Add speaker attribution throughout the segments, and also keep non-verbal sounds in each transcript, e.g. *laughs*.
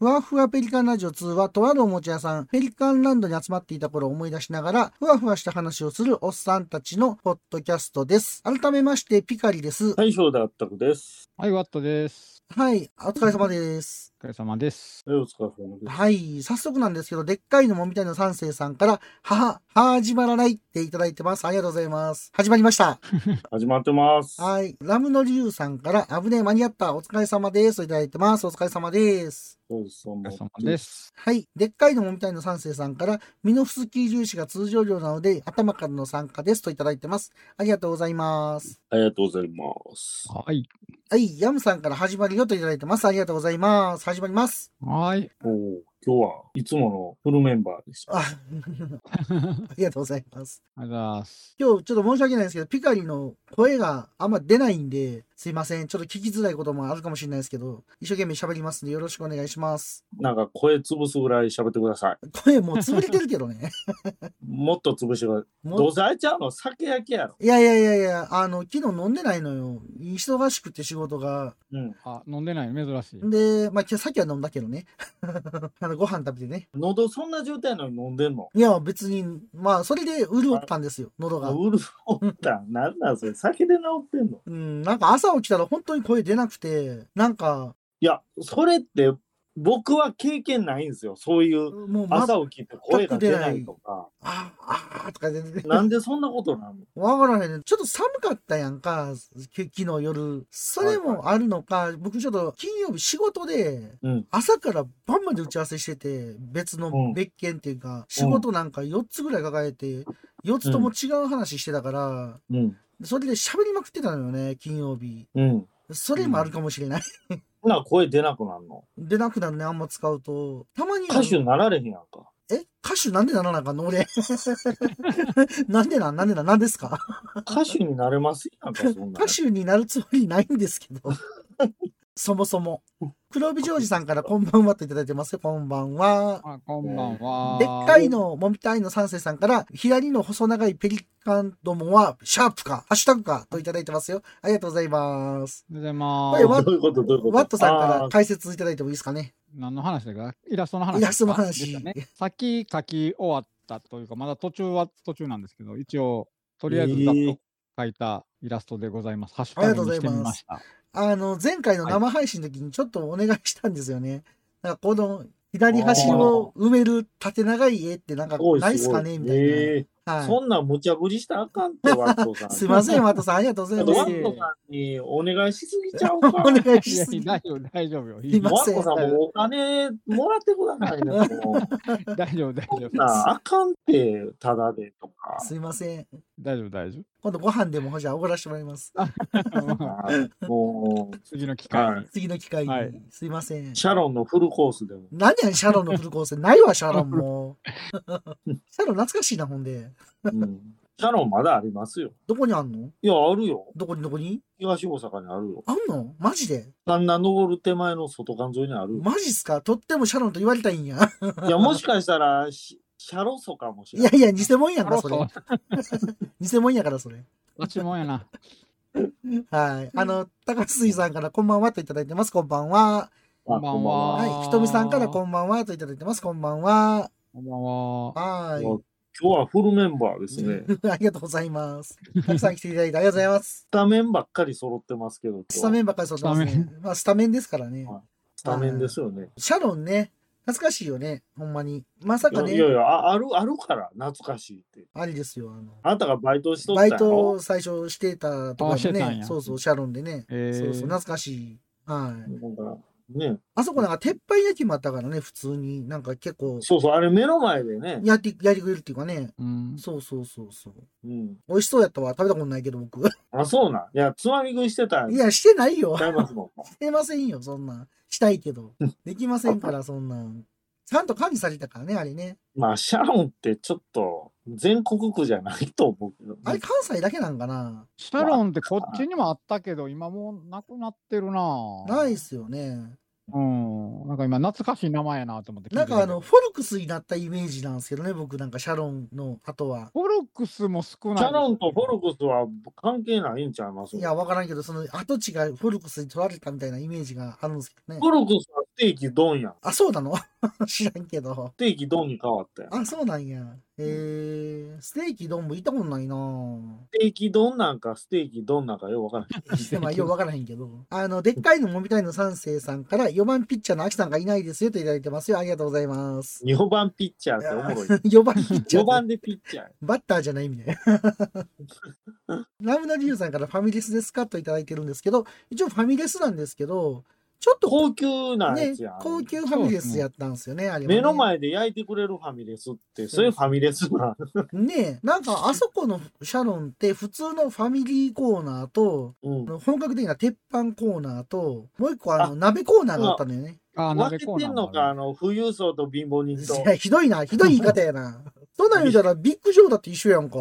Speaker 1: ふわふわペリカンラジオ2は、とあるおもちゃ屋さん、ペリカンランドに集まっていた頃を思い出しながら、ふわふわした話をするおっさんたちのポッドキャストです。改めまして、ピカリです。
Speaker 2: 大将であったくです。
Speaker 3: はい、ワットです。
Speaker 1: はい、お疲れ様です。
Speaker 3: お疲れ様です。
Speaker 2: はいお疲れ様です。
Speaker 1: はい、早速なんですけど、でっかいのもみたいの三世さんから、はは、始まらないっていただいてます。ありがとうございます。始まりました。
Speaker 2: 始まってます。
Speaker 1: はい。ラムのリュウさんから、危ねえ、間に合った。お疲れ様です。といただいてます。お疲れ様です。
Speaker 2: お疲れ様
Speaker 3: お疲れ様です。
Speaker 1: はい。でっかいのもみたいの三世さんから、ミノフスキー粒子が通常量なので、頭からの参加です。といただいてます。ありがとうございます。
Speaker 2: ありがとうございます。
Speaker 3: はい。
Speaker 1: はい。ヤムさんから始まるよといただいてます。ありがとうございます。始まります。
Speaker 3: はい。
Speaker 2: おー今日はいつものフルメンバーでした。
Speaker 1: あ、 *laughs* ありがとうございます。
Speaker 3: ありがとうございます。
Speaker 1: 今日ちょっと申し訳ないですけど、ピカリの声があんま出ないんで、すいません。ちょっと聞きづらいこともあるかもしれないですけど、一生懸命喋りますんでよろしくお願いします。
Speaker 2: なんか声潰すぐらい喋ってください。
Speaker 1: 声もう潰れてるけどね。
Speaker 2: もっと潰してください。
Speaker 1: も
Speaker 2: どうせあいちゃうの酒焼けやろ。
Speaker 1: いやいやいやいや、あの、昨日飲んでないのよ。忙しくて仕事が。
Speaker 2: うん。
Speaker 3: あ、飲んでない、珍しい。
Speaker 1: で、まあ、今日さっきは飲んだけどね。 *laughs* あの、ご飯食べてね。
Speaker 2: 喉そんな状態なのに飲んでんの
Speaker 1: いや、別に、まあ、それで潤ったんですよ、喉が。
Speaker 2: うるおった。なんなんそれ。酒で治ってんの
Speaker 1: うん、なんか朝起きたら本当に声出なくて、なんか、
Speaker 2: いや、それって僕は経験ないんですよ。そういう
Speaker 1: もうま
Speaker 2: 朝起きて声が出ないとか。
Speaker 1: あ、ああ、とか全然。
Speaker 2: なんでそんなことなの
Speaker 1: わからへんね。ちょっと寒かったやんか、き昨日夜。それもあるのか、僕ちょっと金曜日仕事で、
Speaker 2: うん
Speaker 1: 朝から晩まで打ち合わせしてて、別
Speaker 2: う
Speaker 1: の
Speaker 2: ん
Speaker 1: 別件っていうか、仕事なんか4つぐらい抱えて、4つとも違う話してたから、
Speaker 2: うん。
Speaker 1: それで喋りまくってたのよね、金曜日。
Speaker 2: うん。
Speaker 1: それもあるかもしれない。
Speaker 2: ほな声出なくなるの。
Speaker 1: 出なくなるね、あんま使うと。たまに。
Speaker 2: 歌手になられへんやんか。
Speaker 1: え歌手なんでならなあかんの俺。 *laughs* なんでなんなんでなんなんですか
Speaker 2: 歌手になれますやんか、そんな
Speaker 1: 歌。手になるつもりないんですけ
Speaker 2: *laughs*
Speaker 1: ど。そもそも。黒帯ジョージさんからこんばんはといただいてますよ。こんばんは。
Speaker 3: あ、こんばんは。
Speaker 1: でっかいのもみたいの三世さんから、左の細長いペリカンどもは、シャープか、ハッシュタグかといただいてますよ。ありがとうございます。
Speaker 3: おはようございま
Speaker 1: これ
Speaker 3: す。
Speaker 1: は
Speaker 2: どういうことどういうこと
Speaker 1: ワットさんから
Speaker 2: あー
Speaker 1: 解説いただいてもいいですかね。
Speaker 3: 何の話ですかイラストの話
Speaker 1: イラストの
Speaker 3: ですか
Speaker 1: 話
Speaker 3: でしたね。先書き終わったというか、まだ途中は途中なんですけど、一応、とりあえずざっと書いたイラストでございます。ハッシュタグにしてみました。
Speaker 1: あの、前回の生配信の時にちょっとお願いしたんですよね。なんかこの左端を埋める縦長い絵ってなんか
Speaker 2: すごい
Speaker 1: ないっすかねみたいな。
Speaker 2: えー
Speaker 1: はい
Speaker 2: そんなん無茶ぶりしたらあか
Speaker 1: *laughs*
Speaker 2: んって、ワットさん。
Speaker 1: すいません、ワットさん、ありがとうご
Speaker 2: ち
Speaker 1: ざ
Speaker 2: ょ
Speaker 1: い
Speaker 2: っ
Speaker 1: ます
Speaker 2: とワッ。トさんにお願いしすぎちゃうか。
Speaker 1: *laughs* お願
Speaker 2: ワ
Speaker 1: い
Speaker 3: い
Speaker 1: し
Speaker 3: や、
Speaker 1: すぎ。
Speaker 3: 大丈夫、大丈夫よ。い
Speaker 1: い
Speaker 3: い
Speaker 1: ませ
Speaker 2: ッ
Speaker 1: ん
Speaker 2: トさんもお金もらってください
Speaker 1: *laughs*
Speaker 2: ね。もう
Speaker 3: 大丈夫、大丈
Speaker 2: な
Speaker 3: 夫。
Speaker 2: ああかんって、ただでとか。
Speaker 1: すいません。
Speaker 3: 大丈夫、大丈
Speaker 1: 今度ご飯でも *laughs* じゃあおごらせてもらいます。
Speaker 3: 夫。
Speaker 2: も
Speaker 3: 次の機会に。
Speaker 1: 次の機会に。
Speaker 3: はい
Speaker 1: すいません
Speaker 2: う、。シャロンのフルコースでも。
Speaker 1: 何やねん、シャロンのフルコース。ないわ、シャロン *laughs* も。シャロン懐かしいな、ほんで。
Speaker 2: うんシャロンまだありますよ。
Speaker 1: どこにあんの
Speaker 2: いや、あるよ。
Speaker 1: どこにどこに
Speaker 2: 東大阪にあるよ。
Speaker 1: あんのマジで
Speaker 2: だんだん登る手前の外観沿いにあるよ。
Speaker 1: マジっすかとってもシャロンと言われたいんや。
Speaker 2: いや、もしかしたら、シシャロソかもし
Speaker 1: い
Speaker 2: れな
Speaker 1: や
Speaker 2: い。
Speaker 1: いや、偽物やんか、
Speaker 3: あろ
Speaker 1: そ
Speaker 3: そ
Speaker 1: れ
Speaker 3: う。、
Speaker 1: 偽物やから、それ。
Speaker 3: どっちもんやな。
Speaker 1: はい。あの、高須水さんからこんばんはといただいてます。こんばんは。
Speaker 2: あ
Speaker 3: こんばんは
Speaker 1: はい。ひとみさんからこんばんはといただいてます。こんばんは。
Speaker 3: こんばんは。
Speaker 1: はい。
Speaker 2: 今日はフルメンバーですね。
Speaker 1: *laughs* ありがとうございます。たくさん来ていただいてありがとうござい
Speaker 2: *laughs*
Speaker 1: ます。
Speaker 2: スタメンばっかり揃ってますけど、今日
Speaker 1: スタメンばっかりそうです
Speaker 3: スタメ
Speaker 1: ね。 *laughs* まあ、スタメンですからね。
Speaker 2: はスタメンですよね。
Speaker 1: シャロンね、懐かしいよね、ほんまに。まさ
Speaker 2: い
Speaker 1: か
Speaker 2: やいや
Speaker 1: ね、
Speaker 2: あ、ある、あるから、懐かしいって。
Speaker 1: あれですよ。あの
Speaker 2: あなたがバイトしとった
Speaker 1: バ
Speaker 2: や
Speaker 1: イト
Speaker 2: ろ
Speaker 1: を最初してたと
Speaker 3: あし
Speaker 1: か
Speaker 3: てたん
Speaker 1: ね、
Speaker 3: や
Speaker 1: そうそう、シャロンでね。
Speaker 3: え
Speaker 1: そうそう、
Speaker 3: ー、
Speaker 1: 懐かしい。はい。
Speaker 2: なんかね、
Speaker 1: あそこなんか、鉄板焼きもあったからね、普通に。なんか結構、
Speaker 2: そうそう、あれ目の前でね、
Speaker 1: やって、やりくれるっていうかね。
Speaker 3: うん。
Speaker 1: そうそうそうそう。
Speaker 2: うん、
Speaker 1: 美味しそうやったわ。食べたことないけど、僕。
Speaker 2: あ、そうなん。いや、つまみ食いしてたん
Speaker 1: い
Speaker 2: や
Speaker 1: や、してないよ。
Speaker 2: ちゃいますもん。
Speaker 1: してませんよ、そんなん。したいけど。できませんから、そんなん。ちゃんと管理されてたからね、あれね。
Speaker 2: まあ、シャロンってちょっと全国区じゃないと思うけどね
Speaker 1: あれ、関西だけなんかな。
Speaker 3: シャロンってこっちにもあったけど、今もうなくなってるな。
Speaker 1: ないっ。すよね。
Speaker 3: うん。なんか今、懐かしい名前やなと思って聞い
Speaker 1: な
Speaker 3: て
Speaker 1: ん
Speaker 3: たけど。
Speaker 1: かあの、フォルクスになったイメージなんですけどね、僕なんかシャロンの後は。
Speaker 3: フォルクスも少ない。
Speaker 2: シャロンとフォルクスは関係ないんちゃいます
Speaker 1: いや、わからんけど、その跡地がフォルクスに取られたみたいなイメージがあるんですけどね
Speaker 2: フ。ォルクスはステーキ丼やん。
Speaker 1: あ、そうなの *laughs* 知らんけど。
Speaker 2: ステーキ丼に変わったやん。
Speaker 1: あ、そうなんや。えー、ステーキ丼も行ったことない
Speaker 2: *laughs*
Speaker 1: なぁ。
Speaker 2: ステーキ丼なんかステーキ丼なんかよく
Speaker 1: *laughs*
Speaker 2: わからない。
Speaker 1: まあ、ようわからへんけど。あの、でっかいのもみたいの三世さんから、4番ピッチャーのアキさんがいないですよといただいてますよ。ありがとうございます。 *laughs*
Speaker 2: 4番ピッチャーっておもろい。
Speaker 1: 4番ピッチャ
Speaker 2: 4
Speaker 1: ー。
Speaker 2: 番でピッチャーや。
Speaker 1: バッターじゃないみたいな。ラムダリュウさんからファミレスですかといただいてるんですけど、一応ファミレスなんですけど、ちょっと
Speaker 2: 高級なや
Speaker 1: ね
Speaker 2: つやん。、
Speaker 1: 高級ファミレスやったんですよね、あれはね
Speaker 2: 目の前で焼いてくれるファミレスって、そういうファミレスな。
Speaker 1: ねえ、なんかあそこのシャロンって普通のファミリーコーナーと、
Speaker 2: うん。
Speaker 1: 本格的な鉄板コーナーと、もう一個あの鍋コーナーがあったのよね。
Speaker 3: あー、
Speaker 2: 分
Speaker 3: 鍋
Speaker 2: け
Speaker 3: コー
Speaker 2: て
Speaker 3: ナー
Speaker 2: ん
Speaker 3: も
Speaker 2: のか、
Speaker 3: あ
Speaker 2: あ
Speaker 3: る。
Speaker 2: の、富裕層と貧乏人と
Speaker 1: い。や、ひどいな、ひどい言い方や
Speaker 2: *laughs*
Speaker 1: な。そんなん言うたら、ビッグジョーだって一緒やんか。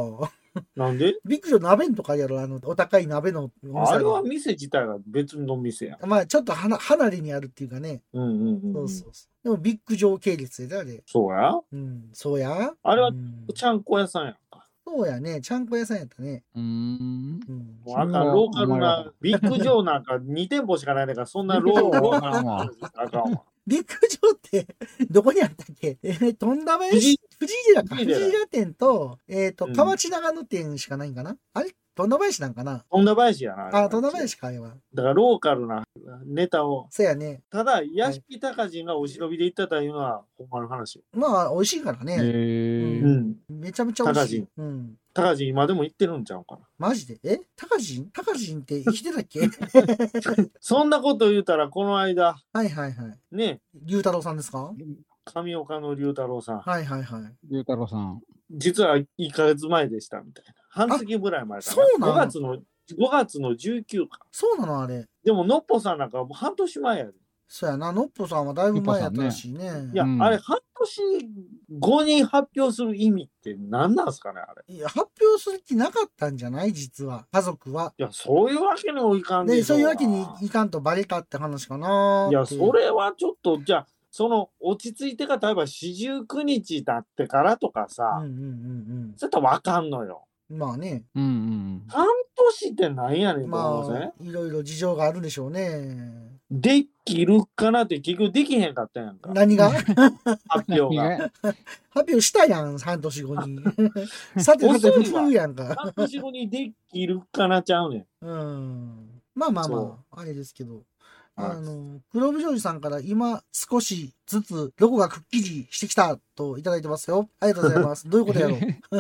Speaker 2: なんで
Speaker 1: ビッグジョー鍋んとかやろ、あの、お高い鍋のお店
Speaker 2: あれは店自体が別の店やん。
Speaker 1: まあ、ちょっとはな離れにあるっていうかね。
Speaker 2: うんうん
Speaker 1: そ
Speaker 2: うん
Speaker 1: う。そうそう。でも、ビッグジョー系列で、あれ。
Speaker 2: そうや
Speaker 1: うん、そうや。
Speaker 2: あれは
Speaker 1: うん
Speaker 2: ちゃんこ屋さんやんか。
Speaker 1: そうやね。ちゃんこ屋さんやったね。
Speaker 3: うーん。
Speaker 1: うん。
Speaker 2: もうあんなローカルな、ビッグジョーなんか2店舗しかないんだから、そんなローカルな。あかんわ。
Speaker 1: ビッグジョーって、どこにあったっけ *laughs* えー、とんだめ、
Speaker 2: 藤
Speaker 1: 藤
Speaker 2: 井
Speaker 1: 井寺か。
Speaker 2: 藤井
Speaker 1: 藤
Speaker 2: 寺
Speaker 1: 井寺店と、えっ、と
Speaker 2: う、ん
Speaker 1: 河内長野店しかないんかな、あれ富田林なんかな
Speaker 2: 富田林やな。れ
Speaker 1: あ、富田林か、あれは。
Speaker 2: だからローカルなネタを。
Speaker 1: そうやね。
Speaker 2: ただ、屋敷隆人がお忍びで行ったというのは、ほんまの話よ。
Speaker 1: まあ、美味しいからね。
Speaker 3: へえ
Speaker 1: う
Speaker 2: うんん。
Speaker 1: めちゃめちゃ美味しい。うん。
Speaker 2: 隆人今でも行ってるんちゃうかな。
Speaker 1: マジでえ高人高人って生きてたっ
Speaker 2: *laughs*
Speaker 1: け
Speaker 2: そんなこと言うたら、この間、
Speaker 1: *laughs* はいはいはい。
Speaker 2: ね、
Speaker 1: 龍太郎さんですか
Speaker 2: 上岡の龍太郎さん、
Speaker 1: はいはいはい。
Speaker 3: 龍太郎さん。
Speaker 2: 実は1ヶ月前でしたみたいな。半月ぐらい前かな。
Speaker 1: そうなの
Speaker 2: 5月の、5月の19か。
Speaker 1: そうなのあれ。
Speaker 2: でも、のっぽさんなんかもう半年前やで。
Speaker 1: そうやな。のっぽさんはだいぶ前やったらしいね。
Speaker 2: いや、
Speaker 3: うん
Speaker 2: あれ、半年後に発表する意味って何なんすかね、あれ。
Speaker 1: いや発表する気なかったんじゃない実は。家族は。
Speaker 2: いや、そういうわけにもいかん
Speaker 1: で、
Speaker 2: でし
Speaker 1: そ
Speaker 2: ょ
Speaker 1: ういうわけに
Speaker 2: い
Speaker 1: いかんとバレたって話かなー
Speaker 2: や、
Speaker 1: って
Speaker 2: それはちょっと、じゃあ、その落ち着いてか、例えば四十九日だってからとか
Speaker 1: うん
Speaker 2: さ、
Speaker 1: うんうん
Speaker 2: そういったらわかんのよ。
Speaker 1: うん。まあね。
Speaker 3: うんうん
Speaker 2: 半年ってなんやねんと
Speaker 1: ま
Speaker 2: 思うぜ
Speaker 1: あ。、いろいろ事情があるでしょうね。
Speaker 2: できるかなって結局できへんかったやんか、
Speaker 1: 何が発
Speaker 2: 発
Speaker 3: うん。
Speaker 2: 表が。
Speaker 3: ね
Speaker 1: 表したやん、半年後
Speaker 2: *laughs*
Speaker 1: に。さてさて、
Speaker 2: 遅
Speaker 1: 普
Speaker 2: いわ
Speaker 1: 通やんか。
Speaker 2: 半年後にできるかなちゃうねん。
Speaker 1: うんまあまあ
Speaker 2: そ
Speaker 1: まあ、あれですけど。
Speaker 2: はい
Speaker 1: あの、黒部ジョージさんから今少しずつロゴがくっきりしてきたといただいてますよ。ありがとうございます。どういうことやろ
Speaker 2: *laughs*
Speaker 1: う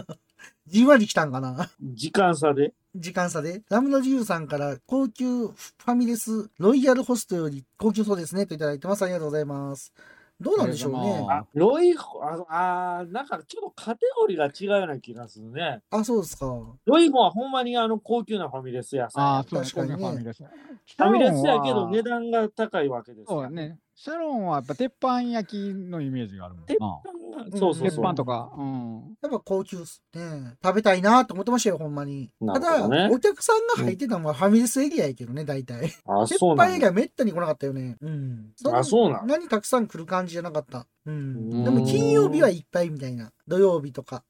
Speaker 1: じんわり来たんかな
Speaker 2: 時間差で。
Speaker 1: 時間差で。ラムダジュウさんから高級ファミレスロイヤルホストより高級そうですねといただいてます。ありがとうございます。どうなんでしょう
Speaker 3: ありがとうござい
Speaker 1: ね
Speaker 3: ま。
Speaker 2: あ、ロイホ、ああー、なんかちょっとカテゴリーが違うような気がするね。
Speaker 1: あ、そうですか。
Speaker 2: ロイホはほんまにあの高級なファミレス屋
Speaker 3: あ
Speaker 2: さ
Speaker 3: あ、
Speaker 2: ん。
Speaker 3: そう
Speaker 1: 確かにね
Speaker 3: ファミレス。
Speaker 2: ファミレスやけど値
Speaker 3: ね
Speaker 2: 段が高いわけですよ
Speaker 3: そうや。ね。シャロンはやっぱ鉄板焼きのイメージがあるもん
Speaker 2: 鉄
Speaker 3: な。
Speaker 2: 板がそうそう
Speaker 3: 鉄
Speaker 2: そ
Speaker 3: 板
Speaker 2: う。
Speaker 3: とか。うん。
Speaker 1: やっぱ高級っすね。食べたいなと思ってましたよ、ほんまに。
Speaker 2: な
Speaker 1: た
Speaker 2: る
Speaker 1: だ、
Speaker 2: ほどね
Speaker 1: お客さんが入ってたのはファミレスエリアやけどね、大体。
Speaker 2: あ、
Speaker 1: 鉄
Speaker 2: そうな
Speaker 1: 板以
Speaker 2: ん
Speaker 1: 外
Speaker 2: だ。
Speaker 1: めったに来なかったよね。うん。
Speaker 2: あ、そうなんだ。
Speaker 1: 何たくさん来る感じじゃなかった。うん。
Speaker 2: うん
Speaker 1: でも金曜日はいっぱいみたいな。土曜日とか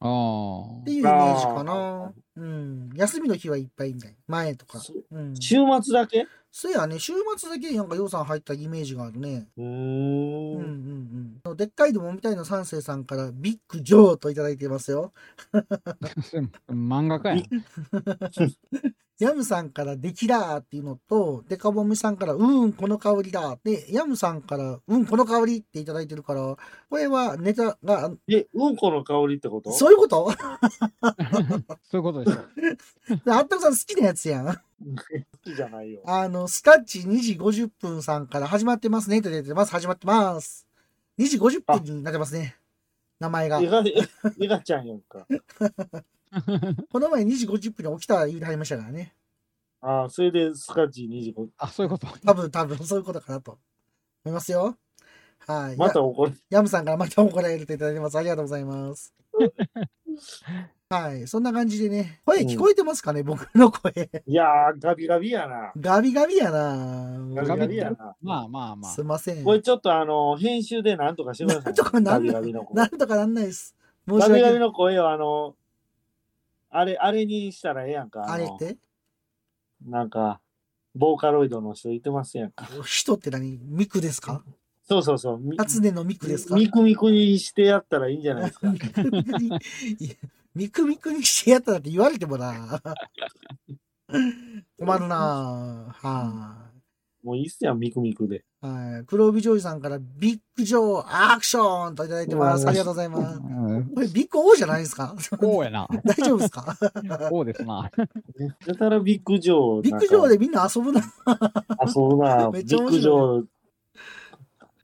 Speaker 3: ああ *laughs*
Speaker 1: っていうイメージか
Speaker 2: あ
Speaker 1: な。うん。休みの日はいっぱいみたいな。前とか
Speaker 2: そ。
Speaker 1: うん。
Speaker 2: 週末だけ
Speaker 1: そうやね。週末だけなんか洋さん入ったイメージがあるね。
Speaker 2: うー
Speaker 1: うんうん
Speaker 2: ん。
Speaker 1: うん。でっかいでもみたいな三世さんからビッグジョーといただいてますよ。
Speaker 3: 漫画家やん。
Speaker 1: ヤムさんからできだーっていうのと、デカボミさんからうん、この香りだーで、ヤムさんからうん、この香りっていただいてるから、これはネタが、
Speaker 2: え、うんこの香りってこと
Speaker 1: そういうこと *laughs*
Speaker 3: そういうことでしょ。
Speaker 1: あったくさん好きなやつやん。
Speaker 2: 好きじゃないよ。
Speaker 1: あの、スカッチ2時50分さんから始まってますねって出てます。始まってます。2時50分になってますね。名前が
Speaker 2: え。が、 *laughs* えがちゃんやんか。
Speaker 1: この前2時50分に起きた言うてはりましたからね。
Speaker 2: あーそれでスカッチ25。
Speaker 3: あ、そういうこと。
Speaker 1: 多分多分そういうことかなと思いますよ。はい。
Speaker 2: また怒る。
Speaker 1: ヤムさんからまた怒られていただいてます。ありがとうございます。はい。そんな感じでね。声聞こえてますかね、僕の声。
Speaker 2: いやー、ガビガビやな。
Speaker 1: ガビガビやな
Speaker 2: ガビガビやな。
Speaker 3: まあまあまあ
Speaker 1: すい。ません。
Speaker 2: これちょっとあの、編集でなんとかしてくださ。
Speaker 1: ないんとかな
Speaker 2: ガ
Speaker 1: ん
Speaker 2: ビ
Speaker 1: な
Speaker 2: ガビの声。
Speaker 1: なんとかなんないです。申し
Speaker 2: ガ
Speaker 1: 訳
Speaker 2: ビガ
Speaker 1: な
Speaker 2: ビ
Speaker 1: い。
Speaker 2: の声をあの、あれ、あれにしたらええやんか。
Speaker 1: あ
Speaker 2: あ
Speaker 1: れ
Speaker 2: の
Speaker 1: って
Speaker 2: なんか、ボーカロイドの人いてますやんか。
Speaker 1: 人って何ミクですか
Speaker 2: そうそうそう。み
Speaker 1: 初音のミクですか
Speaker 2: みくみくにしてやったらいいんじゃないですか。
Speaker 1: ミクミクにいやミクミクにしてやったらって言われても
Speaker 2: *laughs*
Speaker 1: な。困るな。は
Speaker 2: もういいっすやん、みくみくで。
Speaker 1: い。はい。黒帯ジョージさんからビッグジョーアクションといただいてます。ありがとうございます。
Speaker 3: うん
Speaker 1: これビッグ O じゃないですか *laughs*
Speaker 3: こうやな。
Speaker 1: 大丈夫ですか
Speaker 3: こうです
Speaker 1: *laughs*
Speaker 3: な。
Speaker 2: やたらビッグジョー。
Speaker 1: ビッグジョーでみんな遊ぶな。
Speaker 2: なんか。あ、そうな。
Speaker 1: め
Speaker 2: ビ
Speaker 1: っちゃ
Speaker 2: ッ
Speaker 1: 面白い
Speaker 2: グジョー。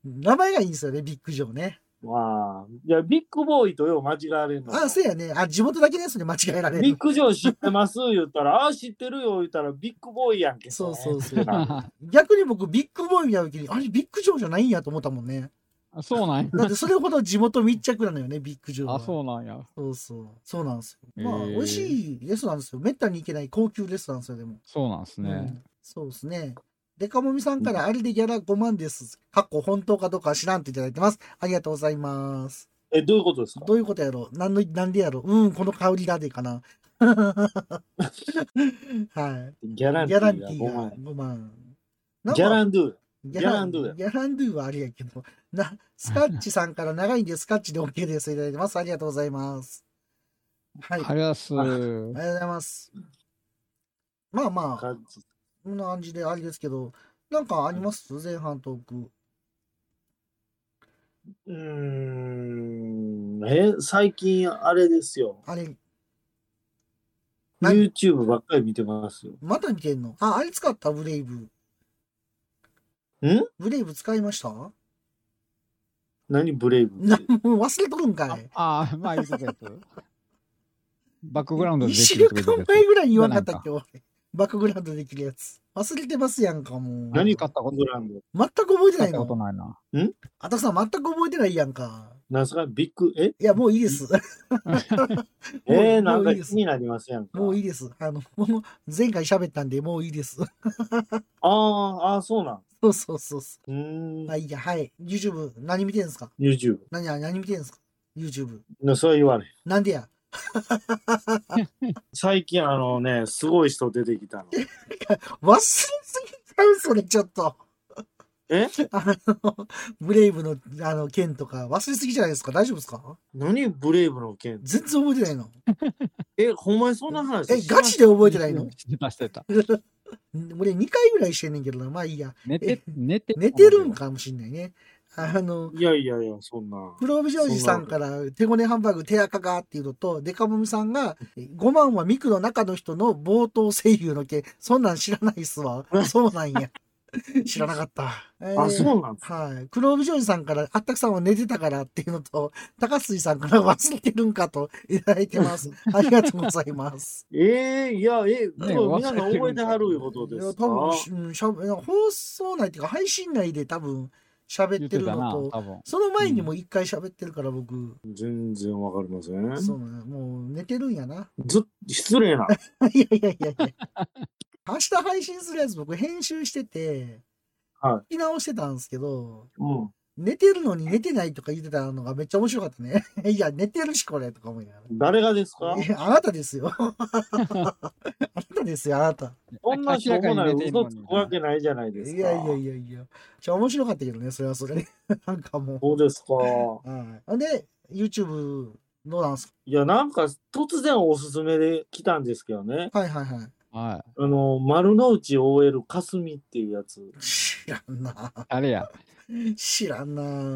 Speaker 1: 名前がいいんですよね、ビッグジョーね。
Speaker 2: まあ、いや、ビッグボーイとよう間違われるの。
Speaker 1: あ、そうやね。あ、地元だけのやつに間違えられ
Speaker 2: ビッ
Speaker 1: る。
Speaker 2: グジョー知ってます言ったら、ああ、知ってるよ言ったら、ビッグボーイやんけ。
Speaker 1: そうそうそう
Speaker 2: れな
Speaker 1: 逆に僕、ビッグボーイ見た時に、あれ、ビッグジョーじゃないんやと思ったもんね。
Speaker 3: そうなんや。
Speaker 1: だってそれほど地元密着なのよね、ビッグジョーは。
Speaker 3: あ、そうなんや。
Speaker 1: そうそう。そうなんですよ。まあ、
Speaker 3: へえ
Speaker 1: 美味しいレストランですよ。めったに行けない高級レストランですよ、でも。
Speaker 3: そうなんです
Speaker 1: う
Speaker 3: ね
Speaker 1: ん。そうですね。デカモミさんからあれでギャラ5万です。かっこ本当かどうかは知らんっていただいてます。ありがとうございます。
Speaker 2: *laughs* え、どういうことですか
Speaker 1: どういうことやろう何の、なんでやろううん、この香りだでかな。はい。
Speaker 2: ギャラン
Speaker 1: ギ
Speaker 2: ティ
Speaker 1: ャラン
Speaker 2: ー
Speaker 1: テ
Speaker 2: が
Speaker 1: ィー
Speaker 2: 5
Speaker 1: が
Speaker 2: 万
Speaker 1: 5万。
Speaker 2: ギャランドゥ。
Speaker 1: ギ
Speaker 2: ギャランドゥだ
Speaker 1: ギャランドゥはあれやけど、な、スカッチさんから長いんでスカッチで OK です。いただいてます。ありがとうございます。はい。あ
Speaker 3: あ
Speaker 1: り
Speaker 3: りがとうございます。
Speaker 1: がとうございます。まあまあ、
Speaker 2: 感じ
Speaker 1: こんな感じであれですけど、なんかあります前半トーク。
Speaker 2: うーん。え、最近あれですよ。
Speaker 1: あれ、はい
Speaker 2: YouTube ばっかり見てますよ。
Speaker 1: また見てんのあ、あれ使ったブレイブ。
Speaker 2: ん
Speaker 1: ブレイブ使いましたも
Speaker 2: 何ブレイブ
Speaker 1: な
Speaker 2: って。
Speaker 1: う忘れとるんかい。
Speaker 3: ああ、まあ、いいことです。バックグラウンド
Speaker 1: 1
Speaker 3: ででき
Speaker 1: 週
Speaker 3: るってこと
Speaker 1: 間
Speaker 3: です
Speaker 1: 前ぐらいに言わんかったっ
Speaker 3: じ
Speaker 1: け、俺バックグラウンドできるやつ。忘れてますやんか、もう。
Speaker 2: 何
Speaker 1: 全く
Speaker 3: 買ったこと
Speaker 2: ブランド。
Speaker 1: 覚えて
Speaker 3: 使
Speaker 1: な
Speaker 3: っ
Speaker 1: い
Speaker 3: たこ
Speaker 1: の
Speaker 3: とないな。
Speaker 1: あたくさん全く覚えてないやんか。
Speaker 2: なんすかビッグ、え
Speaker 1: いや、もういい
Speaker 3: *laughs*
Speaker 1: です。
Speaker 2: えー、なん
Speaker 1: もう
Speaker 2: か
Speaker 1: いい
Speaker 2: 気
Speaker 1: です
Speaker 2: になりますやんか。
Speaker 1: もういいです。あの、もう前回喋ったんで、もういいです。
Speaker 2: ああ、ああ、そうなん。
Speaker 1: そうそうそうそう
Speaker 2: ー
Speaker 1: う。
Speaker 2: ん。
Speaker 1: まあいいや、はい。YouTube、何見てんすか
Speaker 2: YouTube。
Speaker 1: 何、何見てんすか ?YouTube。
Speaker 2: のそう言われへん。
Speaker 1: なんでや。
Speaker 2: 最近あのね、すごい人出てきたの。
Speaker 1: 忘れすぎちゃう、それ、ちょっと。
Speaker 2: え
Speaker 1: あの、ブレイブの、あの、件とか、忘れすぎじゃないですか大丈夫ですか
Speaker 2: 何ブレイブの件
Speaker 1: 全然覚えてないの。
Speaker 2: え、ほんまにそんな話
Speaker 1: え、
Speaker 2: しま
Speaker 1: ガチで覚えてない
Speaker 3: *laughs*
Speaker 1: の
Speaker 3: してた、してた。
Speaker 1: 俺2回ぐらいしてんねんけどな。まあいいや。
Speaker 3: 寝て、寝て。
Speaker 1: 寝てるんかもしんないね。あの、
Speaker 2: いやいやいや、そんな。
Speaker 1: 黒帯ジョージさんから手ごねハンバーグ手垢がっていうのと、デカモミさんが5万はミクの中の人の冒頭声優の件、そんなん知らないっすわ。そうなんや。知らなかった。えー
Speaker 2: あ、そうなんですか
Speaker 1: はい。黒帯ジョージさんから、あったくさんは寝てたからっていうのと、高杉さんから忘れてるんかといただいてます。ありがとうございます。
Speaker 2: えー、いや、え、
Speaker 3: ね
Speaker 2: そう皆さん覚えてはるいうこと
Speaker 1: い
Speaker 2: で
Speaker 1: や
Speaker 2: すか
Speaker 1: 多分しゃべ、放送内っていうか配信内で多分喋
Speaker 3: 言
Speaker 1: っ
Speaker 3: ってて
Speaker 1: る
Speaker 3: たな、
Speaker 1: の
Speaker 3: 多
Speaker 1: と、
Speaker 3: 分。
Speaker 1: その前にも一回喋ってるから僕、
Speaker 2: 全然わかりません。
Speaker 1: そうね、もう寝てるんやな。
Speaker 2: ずっ失礼な。
Speaker 1: *laughs* いやいやいやいや。明日配信するやつ僕編集してて、
Speaker 2: は
Speaker 1: 聞き直してたんですけど、
Speaker 2: うん。
Speaker 1: 寝てるのに寝てないとか言ってたのがめっちゃ面白かったね。 *laughs* いや、寝てるしこれとか思いなが。
Speaker 2: 誰がですから
Speaker 1: いや、あなたですよ。 *laughs* あなたですよ、あなた。
Speaker 2: そんなしょうもない嘘つくわけないじゃない
Speaker 1: い
Speaker 2: ですか。
Speaker 1: やいやいやいや。じゃ面白かったけどね、それはそれで。 *laughs* なんかも
Speaker 2: そうですか。
Speaker 1: う。はい。で、YouTube どうなんす
Speaker 2: いや、なんか突然おすすめで来たんですけどね。
Speaker 1: かはいはいはい。
Speaker 3: はい。
Speaker 2: あの、丸の内 OL かすみっていうやつ。い
Speaker 1: 知らんな。
Speaker 3: あれや。
Speaker 1: 知らん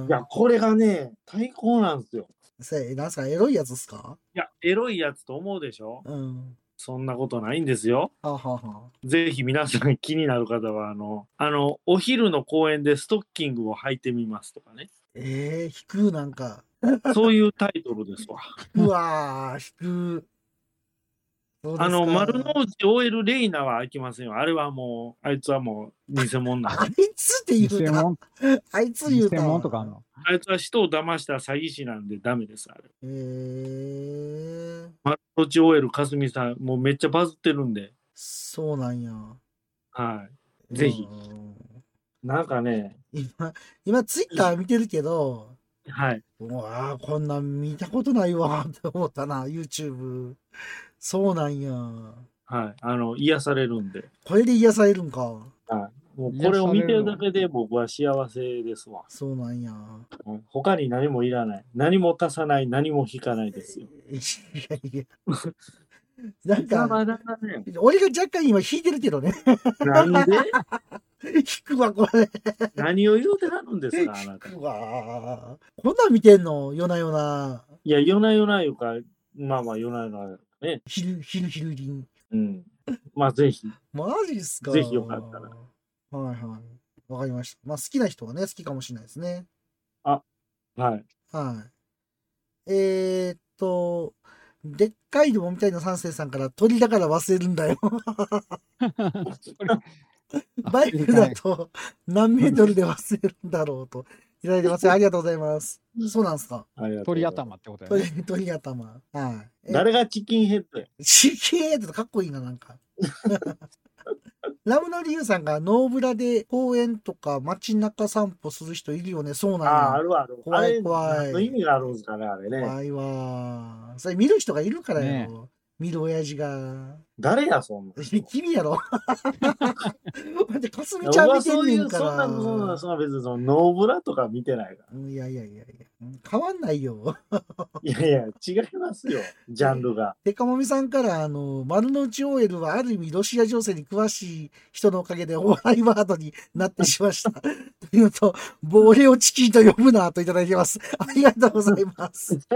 Speaker 2: や
Speaker 1: な。、
Speaker 2: これがね、最高なんですよ。
Speaker 1: せ、なんすか、エロいやつっすか
Speaker 2: いや、エロいやつと思うでしょ
Speaker 1: うん。
Speaker 2: そんなことないんですよ。
Speaker 1: はあ、はあは
Speaker 2: ぜひ皆さん気になる方は、あの、あの、お昼の公園でストッキングを履いてみますとかね。
Speaker 1: あ、ええー、引くなんか。
Speaker 2: そういうタイトルですわ。
Speaker 1: うわー、引く。そうですか
Speaker 2: あの、丸の。内 OL レイナは開きませんよ。あれはもう、あいつはもう偽物なん
Speaker 1: あ
Speaker 2: *laughs* で。
Speaker 1: いつって言
Speaker 3: 偽
Speaker 1: うた。
Speaker 3: 物、
Speaker 1: あいつ言う
Speaker 3: 偽
Speaker 1: た。
Speaker 3: 物とかあんの。 *laughs*
Speaker 2: あいつは人を騙した詐欺師なんでダメです、あれ。
Speaker 1: ええー、
Speaker 2: 丸の内 OL かすみさん、もうめっちゃバズってるんで。
Speaker 1: そうなんや。
Speaker 2: はい。ぜひ
Speaker 1: うん
Speaker 2: なんかね、
Speaker 1: 今、今、ツイッター見てるけど、
Speaker 2: はい。
Speaker 1: うわー、こんなん見たことないわーって思ったな、YouTube。そうなんや。
Speaker 2: はい。あの、癒されるんで。
Speaker 1: これで癒されるんか。
Speaker 2: もうこれを見てるだけで僕は幸せですわ。
Speaker 1: そうなんや。
Speaker 2: うん他に何もいらない。何も足さない。何も引かないですよ。
Speaker 1: いやいや。なんか、
Speaker 2: まだだね
Speaker 1: 俺が若干今引いてるけどね。 *laughs*
Speaker 2: なんで
Speaker 1: 引くわ、これ。
Speaker 2: 何を言うてはるんですかあなた。い
Speaker 1: 引くわ。こんなん見てんの夜な夜な。
Speaker 2: や、夜な夜ないうか、まあまあ夜な夜なね。
Speaker 1: 昼、昼、昼りん。
Speaker 2: うん。まあぜひ。
Speaker 1: マジっすか
Speaker 2: ぜひよかったら。
Speaker 1: はいはい。わかりました。まあ好きな人はね、好きかもしれないですね。
Speaker 2: はい。
Speaker 1: はい。えー、っと、でっかいでもみたいな三世さんから鳥だから忘れるんだよ。 *laughs* バイクだと何メートルで忘れるんだろうと。いただいてます。ありがとうございます。そうなんですか。
Speaker 2: ありがとう
Speaker 3: 鳥頭ってことや
Speaker 1: 鳥
Speaker 3: ね。
Speaker 1: 鳥頭。はい。え
Speaker 2: 誰がチキンヘッドや。
Speaker 1: ちげえってかっこいいな、なんか。 *laughs* ラムの理由さんがノーブラで公園とか街中散歩する人いるよね。そう
Speaker 2: ああー、
Speaker 1: な
Speaker 2: あ
Speaker 1: んだ。
Speaker 2: るわあるわ。
Speaker 1: 怖い
Speaker 2: あれ
Speaker 1: 怖い
Speaker 2: 何の意味があるんですかね、あれね。
Speaker 1: 怖いわー。それ見る人がいるからよ。
Speaker 3: ね
Speaker 1: 見る親父が。
Speaker 2: 誰や、そんな人。
Speaker 1: 君や
Speaker 2: *laughs*
Speaker 1: ろ。だって、かすみ
Speaker 2: い
Speaker 1: ちゃ
Speaker 2: や
Speaker 1: ん
Speaker 2: 俺は
Speaker 1: 見て
Speaker 2: そ
Speaker 1: ん
Speaker 2: う
Speaker 1: ね
Speaker 2: いうん
Speaker 1: か
Speaker 2: そんな、
Speaker 1: ら。
Speaker 2: そんな、そんな別にそのノーブラとか見てないか
Speaker 1: う
Speaker 2: ら。
Speaker 1: んいやいやいやいや。うん変わんないよ。
Speaker 2: いやいや、違いますよ、ジャンルが。
Speaker 1: てかもみさんから、あの、丸の内 OL はある意味ロシア情勢に詳しい人のおかげでお笑いワードになってしました。というのと、ボレオチキンと呼ぶなといただいてます。ありがとうございます。あ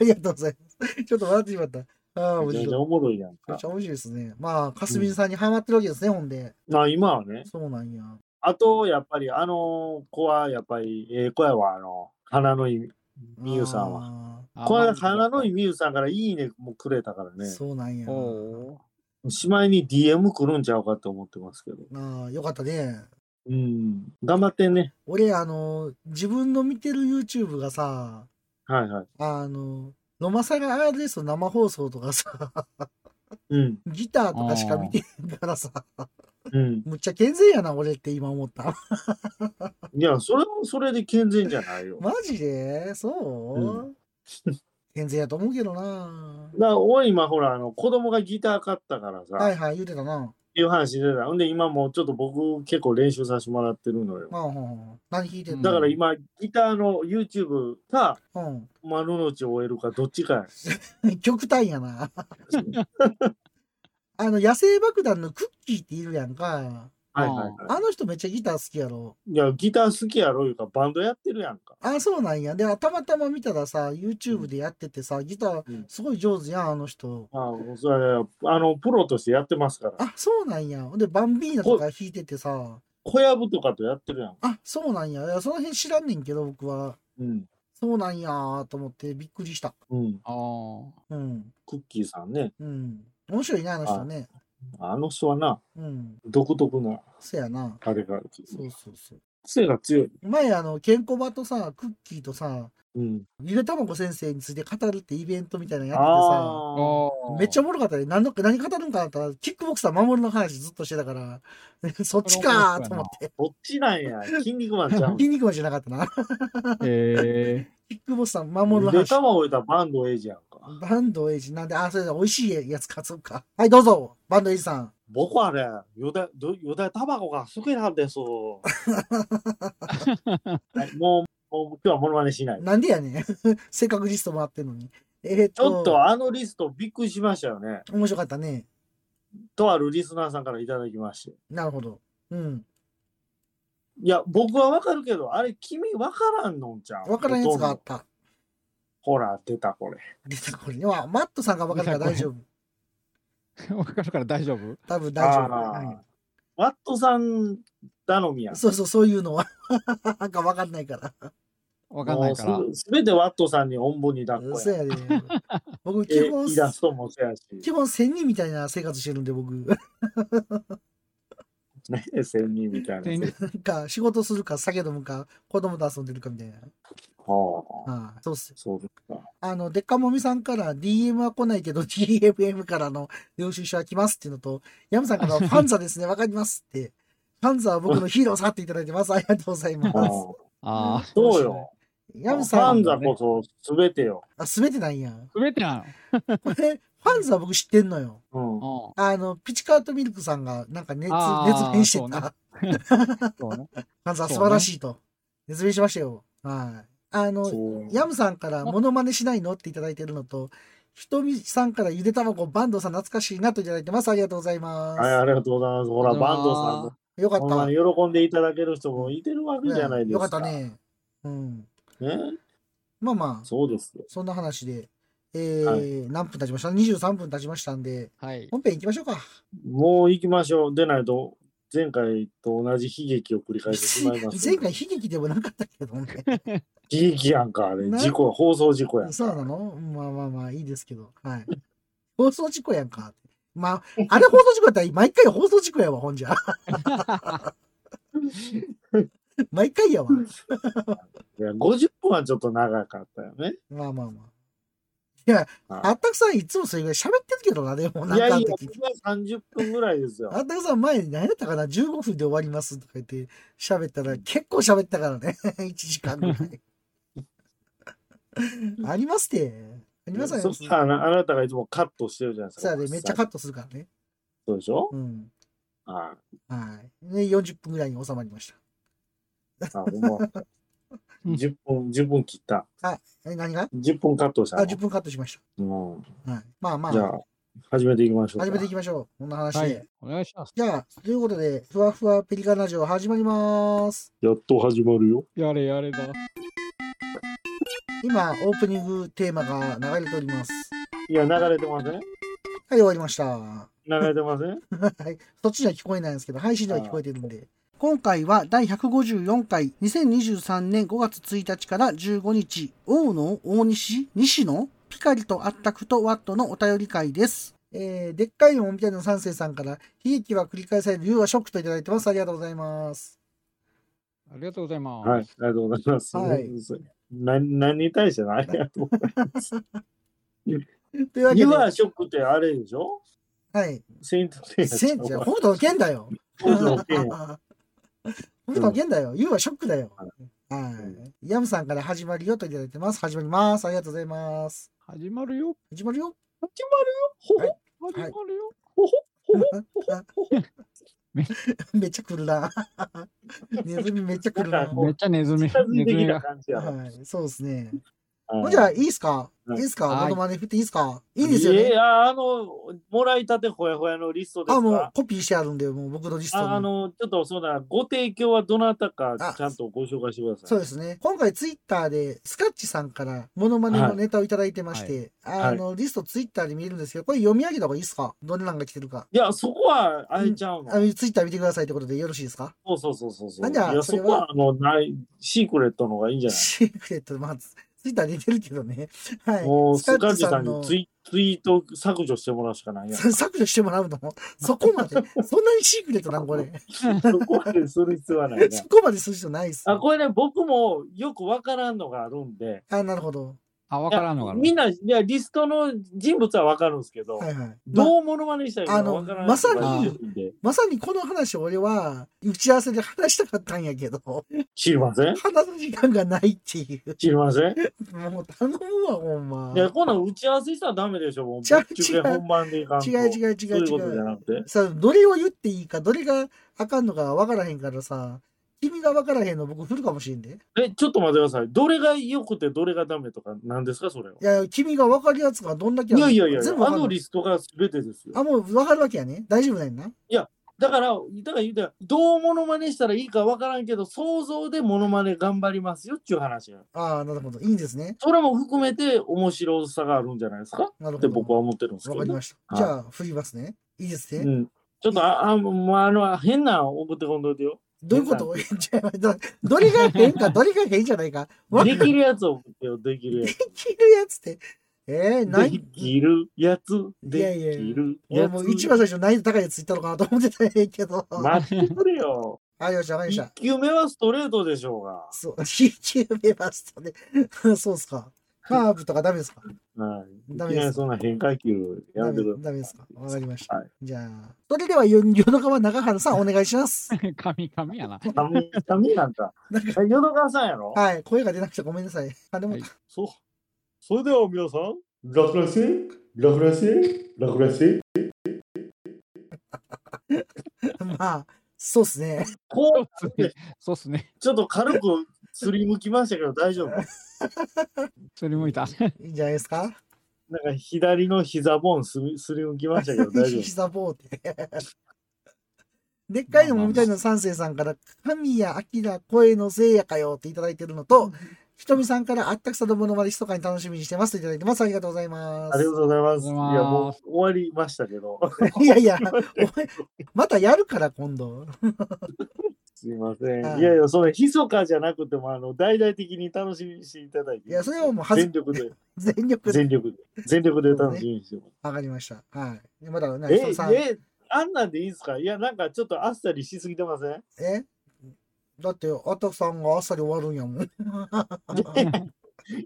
Speaker 1: りがとうございます。ちょっと笑ってしまった。ああ、面
Speaker 2: めちゃめちゃ
Speaker 1: 白い。
Speaker 2: おもろいやん
Speaker 1: めっ
Speaker 2: か
Speaker 1: ち。ゃ面白いですね。まあ、かすみさんにハマってるわけですね、ほんで。
Speaker 2: まあ今はね。
Speaker 1: そうなんや。
Speaker 2: あと、やっぱり、あの子は、やっぱり、ええ子やわ、あの、花の井美優さんは。
Speaker 1: は。
Speaker 3: あ
Speaker 2: これ、
Speaker 3: まず
Speaker 2: 花の井美優さんからいいねもくれたからね。
Speaker 1: そうなんや。
Speaker 3: おう
Speaker 2: しまいに DM 来るんちゃうかと思ってますけど。
Speaker 1: ああ、よかったね。
Speaker 2: うん。頑張ってね。
Speaker 1: 俺、あの、自分の見てる YouTube がさ、
Speaker 2: はいはい。
Speaker 1: あの、ロマサガ RS の生放送とか
Speaker 2: *laughs*
Speaker 1: さ、
Speaker 2: うん。
Speaker 1: ギターとかしか見てへんからさ、
Speaker 2: うん。
Speaker 1: むっちゃ健全やな、俺って今思った。
Speaker 2: いや、それもそれで健全じゃないよ。だか
Speaker 1: マジでそう、健全やと思うけどな。
Speaker 2: ら俺今ほら、あの、子供がギター買ったからさ、
Speaker 1: はい
Speaker 2: っ
Speaker 1: はい、言うてたな。
Speaker 2: ていう話出た。ほんで、今もうちょっと僕結構練習させてもらってるのよ。
Speaker 1: まあ、ほんほん何弾いてん
Speaker 2: だ
Speaker 1: の、
Speaker 2: から今、ギターの YouTube か、
Speaker 1: うん
Speaker 2: 丸の内を終えるか、どっちかや。
Speaker 1: *laughs* 極端やな。あの、野生爆弾のクッキーっているやんか。
Speaker 2: はいはいは
Speaker 1: あの人めっちゃギター好きやろ。
Speaker 2: い。いや、ギター好きやろいうか、バンドやってるやんか。
Speaker 1: あ、そうなんや。で、たまたま見たらさ、YouTube でやっててさ、ギタ
Speaker 2: うん
Speaker 1: ーすごい上手やん、あの人。
Speaker 2: あそれあの、プロとしてやってますから。
Speaker 1: あ、そうなんや。で、バンビーナとか弾いててさ、
Speaker 2: 小籔とかとやってるやんか。
Speaker 1: あ、そうなんや。いやその辺知らんねんけど、僕は。
Speaker 2: うん。
Speaker 1: そうなんやーと思ってびっくりした。
Speaker 2: うん。
Speaker 3: あー
Speaker 1: うん。
Speaker 2: クッキーさんね。
Speaker 1: うん。面白いな、あの人ね。
Speaker 2: あの人はな、
Speaker 1: うん。
Speaker 2: 独特な、
Speaker 1: そやな。
Speaker 2: あれが、
Speaker 1: そうそうそう。
Speaker 2: 癖が強い。
Speaker 1: 前、あの、ケンコバとさ、クッキーとさ、
Speaker 2: うん。
Speaker 1: ゆでたまご先生について語るってイベントみたいなのやっててさ、
Speaker 2: ああ。
Speaker 3: あー。
Speaker 1: めっちゃおもろかったね。何の何語るんかなと思ったら、キックボクサー守るの話ずっとしてたから、 *laughs* そっちかーと思って。
Speaker 2: こっちなんや。筋肉マン *laughs* ちゃう
Speaker 1: 筋肉マンじゃなかったな。
Speaker 3: え
Speaker 1: キックボクサー守るの
Speaker 2: で、
Speaker 1: 話。
Speaker 2: 玉を置いたらバンドエイジやんか。
Speaker 1: バンドエイジなんで、あ、それで美味しいやつか、そうか。はい、どうぞ、バンドエイジさん。
Speaker 2: 僕はね、よだ、どよだタバコが好きなん
Speaker 1: *laughs*
Speaker 2: です。はいもう、もう今日はモノマネしない。
Speaker 1: なんでやねん。 *laughs* せっかくリストもらってんのに。えーっ
Speaker 2: ちょ
Speaker 1: と、
Speaker 2: っとあのリストびっくりしましたよね。
Speaker 1: 面白かったね。
Speaker 2: とあるリスナーさんからいただきまして。
Speaker 1: なるほど。うん。
Speaker 2: いや、僕はわかるけど、あれ君わからんのんちゃう
Speaker 1: わからんやつがあっ
Speaker 2: ほとんど
Speaker 1: た。
Speaker 2: ほら、出たこれ。
Speaker 1: 出たこれね。まあマットさんがわかるから大丈夫。
Speaker 3: ー、 *laughs* わかるから大丈夫
Speaker 1: 多分大丈夫。
Speaker 2: あー
Speaker 1: うん
Speaker 2: ワットさん頼みやん。
Speaker 1: そうそう、そういうのは。なんかわかんないから。
Speaker 3: わかんないから
Speaker 2: も。うすすべてワットさんにおんぶに抱っこ
Speaker 1: そう
Speaker 2: や。
Speaker 1: やで。僕、
Speaker 2: え
Speaker 1: 基本、
Speaker 2: イラストもそうやし。
Speaker 1: 基本、千人みたいな生活してるんで、僕。
Speaker 2: ね、仙人みたいな
Speaker 3: 手
Speaker 2: や
Speaker 3: に
Speaker 2: つ。
Speaker 1: なんか、仕事するか、酒飲むか、子供と遊んでるかみたいな。
Speaker 2: はあ、
Speaker 1: はい、そうっす。
Speaker 2: そうですか。
Speaker 1: あの、デカモミさんから DM は来ないけど、DMM からの領収書は来ますっていうのと、ヤムさん
Speaker 3: *laughs*
Speaker 1: からはファンザですね、わかりますって。ファンザは僕のヒーローさっていただいてます。ありがとうございま
Speaker 2: ああ
Speaker 1: す。
Speaker 3: ああ。
Speaker 2: そうよ。
Speaker 1: ヤム
Speaker 2: フ
Speaker 1: さ
Speaker 2: ァン
Speaker 1: ん、
Speaker 2: ザこそすべてよ。
Speaker 1: あ、すべてなんや。
Speaker 3: すべてなの
Speaker 1: これ、ファンズは僕知ってんのよ。
Speaker 2: うん。
Speaker 3: うん
Speaker 1: あの、ピチカートミルクさんがなんか熱、
Speaker 3: あー
Speaker 1: 熱弁して
Speaker 3: そうね
Speaker 1: た。
Speaker 3: そうね。
Speaker 1: ファンズは
Speaker 3: そうね
Speaker 1: 素晴らしいと。熱弁しましたよ。はい。あの、
Speaker 2: そう
Speaker 1: ヤムさんからモノマネしないのっていただいてるのと、ひとみさんからゆで卵、バンドさん懐かしいなといただいてます。ありがとうございます。
Speaker 2: はい、ありがとうございます。ほら、
Speaker 3: うわ
Speaker 2: バンドさんも、
Speaker 1: よかっ
Speaker 2: こん
Speaker 1: た。
Speaker 2: なに喜んでいただける人もいてるわけじゃないですか。
Speaker 1: よかった。ね。うん。
Speaker 2: ね、
Speaker 1: まあまあ、そ
Speaker 2: そうですよ。
Speaker 1: んな話で、えー
Speaker 2: は
Speaker 1: 何分経ちました ?23 分経ちましたんで、
Speaker 3: はい。
Speaker 1: 本編行きましょうか。
Speaker 2: もう行きましょう。でないと、前回と同じ悲劇を繰り返してしまいま
Speaker 1: *laughs*
Speaker 2: す。
Speaker 1: 前回悲劇でもなかったけどね。
Speaker 2: 悲劇やんか、あれ。
Speaker 1: な
Speaker 2: 事故、放送事故やん。
Speaker 1: そうなのまあまあまあいいですけど。はい。放送事故やんか。まあ、あれ放送事故やったら毎回放送事故やわ、ほんじ
Speaker 2: *laughs*
Speaker 1: ゃ。毎回やわ。
Speaker 2: いや、50分はちょっと長かったよね。
Speaker 1: まあまあまあ。いや、
Speaker 2: はい
Speaker 1: あったくさんいつもそれぐらい喋ってるけどな、でもなん
Speaker 2: い
Speaker 1: か
Speaker 2: やい
Speaker 1: あ
Speaker 2: や
Speaker 1: の、時。
Speaker 2: 今30分ぐらいですよ。
Speaker 1: あったくさん前に何やったかな ?15 分で終わりますとか言って喋ったら結構喋ったからね。1時 *laughs* 間ぐら
Speaker 2: *laughs*
Speaker 1: い。ありますて。ありますあり
Speaker 2: そ
Speaker 1: ま
Speaker 2: っ
Speaker 1: す。
Speaker 2: かあなあなたがいつもカットしてるじゃないです
Speaker 1: さ
Speaker 2: か。
Speaker 1: あね、めっちゃカットするからね。
Speaker 2: そうでしょ、
Speaker 1: うん。
Speaker 2: あ
Speaker 1: はい。で、40分ぐらいに収まりまし
Speaker 2: あ、あほんま。10分、10分切った。
Speaker 1: た。え、何が
Speaker 2: 10分カットした
Speaker 1: あ、
Speaker 2: の。
Speaker 1: 10分カットしまし
Speaker 2: うん、
Speaker 1: た。はい。まあまあ、
Speaker 2: じゃあ、始めていきましょうか。
Speaker 1: 始めていきましょう。こんな話で。
Speaker 3: はい。お願いします。
Speaker 1: じゃあ、ということで、ふわふわペリカンラジオ始まります。
Speaker 2: やっと始まるよ。
Speaker 3: やれやれだ。
Speaker 1: 今、オープニングテーマが流れております。
Speaker 2: いや、流れてません
Speaker 1: はい、終わりました。は
Speaker 2: 流れてません
Speaker 1: い。そっちには聞こえないんですけど、配信では聞こえてるんで。今回は第154回、2023年5月1日から15日、大野、大西、西野、ピカリとアッタクとワットのお便り会です。えー、でっかいのみたいな三世さんから、悲劇は繰り返される、優はショックといただいてます。ありがとうございます。
Speaker 3: ありがとうございます。
Speaker 2: はい、ありがとうございます。
Speaker 1: はい
Speaker 2: な何に対してのありがとうございます。
Speaker 1: というわけで、
Speaker 2: ユアショックってあれでしょ
Speaker 1: はい。
Speaker 2: セイントセイヤ
Speaker 1: せんじゃ、北斗の剣だよ。
Speaker 2: 北
Speaker 1: 北
Speaker 2: 斗の剣
Speaker 1: 斗の剣だよ。ユウはショックだよ
Speaker 2: は。
Speaker 1: はい。ヤムさんから始まりよといただいてます。始まります。ありがとうございます。
Speaker 3: 始まるよ。
Speaker 1: 始まるよ。
Speaker 2: 始まるよほほ
Speaker 3: 始まるよ。
Speaker 1: *laughs* めっちゃ来る *laughs* な。ネズミめっちゃ来るな。
Speaker 2: はい
Speaker 3: めっちゃネズミ。ネ
Speaker 2: 近
Speaker 3: ズ
Speaker 2: づいて
Speaker 3: ミ
Speaker 2: きた
Speaker 3: が。
Speaker 2: 感じやろ。
Speaker 1: はい、そうですね。
Speaker 2: うん
Speaker 1: ほんじゃあ、いいですかい
Speaker 2: はいい
Speaker 1: ですか
Speaker 3: はい
Speaker 1: モノマネ振っていいですかいいですよ
Speaker 2: い
Speaker 1: ね。
Speaker 2: や、あの、もらいたてほやほやのリストですか
Speaker 1: あ、もうコピーしてあるんで、もう僕のリスト
Speaker 2: ああ
Speaker 1: に。
Speaker 2: の、ちょっとそうだ、ご提供はどなたか
Speaker 1: あ
Speaker 2: ちゃんとご紹介してください。
Speaker 1: そうですね。今回ツイッターで、スカッチさんからモノマネのネタをいただいてまして、
Speaker 2: い
Speaker 1: あの、リストツイッターで見えるんですけど、これ読み上げた方がいいですかどんなんが来てるか。
Speaker 2: いや、そこはあれちゃうの。
Speaker 1: あのツイッター見てくださいってことでよろしいですか
Speaker 2: そうそうそうそう。
Speaker 1: なん
Speaker 2: い
Speaker 1: じゃ
Speaker 2: や、
Speaker 1: そ
Speaker 2: そ
Speaker 1: れは
Speaker 2: こはあのない、シークレットの方がいいんじ
Speaker 1: *laughs*
Speaker 2: ゃない
Speaker 1: シークレット、まあ、ツイッター出てるけどね。はい。
Speaker 2: もうスカッチさん
Speaker 1: の
Speaker 2: にツイツイート削除してもらうしかないやん。そ
Speaker 1: 削除してもらうの *laughs* そこまで、そんなにシークレットなんこれ。
Speaker 2: こまでする必要はない
Speaker 1: *laughs*
Speaker 2: ね
Speaker 1: そ。こまでする人ないっす。
Speaker 2: あこれね、僕もよくわからんのがあるんで、
Speaker 1: あ、なるほど。
Speaker 3: あ、わからんのか
Speaker 2: いや
Speaker 3: な。
Speaker 2: みんな、いや、リストの人物はわかるんですけど、
Speaker 1: はいはい。ま
Speaker 2: どうモノマネしたらいい
Speaker 1: あ
Speaker 2: か
Speaker 1: の
Speaker 2: わからん
Speaker 1: まさ
Speaker 3: に
Speaker 2: 人がいるんで
Speaker 1: まさにこの話、俺は、打ち合わせで話したかったんやけど、
Speaker 2: 知りません
Speaker 1: 話す時間がないっていう。
Speaker 2: 知りません
Speaker 1: もう頼むわ、ほんま。
Speaker 2: いや、こんなん打ち合わせしたらダメでしょ、も
Speaker 1: 違
Speaker 2: う。
Speaker 1: う
Speaker 2: ぶっちゃけ本番でいかんと。
Speaker 1: 違う違う違
Speaker 2: そう
Speaker 1: う
Speaker 2: いうこ
Speaker 1: 違
Speaker 2: とじゃ
Speaker 1: う。
Speaker 2: なくて。
Speaker 1: さ、どれを言っていいか、どれがあかんのかわからへんからさ、君がわからへんの僕振るかもしれんで。
Speaker 2: え、ちょっと待ってください。どれが良くてどれがダメとか、何ですか、それは。
Speaker 1: いや、君が分かるやつがどんだけある
Speaker 2: い
Speaker 1: の
Speaker 2: や
Speaker 1: か
Speaker 2: いやいや、
Speaker 1: 全部
Speaker 2: あ
Speaker 1: 分かる
Speaker 2: のリストが全てですよ。
Speaker 1: あ、もう分かるわけやね。大丈夫なんやな。
Speaker 2: だから、だから言うたら、どうモノマネしたらいいかわからんけど、想像でモノマネ頑張りますよっていう話や。
Speaker 1: ああ、なるほど。いいんですね。
Speaker 2: それも含めて面白さがあるんじゃないですかっ
Speaker 1: なるほ
Speaker 2: て
Speaker 1: ど。
Speaker 2: 僕は思ってるんですけ
Speaker 1: 分
Speaker 2: ど
Speaker 1: かり
Speaker 2: ね、
Speaker 1: ました。
Speaker 2: はい
Speaker 1: じゃあ、振りますね。いいですね。
Speaker 2: うん。ちょっと、あ、あ、もうあの、変なの送ってこんどいてよ。
Speaker 1: どういうこと *laughs* じゃあどどれが変か、どれが変じゃないか。わ
Speaker 2: できるやつを送ってよ、できるやつ。
Speaker 1: 切るやつって。えー、な
Speaker 2: で
Speaker 1: い。
Speaker 2: きるやつ、
Speaker 1: いや
Speaker 2: で
Speaker 1: いや
Speaker 2: きる
Speaker 1: 俺
Speaker 2: やつ。
Speaker 1: もう一番最初難易度高いやついったのかなと思ってたんやけ
Speaker 2: *laughs*
Speaker 1: ど。あ
Speaker 2: 待ってく
Speaker 1: *laughs*
Speaker 2: れよ。
Speaker 1: りました、わかりまし
Speaker 2: 1
Speaker 1: た。
Speaker 2: 球目はストレートでしょうが。
Speaker 1: そう、1球目バストね。 *laughs* そうっすか。カーブとかダメですか
Speaker 2: はい。いき
Speaker 1: ダ
Speaker 2: な
Speaker 1: メです
Speaker 2: りそんな変化球や
Speaker 1: ダ
Speaker 2: め
Speaker 1: メ
Speaker 2: てください。
Speaker 1: ダメですかわかりました。
Speaker 2: はい
Speaker 1: じゃあ、それでは、よ淀川長春さん、お願いします。
Speaker 3: 神々やな。
Speaker 2: ダメ、ダメなんだ。
Speaker 1: なん
Speaker 2: え淀川さんやろ
Speaker 1: はい、声が出なくてごめんなさい。あ、でも、
Speaker 3: はい
Speaker 2: そう。それでは皆さん、ラフランセラフランセラフランセ
Speaker 1: まあ、そうっすね。
Speaker 2: こう、
Speaker 3: そうっすね。
Speaker 2: ちょっと軽くすりむきましたけど大丈夫。
Speaker 3: それ向
Speaker 2: *laughs*
Speaker 3: いた。
Speaker 1: いいんじゃないですか。
Speaker 2: なんか左の膝ボンすりすりむきましたけど大丈
Speaker 1: *laughs*
Speaker 2: 夫。
Speaker 1: 膝棒って。でっかいのもみたいな三世さんから、神谷明声のせいやかよっていただいてるのと、ひとみさんからあったくさのものまで密かに楽しみにしてますといただいてます。ありがとうございます。
Speaker 2: ありがとうございます。い
Speaker 3: あ
Speaker 2: や、
Speaker 3: りがとうございます
Speaker 2: もう終わりましたけど。
Speaker 1: いやいや、お前またやるから今度。
Speaker 2: すいませ
Speaker 1: は
Speaker 2: ん。
Speaker 1: い
Speaker 2: いやいや、それ、ひそかじゃなくても、あの、大々的に楽しみにしていただいて。
Speaker 1: いやそれはもう恥ず
Speaker 2: 全
Speaker 1: *laughs*
Speaker 2: 力で、
Speaker 1: 全力で。
Speaker 2: 全力で、全力で楽しみにしてま
Speaker 1: わかりました。はい。でまだね、
Speaker 2: す。
Speaker 1: ひとみさん。
Speaker 2: え、え、あんなんでいいですかいや、なんかちょっとあっさりしすぎてません
Speaker 1: えだって、あったくさんがあっさり終わるんや
Speaker 2: *laughs*
Speaker 1: もん。
Speaker 2: い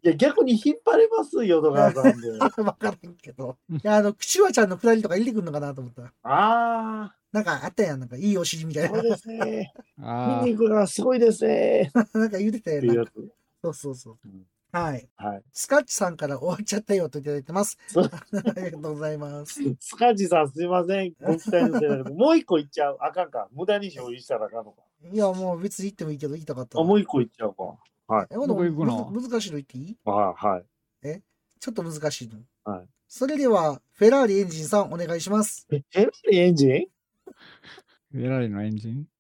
Speaker 2: や、逆に引っ張れますよ、戸川さんで。
Speaker 1: *laughs* *laughs* わからんけど。いや、あの、くちわちゃんのくだりとか入れてくるのかなと思った。
Speaker 2: あ
Speaker 1: なんかあったやん。なんかいいお尻みた
Speaker 2: あ、
Speaker 1: い
Speaker 2: そうですね。
Speaker 3: ああ
Speaker 2: 筋肉がすごいですね。
Speaker 1: *laughs* な。なんか言うてた
Speaker 2: っ
Speaker 1: や
Speaker 2: て
Speaker 1: ん
Speaker 2: い
Speaker 1: な
Speaker 2: うん
Speaker 1: か
Speaker 2: や。つ。
Speaker 1: そうそうそう
Speaker 2: うん。
Speaker 1: はい。
Speaker 2: はい。
Speaker 1: スカッチさんから終わっちゃったよといただいてます。
Speaker 2: そ
Speaker 1: *laughs*
Speaker 2: う
Speaker 1: ありがとうございます。
Speaker 2: スカジさん、すいません。ご期待のせ
Speaker 1: *laughs*
Speaker 2: いで。もう一個いっちゃう。あかんか。無駄に消費したらあかんのか。
Speaker 1: いや、もう別に言ってもいいけど、言いたかった
Speaker 2: あ、
Speaker 1: な。
Speaker 2: もう一個いっちゃうか。
Speaker 1: えほん
Speaker 3: 僕行くな
Speaker 1: むず難しいの言っていい
Speaker 2: はい、はい。
Speaker 1: ちょっと難しいの。
Speaker 2: はい。
Speaker 1: それでは、フェラーリエンジンさん、お願いします。 *laughs*
Speaker 2: え、フェラーリエンジン
Speaker 3: フェラーリのエンジン
Speaker 2: *laughs*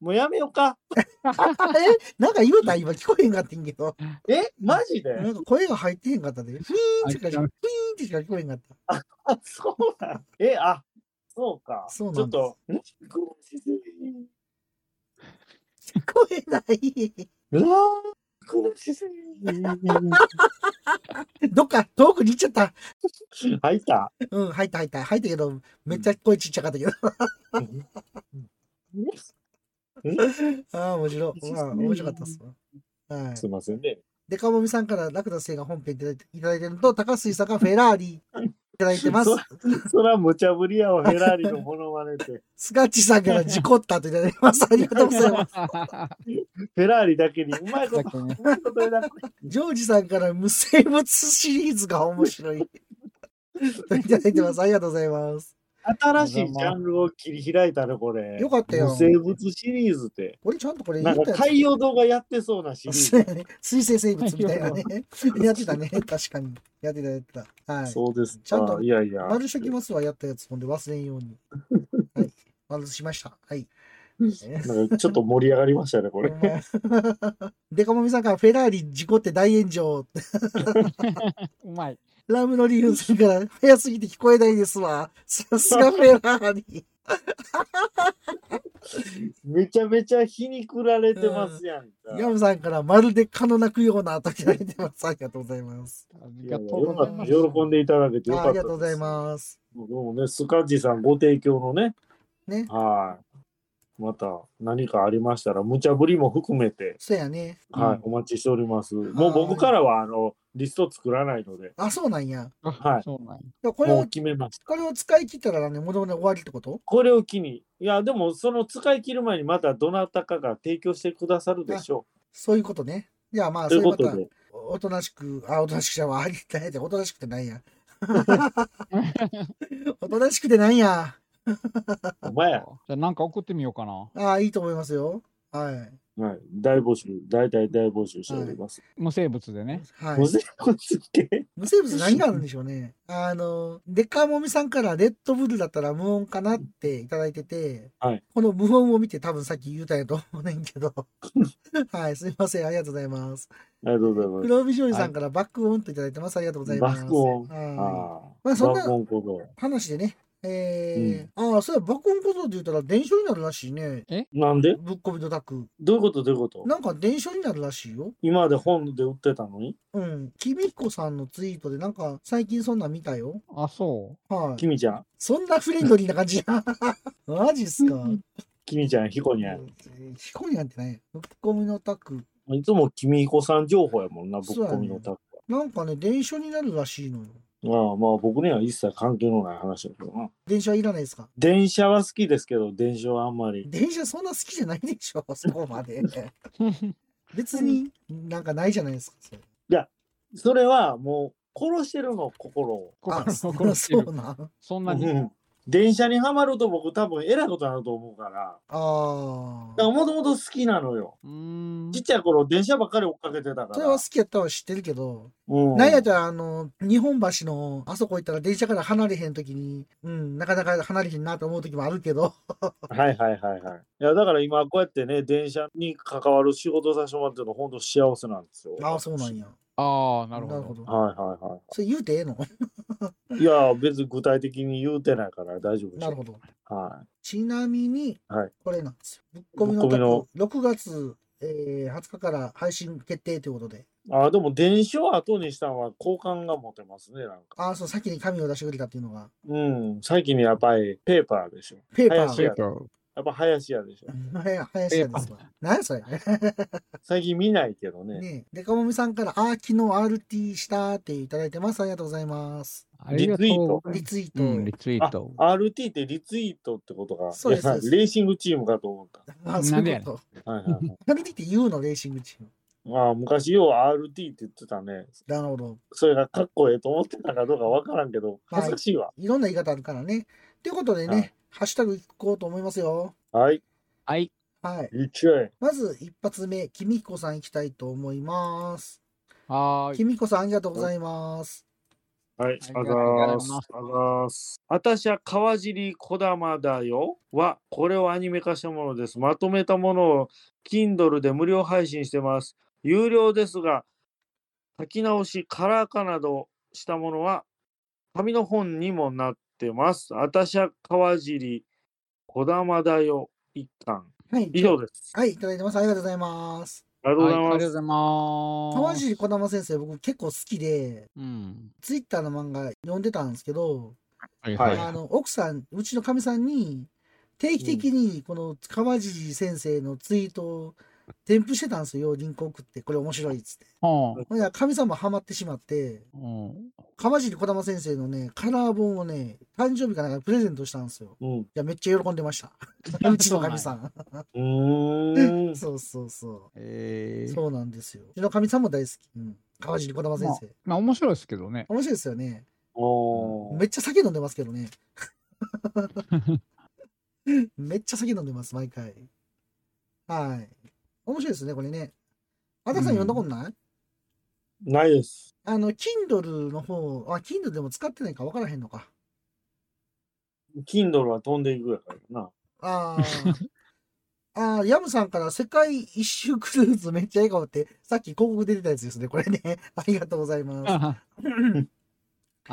Speaker 2: もうやめようか。
Speaker 1: えなんか言うた今聞こえへんかったんけど。
Speaker 2: え、マジで
Speaker 1: なんか声が入ってへんかったで。フィーンってしか、
Speaker 3: あ
Speaker 1: フィーンってしか聞こえへんかった。
Speaker 2: あ、そうなん。え、あ、そうか。
Speaker 1: そう
Speaker 2: ち
Speaker 1: な
Speaker 2: ょ
Speaker 1: ん
Speaker 2: っ
Speaker 1: で
Speaker 2: と、ん
Speaker 1: 聞こえない。
Speaker 2: うわーこの姿勢
Speaker 1: どっか遠くに行っちゃった。
Speaker 2: 入った。
Speaker 1: うん、入った入った。入ったけど、めっちゃ声ちっちゃかったけど。ああ、面白い。まあ、面白かったっすわ。はい。
Speaker 2: すいませんね。
Speaker 1: デカモミさんからラクダ星が本編いただいていただいてるのと、高杉さんがフェラー
Speaker 2: *laughs*
Speaker 1: リいただいてます
Speaker 2: そ。そら無茶ぶりやわ、フェラーリのモノマネって。
Speaker 1: スカッチさんから事故ったといただいて
Speaker 2: *laughs*
Speaker 1: ます。ありがとうございます。
Speaker 2: フェラーリだけにうまいこ
Speaker 3: だ
Speaker 2: と、
Speaker 3: けね
Speaker 2: うまいこと言うな
Speaker 1: ジョージさんから無生物シリーズが面白
Speaker 2: *laughs*
Speaker 1: い。といただいてます。ありがとうございます。
Speaker 2: 新しいジャンルを切り開いたね、これ。
Speaker 1: よかったよ
Speaker 2: 無。生物シリーズって。
Speaker 1: 俺ちゃんとこれ言
Speaker 2: な
Speaker 1: っ
Speaker 2: ん
Speaker 1: た
Speaker 2: か
Speaker 1: やつ。
Speaker 2: 海洋堂がやってそうなシリ
Speaker 1: そう
Speaker 2: ー
Speaker 1: やね水生生物みたい
Speaker 2: *laughs*
Speaker 1: なね。やってたね。確かに。やってた、やってた。は
Speaker 2: ズ。
Speaker 1: い。
Speaker 2: そうですか。
Speaker 1: ちゃんと
Speaker 2: いやいや。
Speaker 1: 丸しときますわ、やったやつ。ほんで忘れんよう
Speaker 2: *laughs*
Speaker 1: に。はい。丸しました。はい。
Speaker 2: なんかちょっと盛り上がりましたね、
Speaker 1: *laughs*
Speaker 2: これ。
Speaker 1: デカモミさんからフェラーリ事故って大炎上。
Speaker 3: うまい。
Speaker 1: ラムの理由するから早すぎて聞こえないですわ。さすがフェラー
Speaker 2: *laughs*
Speaker 1: リ。
Speaker 2: めちゃめちゃ皮肉られてますやんか。
Speaker 1: ヤムさんからまるで蚊の鳴くようなといただいてます。ありがとうございます。
Speaker 3: あり
Speaker 2: いや
Speaker 3: が
Speaker 2: い
Speaker 3: と
Speaker 2: や
Speaker 3: う
Speaker 2: よ
Speaker 3: ご
Speaker 2: か
Speaker 3: ざ
Speaker 2: っ
Speaker 3: いま
Speaker 2: た
Speaker 3: す。
Speaker 2: 喜んでいただけてよ
Speaker 1: あ
Speaker 2: かっ
Speaker 1: あ
Speaker 2: た
Speaker 1: りがとうござい
Speaker 2: す。
Speaker 1: ます。
Speaker 2: どうもね、スカッジさんご提供のね、
Speaker 1: ね。
Speaker 2: はい。また何かありましたら、無茶ぶりも含めて、
Speaker 1: そうやね。
Speaker 2: はい、
Speaker 3: うん
Speaker 2: お待ちしております。もう僕からは、あの、リスト作らないので、
Speaker 1: あ、そうなんや。
Speaker 2: はい
Speaker 3: そうなんや
Speaker 1: いやこれ
Speaker 2: も
Speaker 1: を
Speaker 2: う、決めました。
Speaker 1: これを使い切ったらね、もともと終わりってこと
Speaker 2: これを機に、いや、でも、その使い切る前に、またどなたかが提供してくださるでしょ
Speaker 1: そういうことね。いや、まあ、
Speaker 2: う。
Speaker 1: そ
Speaker 2: と
Speaker 1: ういうう
Speaker 2: い
Speaker 1: こ
Speaker 2: ことと
Speaker 1: は
Speaker 2: で、
Speaker 1: おおとなしく、あ、おとなしくじゃわ、ありたいで、おとなしくてない
Speaker 2: *laughs*
Speaker 1: や。おとなしくてないや。
Speaker 2: お前や、
Speaker 3: じゃあなんか送ってみようかな。
Speaker 1: あいいと思いますよ。はい。
Speaker 2: はい、大募集、大体大募集しております。
Speaker 3: 無生物でね。
Speaker 1: は
Speaker 2: ご
Speaker 1: い。
Speaker 2: ぜこつ *laughs* け。
Speaker 1: 無生物何があるんでしょうね。あの、デカモミさんからレッドブルだったら無音かなっていただいてて、
Speaker 2: はい
Speaker 1: この無音を見て多分さっき言うたんやと思うねんけ
Speaker 2: *laughs*
Speaker 1: ど。はい、すいません。ありがとうございます。
Speaker 2: ありがとうございます。
Speaker 1: 黒帯女優さんからバックオンといただいてます。ありがとうございます。
Speaker 2: バックオン
Speaker 1: はい。
Speaker 2: ああ、
Speaker 1: まあそんな
Speaker 2: バーボン小僧
Speaker 1: 話でね。えーああ、そうや、バックオン小僧って言ったら伝承になるらしいね。
Speaker 2: なんで
Speaker 1: ぶっこびとタク。
Speaker 2: どういうことどういうこと
Speaker 1: なんか伝承になるらしいよ。
Speaker 2: 今まで本で売ってたのに
Speaker 1: うん。きみこさんのツイートでなんか最近そんなん見たよ。
Speaker 3: あ、そう。
Speaker 1: はい。
Speaker 2: 君ちゃん
Speaker 1: そんなフレンドリーな感じ *laughs* な。マジっすか。
Speaker 2: 君ちゃん、ひこにゃん。
Speaker 1: ヒコニャンってね、ぶっこみのタク。
Speaker 2: いつも君彦さん情報やもんな、ぶっ
Speaker 1: そうやね
Speaker 2: こみのタッグ
Speaker 1: なんかね、伝承になるらしいのよ。
Speaker 2: は。ああまあ僕には一切関係のない話だけどな。
Speaker 1: 電車いらないですか
Speaker 2: 電車は好きですけど、電車はあんま
Speaker 1: *laughs*
Speaker 2: り。
Speaker 1: 電車そんな好きじゃないでしょ、そこまで。別になんかないじゃないですか。それ
Speaker 2: それはもう殺してるの、心を。
Speaker 3: 心
Speaker 1: あ、
Speaker 3: の
Speaker 1: そ
Speaker 3: 心っていう
Speaker 1: うなん。
Speaker 3: そんな
Speaker 2: う
Speaker 3: に
Speaker 2: ん電車にはまると僕多分えらいことになると思うから。
Speaker 1: あ
Speaker 2: だから
Speaker 1: あ。
Speaker 2: もともと好きなのよ。
Speaker 3: うーん
Speaker 2: ちっちゃい頃電車ばっかり追っかけてたから。
Speaker 1: それは好きやったは知ってるけど、
Speaker 2: うん
Speaker 1: なんやったら、あの、日本橋のあそこ行ったら電車から離れへんときに、うん、なかなか離れへんなと思うときもあるけど、
Speaker 2: はいはいはいはい。いやだから今こうやってね、電車に関わる仕事させてもらってるの本当幸せなんですよ。
Speaker 1: ああ、そうなんや。
Speaker 3: ああ、なるほど。
Speaker 2: はいはいは
Speaker 1: それ言うてええの
Speaker 2: い。いや、別に具体的に言うてないから大丈夫です。
Speaker 1: なるほど。
Speaker 2: は
Speaker 1: ちなみに
Speaker 2: はい、
Speaker 1: これなんですよ。ぶっ込みの
Speaker 2: ぶっ
Speaker 1: 卓6
Speaker 2: こ
Speaker 1: 月、えー、20日から配信決定ということで、
Speaker 2: い。あでも電車を後にしたのは好感が持てますね、なんか。
Speaker 1: ああ、そう、先に紙を出してくれたっていうのが、
Speaker 2: うん。最近やっぱりペーパーでしょ。
Speaker 1: ペーパ
Speaker 2: 林
Speaker 1: ー。
Speaker 2: ややっぱ林家でしょ。
Speaker 1: は林家ですわ。何やそれ。
Speaker 2: 最近見ないけどね。
Speaker 1: ねえ、デカモミさんから、あー、昨日 RT したっていただいてます。ありがとうございます。
Speaker 3: ありがとうござい
Speaker 1: リツイート。
Speaker 3: ますうんリツイー
Speaker 2: あ
Speaker 3: ト。
Speaker 2: RT ってリツイートってことが、
Speaker 1: そうです
Speaker 2: いや
Speaker 1: そうです
Speaker 2: レーシングチームかと思った。
Speaker 1: まあ、そう
Speaker 3: なんで
Speaker 1: い
Speaker 3: や
Speaker 1: う
Speaker 3: ね
Speaker 1: こと。
Speaker 2: はいはいはい
Speaker 1: 何でって言うの、レーシングチーム。
Speaker 2: まあ、昔よう RT って言ってたね。
Speaker 1: なるほど。
Speaker 2: それがかっこええと思ってたかどうかわからんけど、恥ずかしいわ。
Speaker 1: いろんな言い方あるからね。ということでね、
Speaker 2: はい
Speaker 1: ハッシュタグいこうと思いますよ。
Speaker 2: はい、
Speaker 3: はい。
Speaker 1: はい。
Speaker 2: 言っちゃえ。
Speaker 1: まず一発目、きみこさん行きたいと思います。
Speaker 3: はーい。
Speaker 1: きみこさんありがとうございます。
Speaker 2: はい、
Speaker 3: あり
Speaker 2: あ
Speaker 3: が
Speaker 2: ざ
Speaker 3: とうござい
Speaker 2: ー
Speaker 3: ます
Speaker 2: す。あざーす。あたしは川尻こだまだよは、これをアニメ化したものです。まとめたものを Kindle で無料配信してます。有料ですが、書き直し、カラー化などしたものは、紙の本にもなってます。あたしは川尻こだまだよ一巻。
Speaker 1: はい。
Speaker 2: 以上です。
Speaker 1: はい、いただいてます。ありがとうございます。
Speaker 2: ありがとうござい
Speaker 3: はいあ
Speaker 2: ま
Speaker 3: りがとうご
Speaker 2: す。
Speaker 3: ざいます。
Speaker 1: 川尻児玉先生、僕結構好きで、
Speaker 3: うん。
Speaker 1: ツイッターの漫画読んでたんですけど、
Speaker 3: はい
Speaker 2: はい
Speaker 1: あの奥さんうちのかみさんに定期的にこの川尻先生のツイートを添付してたんですよリンク送ってこれ面白いっつって
Speaker 3: は
Speaker 1: ほんならかみさんもハマってしまって
Speaker 3: あうん。
Speaker 1: 川尻児玉先生のねカラー本をね誕生日かなんかにプレゼントしたんですよ
Speaker 2: うん。う
Speaker 1: いやめっちゃ喜んでましたうちのかみさん
Speaker 2: ーん。
Speaker 1: そうそうそ
Speaker 3: え
Speaker 1: う
Speaker 3: え。
Speaker 1: そうなんですようちのかみさんも大好き、うん、川尻児玉先生
Speaker 3: まあ面白いですけどね。
Speaker 1: 面白いですよね
Speaker 2: お
Speaker 1: めっちゃ酒飲んでますけど *laughs* ねめっちゃ酒飲んでます、毎回。はい。面白いですね、これね。あたさん
Speaker 3: う
Speaker 1: 読
Speaker 3: ん
Speaker 1: んだことない、
Speaker 2: ないです。
Speaker 1: あの、Kindle の方、あ、Kindle でも使ってないか分からへんのか。
Speaker 2: Kindle は飛んでいくやからな。
Speaker 1: あ *laughs* ーあー。ヤムさんから世界一周クルーズめっちゃ笑顔って、さっき広告出てたやつですね、これね。ありがとうございま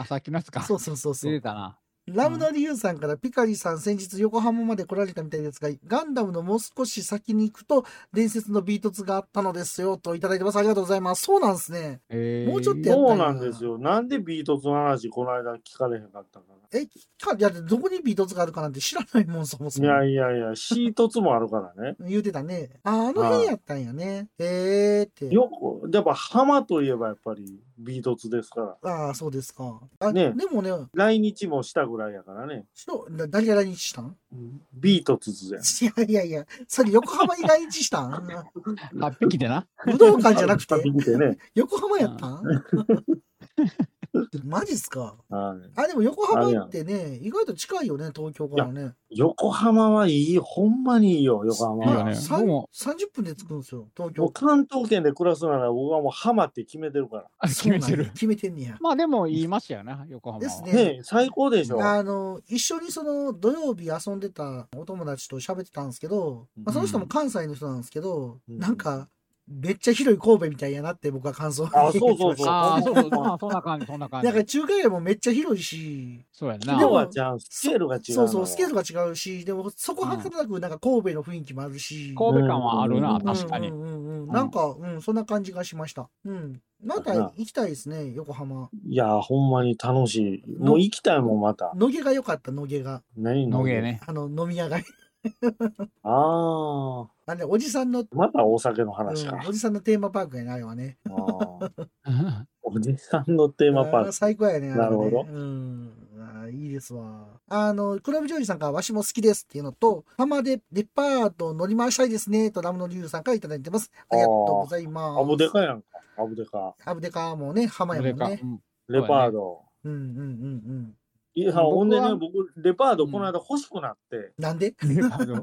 Speaker 3: あ、さっきのやつか。
Speaker 1: す。そうそうそうそ
Speaker 3: 出て
Speaker 1: う。
Speaker 3: たな。
Speaker 1: ラムダリュウさんからピカリさん先日横浜まで来られたみたいですが、ガンダムのもう少し先に行くと伝説のビートツがあったのですよといただいてます。ありがとうございます。そうなんですね。
Speaker 3: ええ。
Speaker 1: もうちょっとやっ
Speaker 2: そうなんですよ。なんでビートツの話、この間聞かれへんかったか
Speaker 1: え、か、いや、どこにビートツがあるかなんて知らないもん、そもそも。。
Speaker 2: な。いやいやいや、シートツもあるからね
Speaker 1: *laughs* 言うてたね。あ、あの辺やったんやね。えーって。
Speaker 2: よく、やっぱ浜といえばやっぱりビートツですから。
Speaker 1: ああ、そうですか。あ、
Speaker 2: ね
Speaker 1: でもね、
Speaker 2: 来日もしたぐらいやからね。
Speaker 1: しろだ誰が来日したん
Speaker 2: ビートツじゃん。
Speaker 1: いやいやいや、それ横浜に来日したん
Speaker 3: 8匹でな。
Speaker 1: 武道館じゃなく
Speaker 2: *laughs*
Speaker 1: て、
Speaker 2: 見てね。
Speaker 1: 横浜や
Speaker 2: *laughs*
Speaker 1: ったんマジっすか。
Speaker 2: はい
Speaker 1: あ、でも横浜ってね、意外と近いよね、東京からね。
Speaker 2: 横浜はいい、ほんまにいいよ、横浜
Speaker 3: いい
Speaker 2: は。
Speaker 3: よね
Speaker 1: さん
Speaker 3: 僕も
Speaker 1: 30分で着くんですよ、東
Speaker 2: もう
Speaker 1: 京。
Speaker 2: 関東圏で暮らすなら僕はもう浜って決めてるから。
Speaker 3: 決め
Speaker 1: *laughs*
Speaker 3: て
Speaker 1: そうなん
Speaker 3: る
Speaker 1: や。決めてんねや。
Speaker 3: まあでも言いましたよね、横浜
Speaker 1: です
Speaker 3: は。
Speaker 1: ね。
Speaker 2: ねえ最高でしょ。
Speaker 1: あの、一緒にその土曜日遊んでたお友達と喋ってたんですけど、まあ、その人も関西の人なんですけど、
Speaker 2: うん
Speaker 1: なんか、めっちゃ広い神戸みたいやなって僕は感想を
Speaker 2: あそうそ
Speaker 1: 言ってま
Speaker 2: うそう
Speaker 1: した
Speaker 3: ああ、そうそう、まあそんな感じ、そんな
Speaker 1: *laughs*
Speaker 3: 感
Speaker 1: なんか
Speaker 3: じ。
Speaker 1: 中華街もめっちゃ広いし、
Speaker 3: そうやん
Speaker 2: 今日
Speaker 3: な。
Speaker 2: はじゃあ、スケールが違うの
Speaker 1: そ
Speaker 2: よ。
Speaker 1: うそう、スケールが違うし、でもそこはかなくなんか神戸の雰囲気もあるし。
Speaker 3: 神戸感はある
Speaker 2: う
Speaker 3: な、
Speaker 2: ん
Speaker 3: 確かに
Speaker 1: う。んうんうんうん
Speaker 3: ん
Speaker 1: なんか、うん、そんな感じがしました。うん。また行きたいですね、横浜。
Speaker 2: いやー、ほんまに楽しい。もう行きたいもん、また。
Speaker 1: 野毛が良かった、野毛が。
Speaker 2: 何
Speaker 3: 野毛。ね。
Speaker 1: あの、飲み屋街。
Speaker 2: ああ、
Speaker 1: *laughs* あれ、おじさんの、
Speaker 2: またお酒の
Speaker 1: うん
Speaker 2: 話か。
Speaker 1: おじさんのテーマパークやね、あれはね。
Speaker 2: あーおじさんのテ
Speaker 1: テ
Speaker 2: ーマパーク。
Speaker 1: 最高やね、あれはね
Speaker 2: なるほど
Speaker 1: うん。あや、いいですわ。あの、クラブジョージさんからわしも好きですっていうのと、浜でデパート乗り回したいですねとラムのリュウさんからいただいてます。ありがとうございます。
Speaker 2: アブデカやんか。アブデカ。
Speaker 1: アブデカもね、浜やもん
Speaker 3: か、
Speaker 1: ね
Speaker 3: う。ん
Speaker 2: レパード。
Speaker 1: うんうんうんうん。
Speaker 2: いや、ほんでね、僕、レパード
Speaker 3: うん
Speaker 2: この間欲しくなって、
Speaker 1: なんで
Speaker 3: レパード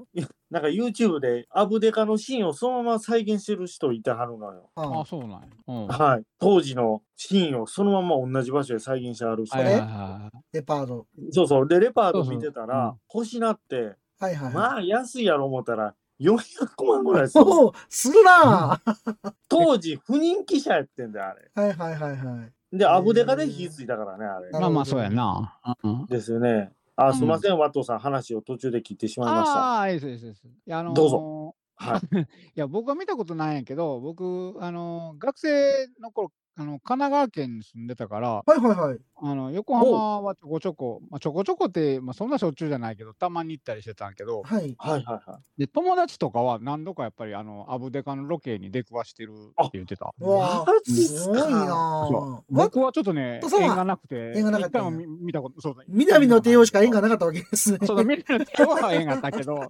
Speaker 2: なんか YouTube でアブデカのシーンをそのまま再現してる人いてはるのよ。
Speaker 1: あ
Speaker 3: あ、そうなんや。うん。は
Speaker 2: はい。当時のシーンをそのまま同じ場所で再現してはる人
Speaker 3: いはい
Speaker 1: れ
Speaker 3: はい
Speaker 2: で。
Speaker 3: はい。
Speaker 1: デパート。
Speaker 2: そうそう。で、レパード見てた
Speaker 3: そう
Speaker 2: ら、欲しなって、
Speaker 1: はいはいはい。
Speaker 2: まあ安いやろ思ったら、400万ぐらいする。
Speaker 1: おお、するなぁ
Speaker 2: 当時、不人気者やってんだよ、あ
Speaker 1: は
Speaker 2: れ。
Speaker 1: いはいはいはい。
Speaker 2: で、アブデカで火ついたからね、あ
Speaker 1: な
Speaker 2: れ。
Speaker 1: るほど
Speaker 3: まあまあ、そうやな。うん
Speaker 2: ですよね。あ、すみません、ワトさん、話を途中で切ってしまいました。
Speaker 3: ああ、いいです、いいですいいです。いやあのー
Speaker 2: どうぞ。はい。
Speaker 3: いや、僕は見たことないんやけど、僕、あのー、学生の頃、あの、神奈川県に住んでたから、
Speaker 1: はいはいはい。
Speaker 3: あの、横浜はちょこちょこ、まあ、ちょこちょこって、まあ、そんなしょっちゅうじゃないけど、たまに行ったりしてたんやけど、
Speaker 1: はい。
Speaker 2: はいはいはい。
Speaker 3: で、友達とかは何度かやっぱり、あの、アブデカのロケに出くわしてるって言ってた。
Speaker 1: うわぁ、
Speaker 2: マジっす
Speaker 1: す
Speaker 2: か
Speaker 1: ごいなぁ
Speaker 3: そう僕はちょっとね、
Speaker 1: そう
Speaker 3: 縁がなくて、
Speaker 1: 縁がなかったんや
Speaker 3: 一回も見見たこと、そうそう
Speaker 1: 南の帝王しか縁がな
Speaker 3: な
Speaker 1: かったわけですね
Speaker 3: い。。そうだ、南の帝王は縁があったけど、
Speaker 2: *laughs*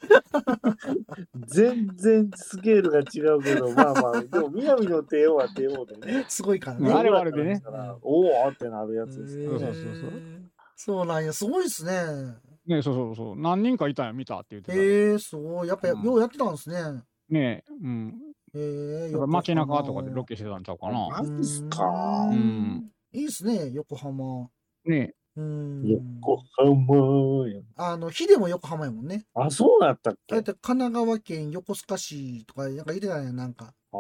Speaker 2: 全然スケールが違うけど、まあ *laughs* まあ、でも、南の帝王は帝王でね。
Speaker 1: *laughs* すごいから
Speaker 3: う
Speaker 1: ね。
Speaker 3: んあれはあれでね。
Speaker 2: おおってなるやつですね。
Speaker 3: そうそうそうそう
Speaker 1: へーそうなんや、すごいですね。
Speaker 3: *laughs* ね、そうそうそう、何人かいたんや、見たって言ってた。
Speaker 1: へえ、すごい。やっぱ、
Speaker 3: うん
Speaker 1: ようやってたんですね。
Speaker 3: ねえ、うん。
Speaker 1: へえ、
Speaker 3: やっぱ街中とかでロ
Speaker 1: ケ
Speaker 3: ケしてたんちゃうか
Speaker 2: あ
Speaker 3: な。
Speaker 2: マジっすか
Speaker 3: うん。
Speaker 1: いいですね、横浜。
Speaker 3: ね
Speaker 1: うん。
Speaker 2: 横浜やん。
Speaker 1: あの、ヒデも横浜やもんね。
Speaker 2: あ、そうだったっけ
Speaker 1: だって神奈川県横須賀市とか、なんか言ってたやん、なんか。出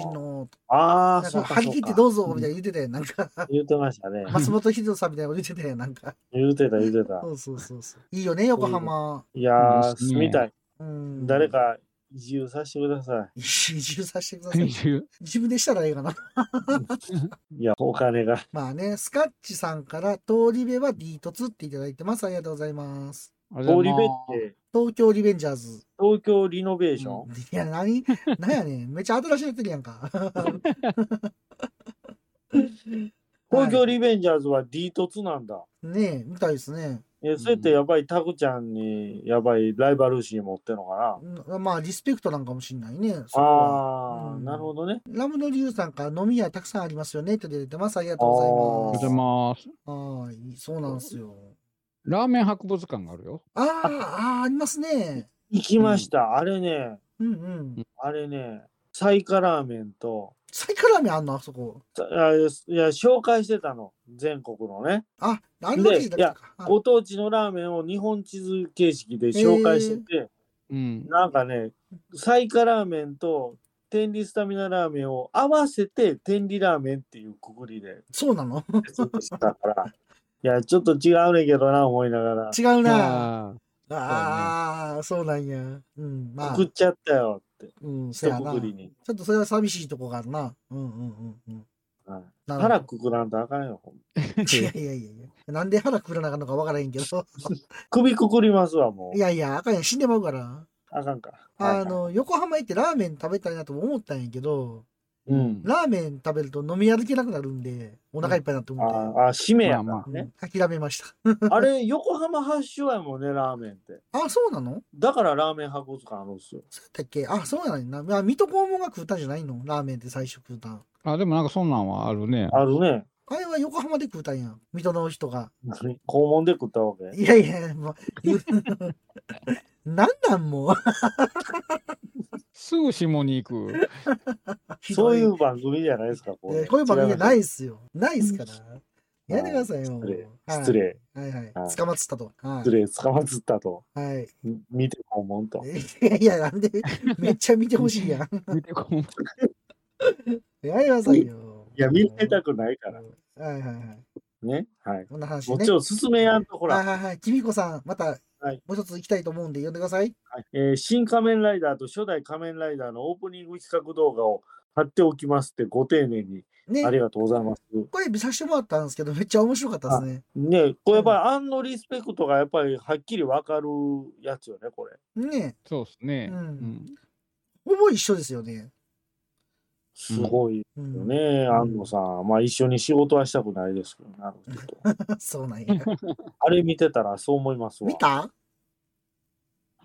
Speaker 2: 出
Speaker 1: 身。の、
Speaker 2: あ
Speaker 1: な
Speaker 2: あ、
Speaker 1: ん
Speaker 2: そ
Speaker 1: か、
Speaker 2: うか。
Speaker 1: 張り切って
Speaker 2: う
Speaker 1: どうぞ、みたいな言ってたやん、なんか。
Speaker 2: 言ってましたね。
Speaker 1: 松本秀夫さんみたいなこと言ってたやん、なんか。
Speaker 2: 言ってた言ってた
Speaker 1: そ。うそうそうそう。いいよね、横浜。
Speaker 2: いや
Speaker 3: そう
Speaker 2: ー、
Speaker 3: ですね
Speaker 2: 住みたい。
Speaker 1: うん。
Speaker 2: 誰。か移住させてくださ
Speaker 1: 移住させ
Speaker 3: *laughs*
Speaker 1: てくださ
Speaker 3: え。
Speaker 1: い。
Speaker 3: 20
Speaker 1: 自分でしたらええかな。
Speaker 2: い。いや、お金が。
Speaker 1: まあね、スカッチさんから、通り部は D 突っていただいてます。ありがとうございます。
Speaker 3: あれだな
Speaker 2: 通り部って、
Speaker 1: 東京リベンジャーズ。
Speaker 2: 東京リノベーション
Speaker 1: いや、なに、なんやねん。めっちゃ新しいやつやん
Speaker 2: *laughs*
Speaker 1: か。*laughs*
Speaker 2: 東京リベンジャーズは D 凸なんだ。
Speaker 1: ねえ、みたいですね。
Speaker 2: え、そうやってやばい、タクちゃんにやばいライバル心持ってんのかな
Speaker 1: うんまあ、リスペクトなんかもしんないね。そこはう
Speaker 2: ああ、
Speaker 1: ん
Speaker 2: なるほどね。
Speaker 1: ラムのリュウさんから飲み屋たくさんありますよねって出てます。ありがと
Speaker 3: お
Speaker 1: う
Speaker 3: は
Speaker 1: ご
Speaker 3: ようご
Speaker 1: ざ
Speaker 3: ざ
Speaker 1: い
Speaker 3: い
Speaker 1: ま
Speaker 3: ます。
Speaker 1: す。はい、そうなんですよ。
Speaker 3: ラーメン博物館があるよ。
Speaker 1: あーあー、ありますね。
Speaker 2: 行きました。あれね、
Speaker 1: うんうん。
Speaker 2: あれね、サイカラーメンと、
Speaker 1: サイカラーメンあんのあそこ。
Speaker 2: さあいや、紹介してたの。全国のね。
Speaker 1: あ、あれだけじゃなくてか。あ
Speaker 2: ご当地のラーメンを日本地図形式で紹介してて、
Speaker 3: うん。
Speaker 2: なんかね、サイカラーメンと天理スタミナラーメンを合わせて天理ラーメンっていうくくりで
Speaker 1: そうなの
Speaker 2: 説明してた
Speaker 1: *laughs*
Speaker 2: から、いや、ちょっと違うねんけどな、思いながら。
Speaker 1: 違うな。
Speaker 3: あ
Speaker 1: ああ、そうなんや。うん、まあ
Speaker 2: 送、っちゃったよって、
Speaker 1: うん、そ
Speaker 2: 一
Speaker 1: やな。
Speaker 2: くくり
Speaker 1: ち
Speaker 2: に。
Speaker 1: ょっとそれは寂しいとこがあるな。うんうんうんうん。
Speaker 2: はい
Speaker 1: なるほど
Speaker 2: 腹くくらんとあかんよ。ほんま
Speaker 1: *laughs* いやいやいやいや。なんで腹くくらなあかんのかわからへんけど。
Speaker 2: *laughs* 首くくりますわ、も。
Speaker 1: いうやいや、あかんやん死んでまうから。
Speaker 2: あかんか。
Speaker 1: あ
Speaker 2: はいはい
Speaker 1: の、横浜行ってラーメン食べたいなとも思ったんやけど、
Speaker 2: うん。
Speaker 1: ラーメン食べると飲み歩けなくなるんで、お腹いっぱいになって思って、
Speaker 2: ああ、締めやな、
Speaker 3: *laughs* まあま
Speaker 1: うん
Speaker 2: ね。
Speaker 1: 諦めました。
Speaker 2: あれ、横浜発祥やもんね、ラーメンって。
Speaker 1: あ、そうなの
Speaker 2: だからラーメン博物館あるんですよ。
Speaker 1: そうやったっけあ、そうなんやな。あ、水戸黄門が食うたんじゃないのラーメンって最初食うたん。
Speaker 3: あ、でもなんかそんなんはあるね。
Speaker 2: あるね。
Speaker 1: あれは横浜で食うたんや。水戸の人が。
Speaker 2: 何 *laughs* 肛門で食ったわけ。
Speaker 1: いやいや、もう、言う *laughs* なんなんもう。
Speaker 3: すぐ下に行 *laughs* く。
Speaker 2: そういう番組じゃないですか、こ
Speaker 1: えーこういう番組じゃない
Speaker 2: 違
Speaker 1: っすよ。ないっすから。やめてくださいよ。
Speaker 2: 礼
Speaker 1: はい
Speaker 2: 失。礼、
Speaker 1: はいはい
Speaker 2: は。い
Speaker 1: 捕まっつったと。は
Speaker 2: 失礼、捕まっつったと。
Speaker 1: い。はい。
Speaker 2: み見て肛門と。
Speaker 1: い *laughs* やいや、なんで、めっちゃ見てほしいやん。
Speaker 3: 見てこ
Speaker 1: *laughs*
Speaker 3: ん
Speaker 1: やめてくださいよ。
Speaker 2: いや、見られたくないから。
Speaker 1: ら。はいはいはい。
Speaker 2: ね。はい。
Speaker 1: こんな話
Speaker 2: こっ
Speaker 1: ね
Speaker 2: ち。を進めやんと、ほら
Speaker 1: は。いはいはい。きみこさん、また、
Speaker 2: はい
Speaker 1: もう一つ行きたいと思うんで、呼んでください。
Speaker 2: はいえー新仮面ライダーと初代仮面ライダーのオープニング企画動画を貼っておきますってご丁寧に
Speaker 1: ね
Speaker 2: あ。りがとうございます。
Speaker 1: これ見させてもらったんですけど、めっちゃ面白かったですね。
Speaker 2: ねこれやっぱりあんのリスペクトがやっぱりはっきりわかるやつよね、これ。
Speaker 1: ね
Speaker 3: そうっすね。
Speaker 1: う
Speaker 3: うんん。
Speaker 1: ほぼ一緒ですよね。
Speaker 2: すごいよ
Speaker 1: うん
Speaker 2: ね、安野さん。まあ一緒に仕事はしたくないですけどね、あの人と
Speaker 1: *laughs* そうなんや。
Speaker 2: あれ見てたらそう思いますわ。
Speaker 1: 見た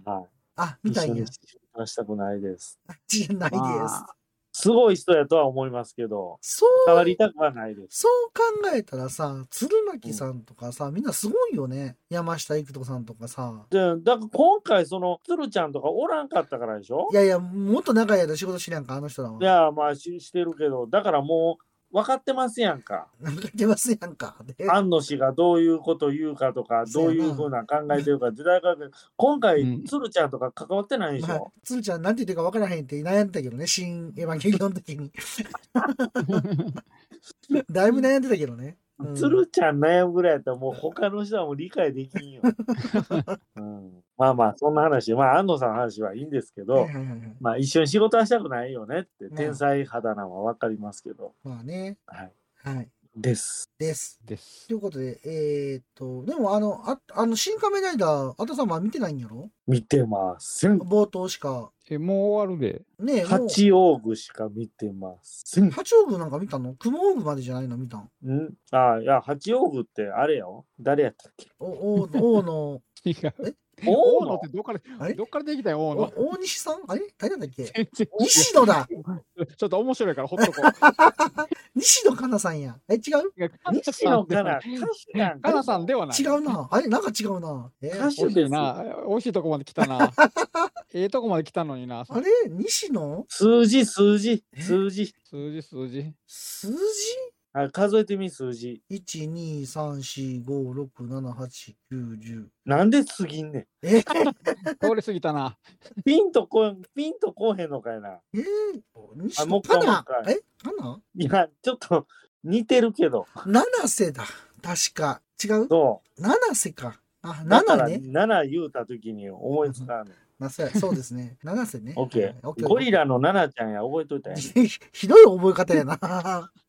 Speaker 2: は
Speaker 1: あ、
Speaker 2: い、
Speaker 1: 見た
Speaker 2: 一緒
Speaker 1: んや
Speaker 2: に。仕事はしたくないです。
Speaker 1: じゃないで
Speaker 3: まあ
Speaker 2: すごい人やとは思いますけど、
Speaker 1: す。そう、
Speaker 2: 変わりたくはないです。
Speaker 1: そう考えたらさ、鶴巻さんとかさ、みんなすごいよね。山下育人さんとかさ。
Speaker 2: でだから今回、その、つるちゃんとかおらんかったからでしょ
Speaker 1: いやいや、もっと長い間仕事してるやんか、あの人らは。
Speaker 2: いや、まあししてるけど、だからもう分かってますやんか。
Speaker 1: なんか出ますやんか。で
Speaker 2: 安野氏がどういうこと言うかとか、
Speaker 1: そ
Speaker 2: どう
Speaker 1: う
Speaker 2: い
Speaker 1: やな
Speaker 2: うふうな考えてるか、時代が今回
Speaker 3: うん、
Speaker 2: つるちゃんとか関わってないでし
Speaker 1: まあ
Speaker 2: ょ、、
Speaker 1: 鶴ちゃん、なんて言ってるか分からへんって悩んでたけどね、新エヴァンゲリオンの時に。 *laughs* だいぶ悩んでたけどね。うん
Speaker 2: つるちゃん悩むぐらいやったら、もう他の人はもう理解できん
Speaker 3: *laughs*
Speaker 2: よ。うん、まあまあ、そんな話、まあ、安野さんの話はいいんですけ
Speaker 1: は
Speaker 2: ど、
Speaker 1: いはいはいはい
Speaker 2: まあ、一緒に仕事はしたくないよねって、
Speaker 1: ん
Speaker 2: 天才肌なのは分かりますけど、
Speaker 1: まあね。
Speaker 2: はい、
Speaker 1: はい。
Speaker 2: です。
Speaker 1: です。
Speaker 3: *laughs* です
Speaker 1: とい。うことで、えーっと、でもあの、ああの、新仮面ライダー、あたさんは見てないんやろ
Speaker 2: 見てません。
Speaker 1: 冒頭しか。
Speaker 3: え、もう終わるで。
Speaker 1: ねえ、もう。
Speaker 2: 八王具しか見てません。
Speaker 1: 八王宮なんか見たの雲王宮までじゃないの見たん
Speaker 2: んあ、いや、八王具ってあれよ。誰やったっけ
Speaker 1: お、お、王
Speaker 2: *laughs*
Speaker 1: の、
Speaker 3: 違う。
Speaker 2: 王
Speaker 3: 大野
Speaker 2: の
Speaker 3: ってどっから
Speaker 1: あれ、
Speaker 3: どっからできたよ、大野。
Speaker 1: お大西さんあれ誰だっけ
Speaker 3: 全然違う
Speaker 1: 西野だ
Speaker 3: *laughs* ちょっと面白いからほっとこ
Speaker 1: *laughs*
Speaker 3: う。
Speaker 1: 西野カナさんや。え、違う
Speaker 3: いや
Speaker 2: 西野かな。
Speaker 3: かなさんではない。
Speaker 1: 違うな。あれなんか違うな。え
Speaker 2: 歌手
Speaker 3: 惜
Speaker 2: で
Speaker 3: しい
Speaker 2: す。
Speaker 3: な。惜しいとこまで来
Speaker 1: *laughs*
Speaker 3: たな。ええとこまで来たのにな。
Speaker 1: あれ西野
Speaker 2: 数字、数字、数字。
Speaker 3: 数字、数字。
Speaker 1: 数字
Speaker 2: あ数えてみ、数字。
Speaker 1: 1、2、3、4、5、6、7、8、9、10。
Speaker 2: なんで過ぎんねん。
Speaker 1: え
Speaker 3: 通り過ぎたな。
Speaker 2: ピンとこん、ピンとこうへんのかいな。
Speaker 1: えー、西
Speaker 2: も
Speaker 1: 野
Speaker 2: う一回
Speaker 1: カナ
Speaker 2: もう一
Speaker 1: えカナ
Speaker 2: いや、ちょっと *laughs* 似てるけど。
Speaker 1: 七瀬だ。確か。違う
Speaker 2: そ
Speaker 1: 七瀬か。あ、
Speaker 2: う。だか
Speaker 1: 七
Speaker 2: ら
Speaker 1: ね。
Speaker 2: 7言うたときに思いつかんねん。
Speaker 1: なそうやそうです
Speaker 2: *laughs*
Speaker 1: ね。七瀬ね。
Speaker 2: オッケ
Speaker 1: はい
Speaker 2: ー。ゴリラの7ちゃんや、覚えといたやん。
Speaker 1: ひ *laughs* ひどい覚え方やな。 *laughs*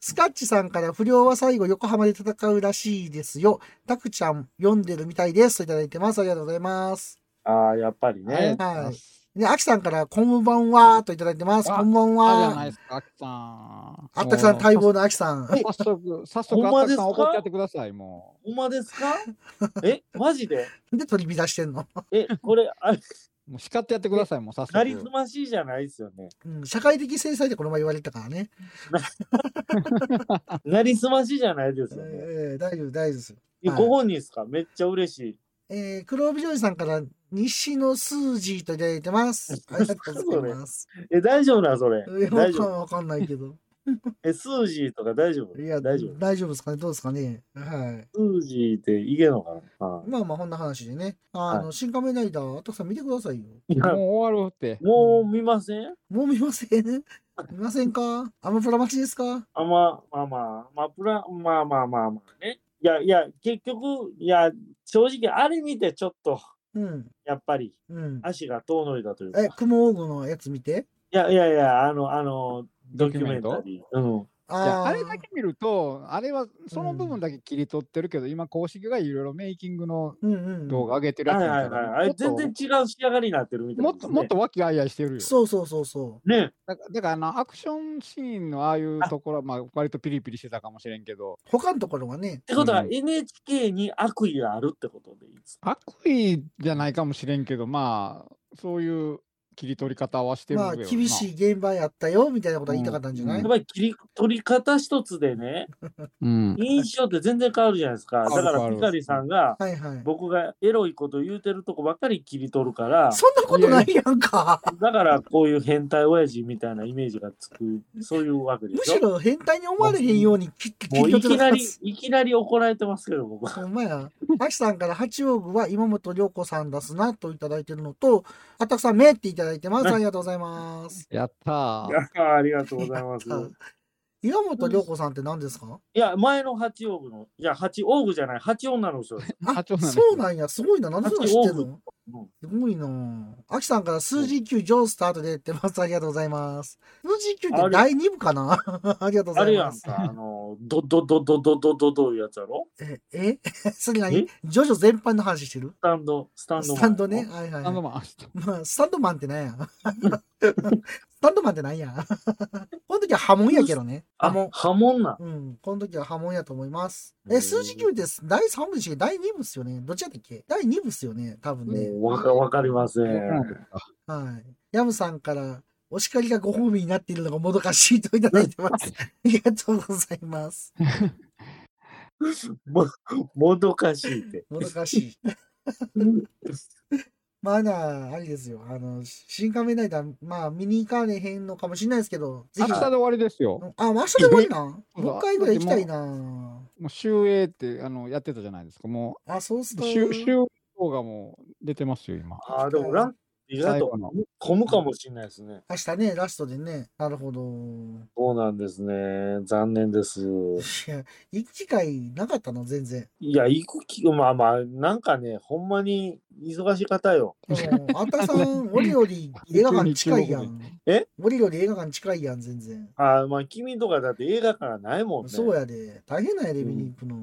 Speaker 1: スカッチさんから不良は最後横浜で戦うらしいですよ。タクちゃん読んでるみたいですといただいてます。ありがとうございます。
Speaker 2: ああ、やっぱりね。
Speaker 1: はい。ね、アキさんからこんばんはといただいてます。
Speaker 3: あ
Speaker 1: こんばん
Speaker 3: あじゃない
Speaker 1: は
Speaker 3: で。すか、あきさん。
Speaker 1: あったくさん
Speaker 3: もう
Speaker 1: 待望のアキさん。
Speaker 3: 早速、早
Speaker 2: ほんま
Speaker 3: 速、あった
Speaker 2: ですか
Speaker 3: くさん怒ってやってください、も
Speaker 2: ほんまです
Speaker 1: *laughs*
Speaker 2: かえ、マジで
Speaker 1: で取り乱してんの、 *laughs*
Speaker 2: え、これ、あれ、
Speaker 3: う。もう叱ってやってください、もう早
Speaker 2: なりす
Speaker 3: 速。
Speaker 2: ましいじゃないですよね。
Speaker 1: うん、社会的制裁ってこの前言われたからね。
Speaker 2: なりすましいじゃないです
Speaker 1: え
Speaker 2: よね。
Speaker 1: ー大丈夫、大丈夫です。
Speaker 2: え
Speaker 1: はい
Speaker 2: ご本人ですかめっちゃ嬉しい。
Speaker 1: えー、黒帯女優さんから西の数字といただいてます。ありがとうございます。
Speaker 2: え、大丈夫な、それ。
Speaker 1: いやわ
Speaker 2: 大
Speaker 1: か
Speaker 2: 丈
Speaker 1: ん
Speaker 2: 夫。
Speaker 1: わかんないけど。
Speaker 2: え、スージーとか大丈夫
Speaker 1: いや、
Speaker 2: 大丈夫。
Speaker 1: 大丈夫ですかねどうですかねはい。
Speaker 2: スージーっていけんのかなあ
Speaker 1: まあまあ、こんな話でね。あの、新仮面ライダー、たくさん見てくださいよ。
Speaker 2: い
Speaker 3: もう
Speaker 2: や
Speaker 3: 終わるって。
Speaker 2: もう見ません
Speaker 1: もう見ません *laughs* 見ませんかアマプラ待ちですか
Speaker 2: あまあまあまあ、まあ、プラ、まあまあまあまあね。いやいや、結局、いや、正直、あれ見てちょっと、
Speaker 1: うん。
Speaker 2: やっぱり
Speaker 1: うん。
Speaker 2: 足が遠のいたというか。
Speaker 1: え
Speaker 2: い、
Speaker 1: 雲王具のやつ見て。
Speaker 2: やいやいや、あの、あの、ド
Speaker 3: ド
Speaker 2: キ
Speaker 3: キ
Speaker 2: ュ
Speaker 3: ュ
Speaker 2: メ
Speaker 3: メ
Speaker 2: ン
Speaker 3: ン
Speaker 2: タ
Speaker 3: ト
Speaker 2: リー。うん。
Speaker 1: あ
Speaker 3: いや
Speaker 1: あ
Speaker 3: あれだけ見ると、あれはその部分だけ切り取ってるけど、今、公式がいろいろメイキングの
Speaker 1: うんうん。
Speaker 3: 動画上げてるやつ
Speaker 2: はいは
Speaker 3: だ
Speaker 2: い
Speaker 3: から
Speaker 2: はい。あれ
Speaker 3: もっと
Speaker 2: 全然違う仕上がりになってるみたいな
Speaker 3: もっ
Speaker 2: です
Speaker 3: と
Speaker 2: ね、
Speaker 3: もっと和気あいあいしてるよ。
Speaker 1: そうそうそうそ
Speaker 2: ね。
Speaker 3: だからだからあのアクションシーンのああいうところは、まあ、割とピリピリしてたかもしれんけど、
Speaker 1: う。他のところはね
Speaker 2: っ。てことは
Speaker 3: うん
Speaker 2: NHK に悪意があるってことでいいですか、
Speaker 3: 悪意じゃないかもしれんけど、まあ、そういう切り取り方はしてる
Speaker 1: まあ、
Speaker 3: よな
Speaker 1: 厳しい現場やったよ、みたいなことは言いたかったんじゃない、
Speaker 3: うん
Speaker 2: やっぱり切り取り方一つでね、
Speaker 3: うん。
Speaker 2: 印象って全然変わるじゃないですか。だ
Speaker 3: 変わ
Speaker 2: か
Speaker 3: る
Speaker 2: ら、ピカリさんが、
Speaker 1: はいはい。
Speaker 2: 僕がエロいこと言うてるとこばっかり切り取るから、
Speaker 1: そんなことないやんか。
Speaker 2: だからこういう変態親父みたいなイメージがつく、そういうわけで
Speaker 1: む
Speaker 2: し
Speaker 1: し
Speaker 2: ょ。
Speaker 1: ろ変態に思われへんように切って
Speaker 2: もう
Speaker 1: 切り
Speaker 2: い
Speaker 1: 取
Speaker 2: き
Speaker 1: ってま
Speaker 2: なり
Speaker 1: す、
Speaker 2: いきなり怒られてますけど、僕は。
Speaker 1: ほんまや。アキさんから八王子は今本涼子さん出すなといただいてるのと、あたくさん目っていただいてます。ありがとうございます。
Speaker 3: やったー。
Speaker 2: ありがとうございます。
Speaker 1: 今本涼子さんって何ですか
Speaker 2: *laughs* いや、前の八王子の、いや、八王子じゃない、八女の人です。
Speaker 1: あ
Speaker 3: 八王、子なんですよ
Speaker 1: そうなんや。すごいな。何でそんな知ってるの
Speaker 2: うん
Speaker 1: すごいな。アキさんから数字9上スタートでってます。ありがとうございます。数字9って第2部かな *laughs* ありがとうござ
Speaker 2: あれ
Speaker 1: い
Speaker 2: や
Speaker 1: ま
Speaker 2: ん
Speaker 1: す。
Speaker 2: か、あの、ドドドドドドドドいうやつやろ
Speaker 1: え、えそれ
Speaker 2: え
Speaker 1: 何ジョジョ全般の話してる
Speaker 2: スタンド、スタンドマン。
Speaker 1: スタンドね。。はいはい、
Speaker 3: あ
Speaker 1: はい
Speaker 3: の。まあ、
Speaker 1: まあ、スタンドマンってなんや。スタンドマンってなんや。 *laughs* この時は波紋やけどね。波紋。
Speaker 2: 波紋な。
Speaker 1: うん。この時は波紋やと思います。
Speaker 2: う
Speaker 1: え、
Speaker 2: ん
Speaker 1: 数字9です。第3部でしたっけ第2部っすよね。どっちやったっけ第2部っすよね。多分ね。
Speaker 2: もうわかわかりません。
Speaker 1: はい。ヤムさんから、お叱りがご褒美になっているのがもどかしいといただいてます。ありがとうございます。
Speaker 2: ももどかしいって。
Speaker 1: もどかしい。まあな、あれですよ。あの、新仮面ライダー、まあ、見に行かれへんのかもしれないですけど、ぜ
Speaker 3: 明
Speaker 1: ひ。
Speaker 3: 日で
Speaker 1: あ、
Speaker 3: 終わりですよ。
Speaker 1: 明日で終わりなん
Speaker 3: え
Speaker 1: もう一回ぐらい行きたいな。
Speaker 3: もう、終映ってあのやってたじゃないですか。も
Speaker 1: あ、そうす
Speaker 3: う、
Speaker 1: る
Speaker 3: 終終映動画も出てますよ、今。
Speaker 2: ああ、でもラッキーだと
Speaker 3: 最後の
Speaker 2: 混むかもしれないですね。
Speaker 1: 明日ね、ラストでね。なるほど。
Speaker 2: そうなんですね。残念です。
Speaker 1: いや、行く機会なかったの、全然。
Speaker 2: いや、行く気、まあまあ、なんかね、ほんまに忙しい方よ。
Speaker 1: うんあんたさん、俺より映画館近いやん。
Speaker 2: え
Speaker 1: 俺より映画館近いやん、全然。
Speaker 2: ああ、まあ、君とかだって映画からないもんね。
Speaker 1: そうやで。大変なんやで、見に行くの。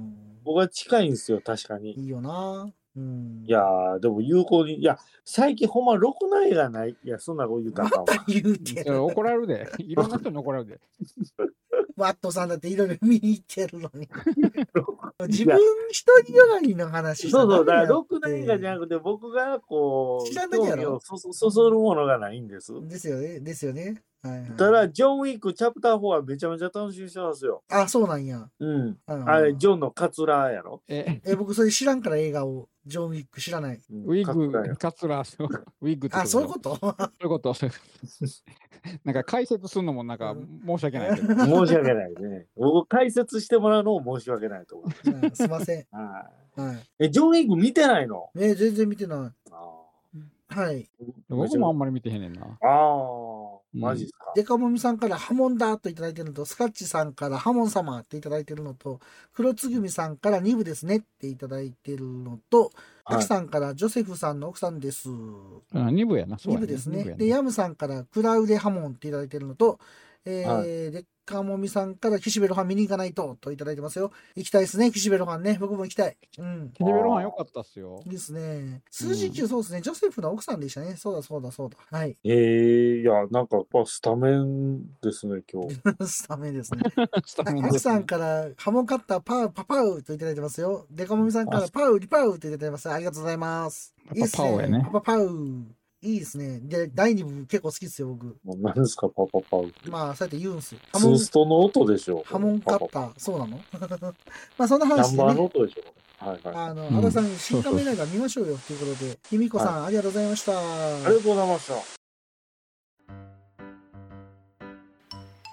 Speaker 2: 僕は近いんですよ、確かに。
Speaker 1: いいよな。うん。
Speaker 2: いや、ー、でも有効に、いや、最近ほんま、ろくな映画ない。いや、そんなこと言うた
Speaker 1: ま
Speaker 2: らあかん
Speaker 1: た
Speaker 2: わ。
Speaker 1: 言うて
Speaker 3: いや
Speaker 1: る。
Speaker 3: 怒られるで。いろんな人に怒られるで。
Speaker 1: ワットさんだっていろいろ見に行ってるの
Speaker 2: *laughs*
Speaker 1: に。自分一人よがりの話
Speaker 2: *laughs* そうそう、だから、ろくな映
Speaker 1: 年
Speaker 2: 画じゃなくて、僕がこう、
Speaker 1: 知らんだけやろ
Speaker 2: をそそそそるものがないんです。
Speaker 1: ですよね、ですよね。はいはい
Speaker 2: ただ、ジョン・ウィック、チャプター4はめちゃめちゃ楽しみにしてますよ。
Speaker 1: あ、そうなんや。
Speaker 2: うん。
Speaker 1: うん
Speaker 2: あれ、ジョンのカツラやろ。
Speaker 3: え、
Speaker 1: え、僕それ知らんから映画を、ジョン・ウィック知らない。
Speaker 2: うん
Speaker 3: ウィ
Speaker 2: カツラや
Speaker 3: ッグ、カツラ、そうウィッグって
Speaker 1: あ、そういう
Speaker 3: と
Speaker 1: こと *laughs*
Speaker 3: そういうこと。そういうことなんか解説するのもなんか申し訳ない
Speaker 1: *laughs*
Speaker 3: けど。
Speaker 2: 申し訳ないね。僕、解説してもらうのも申し訳ないと思う。
Speaker 1: うんすいません。
Speaker 2: は
Speaker 1: はい。
Speaker 2: いえ、ジョン・ウィック見てないの
Speaker 1: ね、全然見てな
Speaker 2: あ
Speaker 1: い。はい。
Speaker 2: ー
Speaker 3: 僕もあんまり見てへんねんな。
Speaker 2: あー、マジっすか。
Speaker 1: デカモミさんからハモンだといただいてるのと、スカッチさんからハモン様っていただいてるのと、黒つぐみさんから2部ですねっていただいてるのと、
Speaker 2: はい
Speaker 1: アキさんからジョセフさんの奥さんです。
Speaker 3: うん、2部やな。そう
Speaker 1: 2
Speaker 3: や
Speaker 1: 部ですね。
Speaker 3: 二や
Speaker 1: で、ヤムさんからクラウデハモンっていただいてるのと、えー
Speaker 2: は
Speaker 1: デカモミさんから岸辺露伴見に行かないとといただいてますよ。行きたいですね、岸辺露伴ね。僕も行きたい。うん。
Speaker 3: テレビロハン良かったっすよ
Speaker 1: いい。ですね。数字9、そうですね。ジョセフの奥さんでしたね。そうだ、そうだ、そうだ。はい。 *laughs*
Speaker 2: えー、いや、なんか、やっぱスタメンですね、今日。
Speaker 1: スタメンですね。
Speaker 3: スタメン
Speaker 1: ア
Speaker 3: で
Speaker 1: キ
Speaker 3: す
Speaker 1: さん
Speaker 3: ね
Speaker 1: からハモンカッターパウパパウといただいてますよ。デカモミさんからパウリパウといただいてます。ありがとうございます。いい
Speaker 3: や
Speaker 1: で
Speaker 3: っ
Speaker 1: す
Speaker 3: ぱパウやね
Speaker 1: パパパウ。いいですね。で、第2部結構好きですよ、僕。
Speaker 2: もう何ですか、パパパウって。
Speaker 1: まあ、そうやって言うんすよ。ハ
Speaker 2: ツ
Speaker 1: モン
Speaker 2: ー、ストの音でしょ。
Speaker 1: ハモンカッター。そうなの *laughs* まあ、そんな
Speaker 2: ナ
Speaker 1: 話
Speaker 2: ン
Speaker 1: で
Speaker 2: バーの
Speaker 1: ね。
Speaker 2: 音でしょ。はいはい。あ
Speaker 1: あの、
Speaker 3: うん
Speaker 1: 安田さん、新仮面ライダー見ましょうよということで、ひみこさん、ありがとうございました。
Speaker 2: りがとうございました。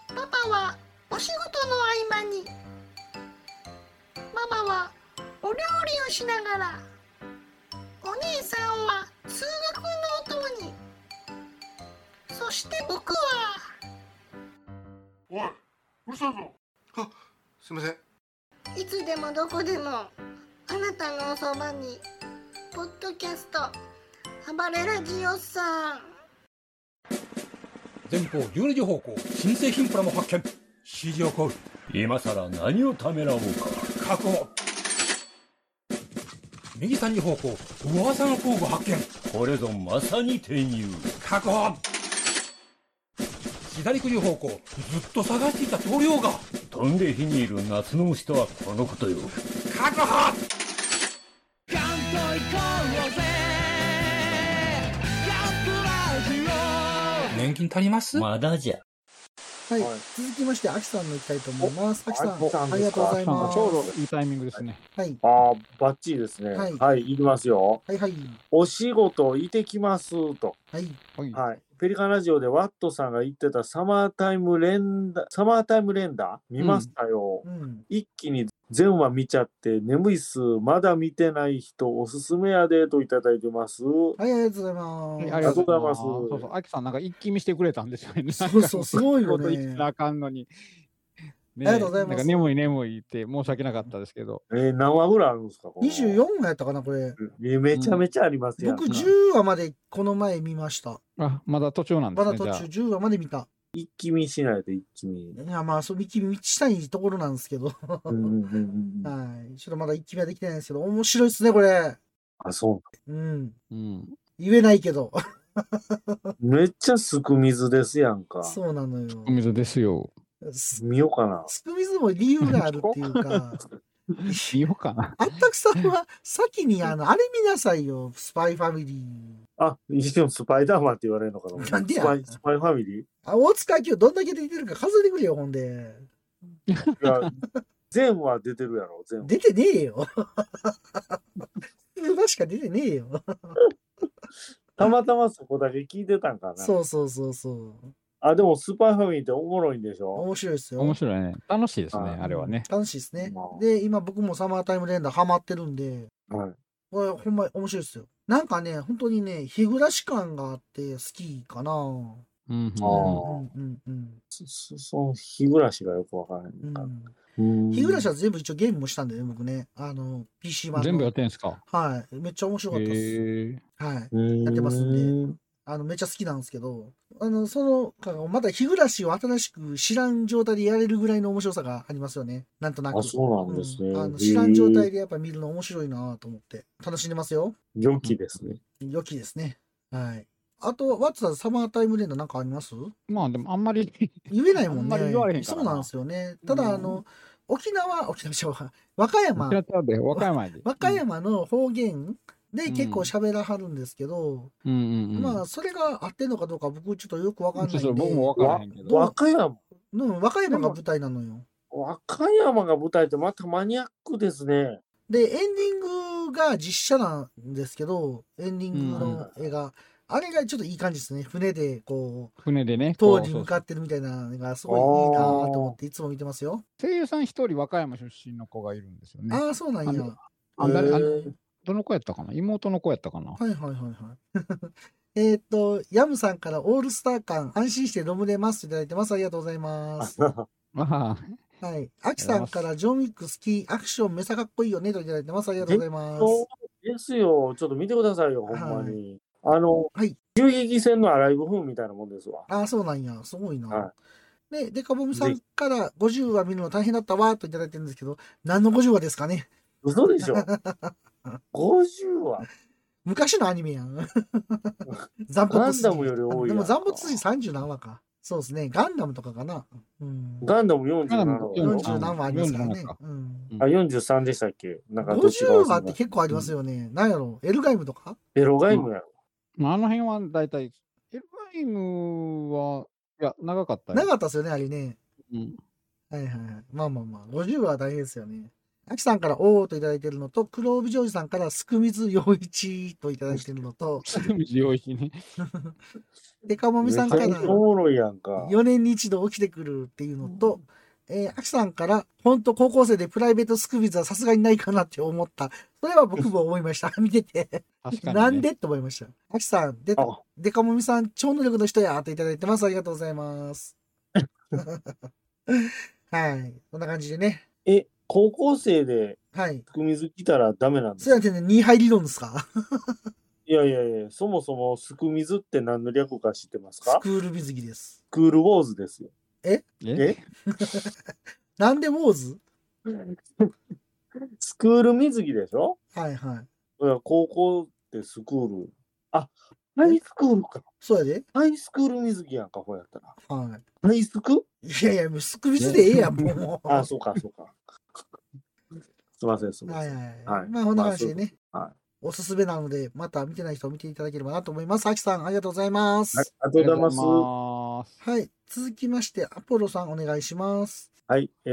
Speaker 4: パパはお仕事の合間にママはお料理をしながらお姉さんは通学のお供にそして僕は
Speaker 5: おい、うるさいぞ。あ、すいません。
Speaker 4: いつでもどこでもあなたのおそばにポッドキャスト暴れラジオさん
Speaker 6: 前方12時方向新製品プラも発見指示をコール
Speaker 7: 今さら何をためらおうか
Speaker 6: 確保右3時方向噂の工具発見
Speaker 7: これぞまさに転入
Speaker 6: 確保左9時方向ずっと探していた棟梁が
Speaker 7: 飛んで火にいる夏の虫とはこのことよ
Speaker 6: 確保年金足ります
Speaker 7: まだじゃ
Speaker 1: はい
Speaker 2: はい。
Speaker 1: 続きまして、アキさんの行きたいと思います。アキさ
Speaker 2: アキさん
Speaker 1: ん、ありがとうござい
Speaker 3: なん
Speaker 1: ま
Speaker 3: か
Speaker 1: す。
Speaker 3: *laughs* ちょうどいいタイミングですね。
Speaker 1: はい。
Speaker 2: ああ、バッチリですね。
Speaker 1: は
Speaker 2: はいい、い、きますよ。
Speaker 1: はいはい。
Speaker 2: お仕事行ってきますと。
Speaker 1: はい。
Speaker 3: はい。
Speaker 2: はい。ペリカンラジオでワットさんが言ってたサマータイム連打、サマータイム連打見ましたよ。
Speaker 1: うん。
Speaker 2: 一気に全話見ちゃって、眠いっす。まだ見てない人、おすすめやでといただいてます。
Speaker 1: はい、ありがとうございます。
Speaker 3: はいありがとうございます。
Speaker 2: ありがとうございます
Speaker 3: そうそう、アキさんなんか一気見してくれたんですよね。
Speaker 1: そうそう、すごいよ
Speaker 3: こと言っ
Speaker 1: ね
Speaker 3: た。らあかんのに。ね
Speaker 1: ありがとうございます
Speaker 3: なんか眠い眠いって申し訳なかったですけど。
Speaker 2: えー何話ぐらいあるんですかこの
Speaker 1: 24話やったかな、これ。
Speaker 2: えーめちゃめちゃありますやんか
Speaker 1: 僕10話までこの前見ました。
Speaker 3: あ、まだ途中なんで
Speaker 1: ますだ
Speaker 3: ね。
Speaker 1: 途
Speaker 3: じゃあ
Speaker 1: 中10話まで見た。
Speaker 2: 一気見しないと一気見。
Speaker 1: いや、まあ、そう、見切り道したいところなんですけど。
Speaker 2: うんうんうんうんうん
Speaker 1: はい。ちょっとまだ一気見はできてないんですけど、面白いですね、これ。
Speaker 2: あ、そう
Speaker 1: うん。
Speaker 3: うん。
Speaker 1: 言えないけど。
Speaker 2: めっちゃすく水ですやんか。
Speaker 1: そうなのよ。
Speaker 3: お水です
Speaker 1: *laughs*
Speaker 3: よ。
Speaker 1: す
Speaker 2: 見ようかな。
Speaker 1: スクミズも理由があるっていう
Speaker 3: *laughs*
Speaker 1: か、
Speaker 3: 見ようかな。
Speaker 1: あったくさんは先にあの、あれ見なさいよ、スパイファミリー。
Speaker 2: あ、一応スパイダーマンって言われるのかな。
Speaker 1: なんでや
Speaker 2: スパイスパイファミリー
Speaker 1: あ、大塚明夫どんだけ出てるか数えてくれよ、ほんで。
Speaker 2: いや全は出てるやろ、全話。
Speaker 1: 出てねえよ。確か出てねえよ。
Speaker 2: たまたまそこだけ聞いてたんかな。
Speaker 1: そうそうそうそう。
Speaker 2: あ、でもスパイファミリーっておもろいんでしょ
Speaker 1: 面白いですよ。
Speaker 3: 面白いね。楽しいですね、あれはね。
Speaker 1: 楽しいですね
Speaker 2: まあ。
Speaker 1: で、今僕もサマータイム連打ハマってるんで、
Speaker 2: はい。
Speaker 1: これほんま面白いですよ。なんかね、本当にね、日暮らし感があって好きかな。
Speaker 3: うんうん
Speaker 1: う
Speaker 2: あ
Speaker 1: ん
Speaker 2: ー
Speaker 1: うんうん
Speaker 2: そそその日暮らしがよくわからへ
Speaker 1: うんん
Speaker 2: か
Speaker 1: う
Speaker 2: ら。
Speaker 1: ん。
Speaker 2: うん
Speaker 1: 日暮らしは全部一応ゲームもしたんだよね、僕ね。あの、PC 版の。
Speaker 3: 全部やってんすか。
Speaker 1: はい。めっちゃ面白かったです。
Speaker 3: へえ。
Speaker 1: はい。
Speaker 2: や
Speaker 1: ってますん
Speaker 2: で。
Speaker 1: あの、めっちゃ好きなんですけど、あの、そのか、まだ日暮らしを新しく知らん状態でやれるぐらいの面白さがありますよね。なんとなく。
Speaker 2: あ、そうなんですね。
Speaker 1: うんあの知らん状態
Speaker 2: で。
Speaker 1: でやっぱ見るの面白いなと思って、楽しんでますよ。
Speaker 2: 良きですね。
Speaker 1: 良きですね。はい。あと、ワッツさん、サマータイムレンドなんかあります
Speaker 3: まあでもあん
Speaker 1: *laughs*
Speaker 3: まり
Speaker 1: 言えないもんね。
Speaker 3: あんまり言われへんから
Speaker 1: そ
Speaker 3: な
Speaker 1: うなんですよね。ただ、あの、沖縄、沖縄じゃない和歌山、
Speaker 3: *laughs* 平田で和歌山で。
Speaker 1: 和歌山の方言で結構喋らはるんですけど、
Speaker 3: うんうんうん。
Speaker 1: まあ、それが合ってんのかどうか僕ちょっとよくわかんないんで。
Speaker 3: そうそう僕もわからへんけど。
Speaker 2: 和歌山、
Speaker 1: うん、和歌山が舞台なのよ。
Speaker 2: 和歌山が舞台ってまたマニアックですね。
Speaker 1: で、エンディングが実写なんですけど、エンディングの映画、あれがちょっといい感じですね。船でこう、
Speaker 3: 船でね。
Speaker 1: 塔に
Speaker 3: こ
Speaker 1: 向
Speaker 3: うそう
Speaker 1: かってるみたいなのがすごいいいなぁと思っていつも見てますよ。
Speaker 3: 声優さん一人和歌山出身の子がいるんですよね。
Speaker 1: ああ、そうなんや。は
Speaker 3: あ
Speaker 1: い
Speaker 3: の
Speaker 2: あ
Speaker 3: あ誰あ
Speaker 2: へー
Speaker 3: どの子やったかな妹の子やったかな
Speaker 1: は
Speaker 3: *laughs*
Speaker 1: いはいはい。 *laughs* えーっと、ヤムさんからオールスター感、安心して飲むれますといただいてます。ありがとうございます。
Speaker 3: ああ、
Speaker 1: はい。アキさんからジョンウィック好き、アクションめさかっこいいよねといただいてます。ありがとうございます。
Speaker 2: そうですよ。ちょっと見てくださいよ、ほんまに。あの、
Speaker 1: はい
Speaker 2: 銃撃戦のアライブ風みたいなもんですわ。
Speaker 1: ああ、そうなんや。すごいな。
Speaker 2: は
Speaker 1: で、デカボムさんから50話見るの大変だったわーといただいてるんですけど、何の50話ですかね
Speaker 2: 嘘でしょ ?50 は。
Speaker 1: 昔のアニメや
Speaker 2: *laughs*
Speaker 1: ん。残
Speaker 2: ガンダムより多い
Speaker 1: で
Speaker 2: やん
Speaker 1: も残骨筋30何話か。そうですね。ガンダムとかかな。うん。
Speaker 2: ガンダム47
Speaker 3: ガンダム
Speaker 2: 話。
Speaker 1: 40何話ありますからね
Speaker 3: 47か。
Speaker 1: うん。
Speaker 2: あ、43でしたっけなんかどっちか忘れ
Speaker 1: 50
Speaker 2: た
Speaker 1: 話って結構ありますよね。なんやろエルガイムとか
Speaker 2: エロガイムやろ。
Speaker 3: まあ、あの辺は大体、エルバイムは、いや、長かったよ
Speaker 1: なかったですよね、あれね。
Speaker 3: うん
Speaker 1: はいはいはい。まあまあまあ、50は大変ですよね。アキさんからおーといただいてるのと、黒帯ジョージさんからすくみずよいちといただいてるのと、
Speaker 3: すぐ水領域ね。 *laughs*
Speaker 1: でかもみさんから
Speaker 2: めちゃめちゃおもろいやんか。
Speaker 1: 4年に一度起きてくるっていうのと、えー、アキさんから、本当高校生でプライベートスクビズはさすがにないかなって思った。それは僕も思いま
Speaker 2: *laughs*
Speaker 1: した。見てて。
Speaker 3: 確かに、ね。
Speaker 1: なんでって思いました。アキさん、で
Speaker 2: あ、
Speaker 1: デカモミさん、超能力の人やっていただいてます。ありがとうございます。 *laughs* はい。こんな感じでね。
Speaker 2: え、高校生で
Speaker 1: はい。
Speaker 2: 福水来たらダメなんです
Speaker 1: それだってね、2杯理論ですか
Speaker 2: いやいやいや、そもそもすく水って何の略か知ってます
Speaker 1: ス
Speaker 2: か
Speaker 1: クール水着です。
Speaker 2: クールウォーズですよ。
Speaker 3: え
Speaker 1: なんでウォーズ
Speaker 2: スクール水着でしょ
Speaker 1: はいはい。
Speaker 2: いや高校ってスクール。あ、ハイスクールか。
Speaker 1: そうやで。
Speaker 2: ハイスクール水着やんか、ほやったら。
Speaker 1: は
Speaker 2: ハイスク
Speaker 1: い。いやいや、もうスクビズでええやん、もう。
Speaker 2: あ、そうか、そうか。すいません、すいま
Speaker 1: は
Speaker 2: せ
Speaker 1: い
Speaker 2: ん。
Speaker 1: は。
Speaker 2: はいい
Speaker 1: まあ、こんな感じでね。
Speaker 2: まあそういうことはい
Speaker 1: おすすめなので、また見てない人を見ていただければなと思います。あきさん、ありがとうございます。
Speaker 2: はいありがとうございます。
Speaker 3: ます。
Speaker 1: はい。続きまして、アポロさん、お願いします。
Speaker 2: はい、え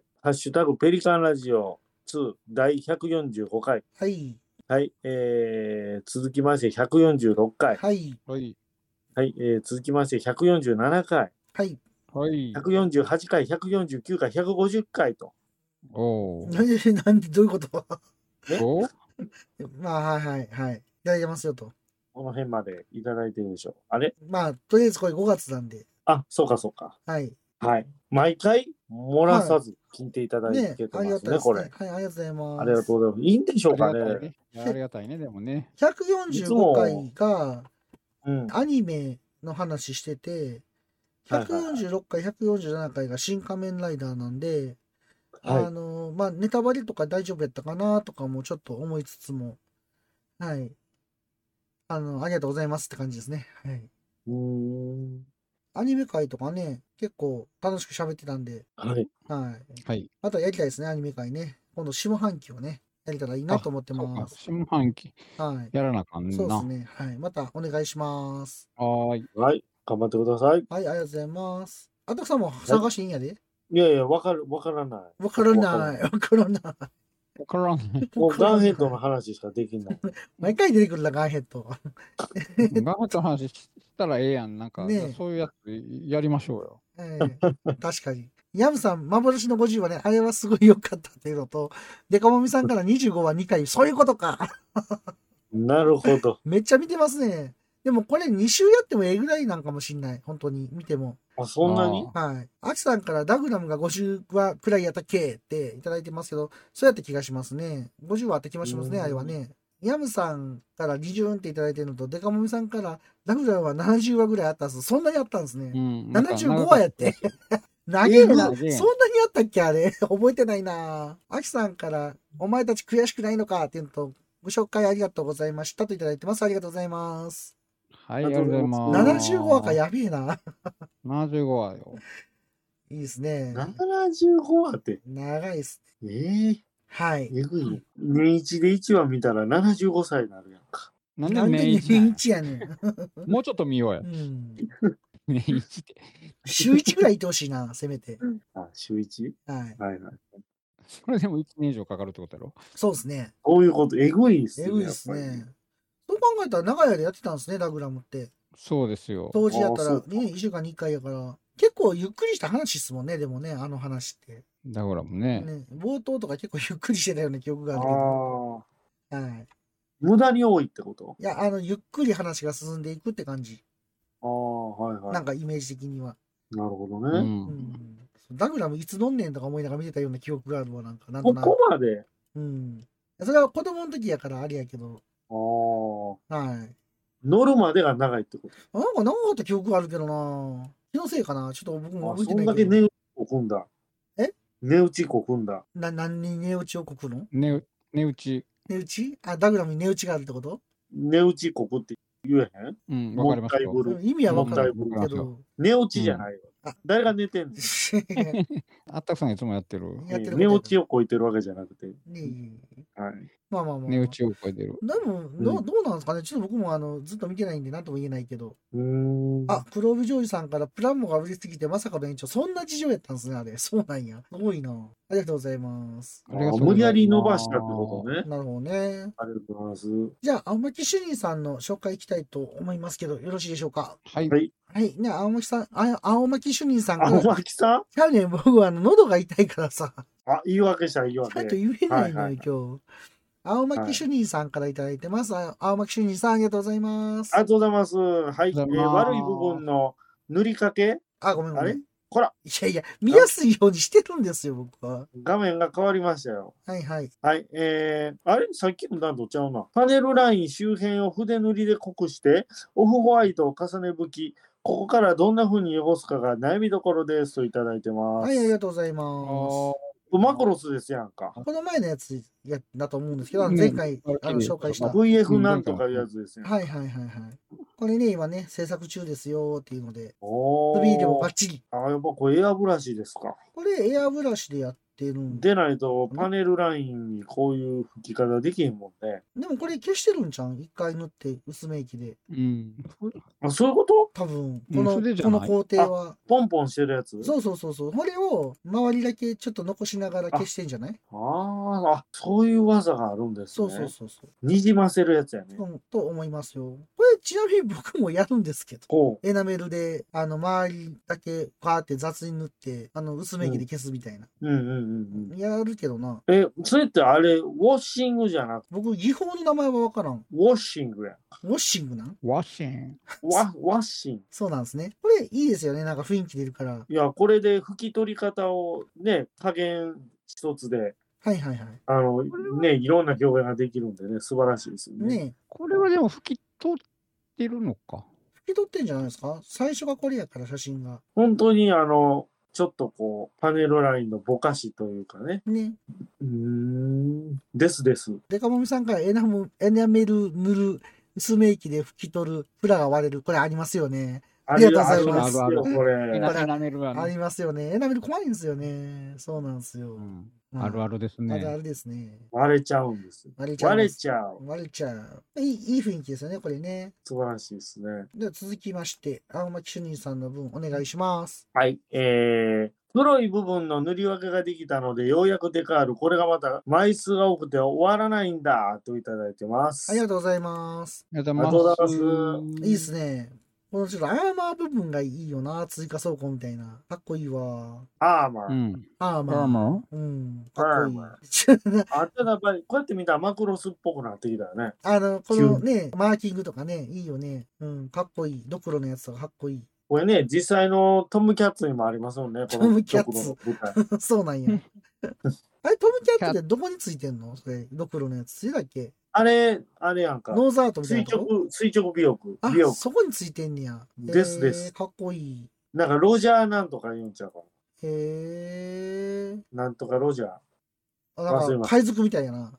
Speaker 2: ー、ハッシュタグペリカンラジオ2第145回。
Speaker 1: はい。
Speaker 2: はい、えー、続きまして146回。
Speaker 1: はい。
Speaker 3: はい。
Speaker 2: はい、えー、続きまして147回、
Speaker 1: はい。
Speaker 3: はい。
Speaker 2: 148回、149回、150回と。
Speaker 3: おー
Speaker 1: なんで、 *laughs* なんで、どういうこと
Speaker 3: おー
Speaker 1: まあ、はいはいはい。いただいてますよと。
Speaker 2: この辺までいただいてるでしょう。あれ
Speaker 1: まあ、とりあえずこれ5月なんで。
Speaker 2: あ、そうかそうか。
Speaker 1: はい。
Speaker 2: はい。毎回漏らさず聞いていただい
Speaker 1: ね
Speaker 2: てま
Speaker 1: ありが
Speaker 2: す
Speaker 1: た
Speaker 2: ね、
Speaker 1: いです
Speaker 2: こ
Speaker 1: ね。
Speaker 2: れ
Speaker 1: はい、。ありがとうございます。
Speaker 2: ありがとうございます。いいんでしょうか
Speaker 3: ありがたい
Speaker 2: ね。
Speaker 3: ね。いやありがたいね、でもね。
Speaker 2: いつ
Speaker 1: 145
Speaker 2: も
Speaker 1: 回が
Speaker 2: うん。
Speaker 1: アニメの話してて、
Speaker 2: はいはいはい
Speaker 1: 146回、147回が新仮面ライダーなんで、
Speaker 2: はい
Speaker 1: あの、まあ、ネタバレとか大丈夫やったかなとかもちょっと思いつつも、はい。あの、ありがとうございますって感じですね。はい。
Speaker 2: うん。
Speaker 1: アニメ界とかね、結構楽しく喋ってたんで、
Speaker 2: はい。
Speaker 1: はい。
Speaker 3: はい。
Speaker 1: またやりたいですね、アニメ界ね。今度、下半期をね、やれたらいいなと思って
Speaker 3: そうか
Speaker 1: ます。
Speaker 3: 新版期
Speaker 1: はい。
Speaker 3: やらなあかんな。
Speaker 1: そうですね。はい。またお願いします。
Speaker 3: はーい。
Speaker 2: はい。頑張ってください。
Speaker 1: はい、ありがとうございます。あたくさんも探していいんやで。
Speaker 2: いやいや、わかる、わからない。
Speaker 1: わから
Speaker 2: *laughs*
Speaker 1: ない。わからない。
Speaker 3: わからない。
Speaker 2: もうガンヘッドの話しかできない。
Speaker 1: 毎回出てくるな、ガンヘッド。
Speaker 3: ガムの話したらええやん。なんか、
Speaker 1: ねえ
Speaker 3: そういうやつやりましょうよ。
Speaker 1: ええ確かに。ヤムさん、幻の50はね、あれはすごい良かったっていうのと、デカモミさんから25は2回、そういうことか
Speaker 2: なるほど。
Speaker 1: めっちゃ見てますね。でもこれ2週やってもええぐらいなんかもしんない。本当に、見ても。
Speaker 2: あ、そんなに
Speaker 3: あ
Speaker 1: はい。アキさんからダグラムが50はくらいやったっけっていただいてますけど、そうやった気がしますね。50はあった気がしますね、
Speaker 2: うん
Speaker 1: あれはね。ヤムさんから20っていただいてるのと、デカモミさんからダグラムは70話ぐらいあったんです。そんなにあったんですね。
Speaker 3: ー。うん。なんか
Speaker 1: 75話やっ。て。 *laughs* 投げるな。そ
Speaker 3: 長
Speaker 1: んな
Speaker 3: え
Speaker 1: に
Speaker 3: な
Speaker 1: あったっけあれ。 *laughs* 覚えてないな。アキさんから、お前たち悔しくないのかっていうのと、ご紹介ありがとうございましたといただいてます。ありがとうございます。
Speaker 3: はい、ありがとうございます。
Speaker 1: 75話かやべえな。 *laughs*
Speaker 3: 75話よ。
Speaker 1: いいですね。
Speaker 2: ?75 話って。
Speaker 1: 長いです。
Speaker 2: ええ
Speaker 1: はい。
Speaker 2: えぐいね。21で1話見たら75歳になるやんか。
Speaker 3: なん
Speaker 1: な
Speaker 3: で
Speaker 1: んで
Speaker 3: 年一
Speaker 1: 年
Speaker 3: なん
Speaker 1: 一やねん。
Speaker 3: もうちょっと見ようや
Speaker 1: う。ん。
Speaker 3: 年一って。
Speaker 1: 週1ぐらいいてほしいな、 *laughs* せめて。
Speaker 2: あ、週 1?
Speaker 1: はい。
Speaker 2: はいはい。
Speaker 3: それでも1年以上かかるってことやろ。
Speaker 1: そうですね。
Speaker 2: こういうこと、えぐいっすね。
Speaker 1: えぐいです
Speaker 2: やっぱり
Speaker 1: ね。。そう考えたら長い間やってたんですね、ラグラムって。
Speaker 3: そうですよ。
Speaker 1: 当時やった
Speaker 2: あーそ
Speaker 1: ら
Speaker 2: うか
Speaker 1: ね、1週間に1回やから、結構ゆっくりした話っすもんね、でもね、あの話って。
Speaker 3: だからもうね。
Speaker 1: ね、冒頭とか結構ゆっくりしてたような記憶があ
Speaker 2: あ
Speaker 1: る
Speaker 2: あ
Speaker 1: けど。
Speaker 2: ー。
Speaker 1: はい。
Speaker 2: 無駄に多いってこと
Speaker 1: いや、あの、ゆっくり話が進んでいくって感じ。
Speaker 2: ああ、はいはい。
Speaker 1: なんかイメージ的には。
Speaker 2: なるほど
Speaker 3: う。
Speaker 2: ね。
Speaker 1: うんん。ダグラムいつ飲んねんとか思いながら見てたような記憶があるわ、なんか。なんと
Speaker 2: こ
Speaker 1: な
Speaker 2: こ
Speaker 1: く。
Speaker 2: まで。
Speaker 1: うん。それは子供の時やからあれやけど。
Speaker 2: ああ。
Speaker 1: はい。
Speaker 2: 乗るまでが長いってこと。
Speaker 1: なんか長かった記憶があるけどな気のせいかなちょっと僕も
Speaker 2: あ、
Speaker 1: 覚え
Speaker 2: そ
Speaker 1: て
Speaker 2: ん
Speaker 1: な
Speaker 2: だ
Speaker 1: い
Speaker 2: け
Speaker 1: けど。
Speaker 2: 値打ちこくんだ。
Speaker 1: え
Speaker 2: 値打ちこくんだ。
Speaker 1: な何に値打ちをこくの
Speaker 3: ねう、値打ち。
Speaker 1: 値打ちあ、ダグラムに値打ちがあるってこと
Speaker 2: 値打ちこくって言えへん
Speaker 3: うん、わ
Speaker 2: も
Speaker 3: かり
Speaker 2: っ
Speaker 3: ま
Speaker 2: た
Speaker 3: す
Speaker 2: いぶ
Speaker 3: よ。
Speaker 2: る。
Speaker 1: 意味は分かる *laughs*
Speaker 2: もった
Speaker 3: い
Speaker 1: け
Speaker 3: ぶる
Speaker 1: ど。
Speaker 2: 寝落ちじゃないよ。
Speaker 1: うんあ
Speaker 2: 誰が寝てんの
Speaker 3: あったくさんいつもやってる。
Speaker 1: やってることやから
Speaker 2: *laughs* 寝落ちを超えてるわけじゃなくて。
Speaker 1: ねえ
Speaker 2: はい。
Speaker 1: まあまあまあ。
Speaker 3: 値打ちを超えてる。
Speaker 1: でも、どうどうなんですかねちょっと僕もあのずっと見てないんで、なんとも言えないけど。
Speaker 2: うーん。
Speaker 1: あ、黒帯ジョージさんからプラモが売りすぎてまさかの延長。そんな事情やったんですね、あれ。 *laughs* そうなんや。すごいな。ありがとうございます。
Speaker 3: ありがとうございます
Speaker 2: 無理やり伸ばしたってことね。
Speaker 1: なるほどね。
Speaker 2: ありがとうござい
Speaker 1: じゃあ、青巻主任さんの紹介いきたいと思いますけど、よろしいでしょうか。
Speaker 3: はい。
Speaker 2: はい
Speaker 1: はい。ね、青巻さん、あ青巻主任さんか
Speaker 2: ます。
Speaker 1: ら、
Speaker 2: 青巻さん
Speaker 1: 去年僕はあの喉が痛いからさ。
Speaker 2: あ、言い訳した、言い
Speaker 1: ちゃんと
Speaker 2: 訳。
Speaker 1: 言えないの
Speaker 2: はいはいはい
Speaker 1: よ、今日。青巻主任さんからいただいてます。あ青巻主任さん、ありがとうございます
Speaker 2: あり。がとうございます。はい。え
Speaker 3: あ
Speaker 2: ー
Speaker 3: りがとうございます
Speaker 2: 悪い部分の塗りかけ
Speaker 1: あ、ごめんご
Speaker 2: あ
Speaker 1: めん。
Speaker 2: れ
Speaker 1: い
Speaker 2: こら、
Speaker 1: やいや、見やすいようにしてるんですよ、僕は。
Speaker 2: 画面が変わりましたよ。
Speaker 1: はいはい。
Speaker 2: はい。えー、あれさっきの段とちゃうな。パネルライン周辺を筆塗りで濃くして、オフホワイトを重ね拭き、ここからどんな風に汚すかが悩みどころですといただいてます。
Speaker 1: はい、ありがとうござい
Speaker 3: あ
Speaker 1: ます。
Speaker 3: ー
Speaker 2: マクロスですやんか。
Speaker 1: この前のやつやだと思うんですけど、あの
Speaker 3: ね
Speaker 1: 前回
Speaker 3: あれ
Speaker 1: あの紹介した。はい
Speaker 2: VF なんとかいうやつですよ。
Speaker 1: はいはいはい。これね、今ね、制作中ですよっていうので、
Speaker 2: おー
Speaker 1: 3でもバッチリ。
Speaker 2: あやっぱこれエアブラシですか。
Speaker 1: これエアブラシでやってるんで、
Speaker 2: でないとパネルラインにこういう吹き方できへんもんね。
Speaker 1: でもこれ消してるんじゃん一回塗って薄め液で。
Speaker 3: うん。
Speaker 2: あ、そういうこと
Speaker 1: 多分、
Speaker 3: うん
Speaker 1: この、
Speaker 3: それじゃ
Speaker 1: こ
Speaker 3: な
Speaker 1: の
Speaker 3: い
Speaker 1: 工程は。
Speaker 2: ポンポンしてるやつ
Speaker 1: そうそうそうそう。これを周りだけちょっと残しながら消してんじゃない
Speaker 2: あーあ、そういう技があるんですね。
Speaker 1: そうそうそうそう、
Speaker 2: にじませるやつやね。
Speaker 1: うん。と思いますよ。これちなみに僕もやるんですけど。
Speaker 2: こ
Speaker 1: エナメルで、あの、周りだけ、ガーって雑に塗って、あの、薄め液で消すみたいな。
Speaker 2: う。うんうんうんうん。
Speaker 1: やるけどな。
Speaker 2: え、それってあれ、ウォッシングじゃなく
Speaker 1: 僕、技法の名前はわからん。
Speaker 2: ウォッシングや。
Speaker 1: ウォッシングなん
Speaker 3: ワシン。
Speaker 2: ワワッシング。
Speaker 1: そうなんですね。これいいですよね。なんか雰囲気出るから。
Speaker 2: いや、これで拭き取り方をね、加減一つで、
Speaker 1: はいはいはい。
Speaker 2: あの、ね、いろんな表現ができるんでね、素晴らしいですよね。
Speaker 1: ねえ。
Speaker 3: これはでも拭き取ってるのか。
Speaker 1: 拭き取ってんじゃないですか最初がこれやから、写真が。
Speaker 2: 本当に、あの、ちょっとこう、パネルラインのぼかしというかね。
Speaker 1: ね。
Speaker 2: うーん。ですです。
Speaker 1: デカモミさんからエナムエナメル塗る薄め息で拭き取る、フラが割れる、これありますよね。
Speaker 2: あ
Speaker 1: りがとうござい
Speaker 3: ます
Speaker 2: ありますよこ
Speaker 1: こ
Speaker 2: れ。
Speaker 3: エ
Speaker 1: れ
Speaker 3: ナエナメルは
Speaker 1: あ
Speaker 3: ね
Speaker 1: りますよね。エナメル怖いんですよね。そうなんですよ
Speaker 3: う。んあるあるです
Speaker 1: まだあ
Speaker 3: ね。
Speaker 1: れですね。
Speaker 2: 割れちゃうんです。
Speaker 1: 割れちゃう。
Speaker 2: 割れちゃう。
Speaker 1: 割れちゃう。いいいい雰囲気ですよね、これね。
Speaker 2: 素晴らしいですね。
Speaker 1: では続きまして、青巻主任さんの分お願いします。
Speaker 2: はい。えー、黒い部分の塗り分けができたので、ようやくデカール。これがまた枚数が多くて終わらないんだ、といただいてます。
Speaker 1: ありがとうございます。
Speaker 3: ありがと
Speaker 2: ありがとう
Speaker 1: いいですね。このちょっとアーマー部分がいいよな。追加装甲みたいな。かっこいいわ。
Speaker 2: アーマ
Speaker 3: う
Speaker 2: ー。
Speaker 3: ん。
Speaker 1: アーマー。
Speaker 3: アーマー
Speaker 1: うん。かっこいい
Speaker 2: アーマ。
Speaker 1: *laughs*
Speaker 2: あ、ただやっぱり、こうやって見たらマクロスっぽくなってきたよね。
Speaker 1: あの、このね、マーキングとかね、いいよね。うん。かっこいい。ドクロのやつとかかっこいい。 *laughs*
Speaker 2: これね、実際のトム・キャッツにもありますもんね、この
Speaker 1: トムキャッツ
Speaker 2: ドクロの舞台。
Speaker 1: そうなん
Speaker 2: *laughs*
Speaker 1: や。あれ、トムキャットってどこについてんのそれ、ドクロのやつ。ついだっけ
Speaker 2: あれ、あれやんか。
Speaker 1: ノーザートみたい
Speaker 2: 垂
Speaker 1: なとこ
Speaker 2: 直、垂直尾翼。
Speaker 1: あ
Speaker 2: 尾、翼。
Speaker 1: そこについてんねや。
Speaker 2: ですです
Speaker 1: えーかっこいい。
Speaker 2: なんかロジャーなんとか言うんちゃうか
Speaker 1: へえ。
Speaker 2: な。なんとかロジャー。
Speaker 1: あ、な
Speaker 2: 忘れ
Speaker 1: ん
Speaker 2: ま
Speaker 1: か、
Speaker 2: し
Speaker 1: 海賊みたいやな。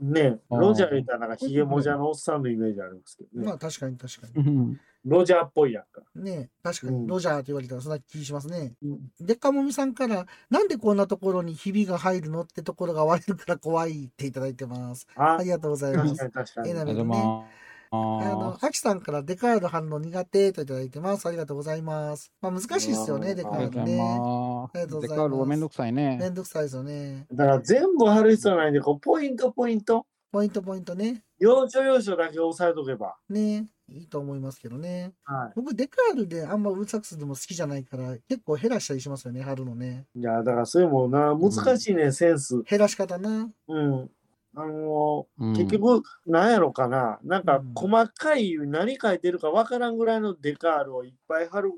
Speaker 2: ね
Speaker 3: あー
Speaker 2: ロジャー言ったらなんかヒゲモジャのおっさんのイメージありますけどね。
Speaker 1: まあ、確かに確かに。
Speaker 3: うん
Speaker 2: ロジャーっぽいやんか。
Speaker 1: ね確か
Speaker 2: うん
Speaker 1: に、ロジャーと言われたらそんな気しますね。
Speaker 2: うん
Speaker 1: でっかもみさんから、なんでこんなところにひびが入るのってところが割れるから怖いっていただいてます。
Speaker 2: あ
Speaker 1: ありがとうございま
Speaker 2: 確か
Speaker 1: す。
Speaker 2: に確か
Speaker 1: え
Speaker 2: に。
Speaker 1: な
Speaker 3: あ
Speaker 1: み
Speaker 3: りがとう
Speaker 1: に
Speaker 3: ござい
Speaker 1: ね。
Speaker 3: ます。
Speaker 1: あの、アキさんからデカール反応苦手といただいてます。ありがとうございます。まあ難しいですよ
Speaker 2: う
Speaker 1: ね、
Speaker 2: ん
Speaker 1: デカ
Speaker 3: あり
Speaker 1: ー
Speaker 3: がと
Speaker 1: ル
Speaker 3: うござい
Speaker 1: ね。
Speaker 3: ます。
Speaker 1: ありがとうございます
Speaker 3: デカールはめんどくさい
Speaker 1: め
Speaker 3: ね。
Speaker 1: んどくさいですよね。
Speaker 2: だから全部貼る必要ないんで、こうポイントポイント。
Speaker 1: ポイントポイントね。
Speaker 2: 要所要所だけ押さえとけば。
Speaker 1: ね。いいと思いますけどね。
Speaker 2: は
Speaker 1: 僕、デカールであんまうるさくするのも好きじゃないから、結構減らしたりしますよね、貼るのね。
Speaker 2: い。いや、だからそれもな、難しいね、センス。
Speaker 1: 減らし方な。
Speaker 2: うん。あの
Speaker 3: う
Speaker 2: ー、
Speaker 3: ん
Speaker 2: 結局、なんやろかな。なんか
Speaker 1: うん、
Speaker 2: 細かい、何書いてるかわからんぐらいのデカールをいっぱい貼る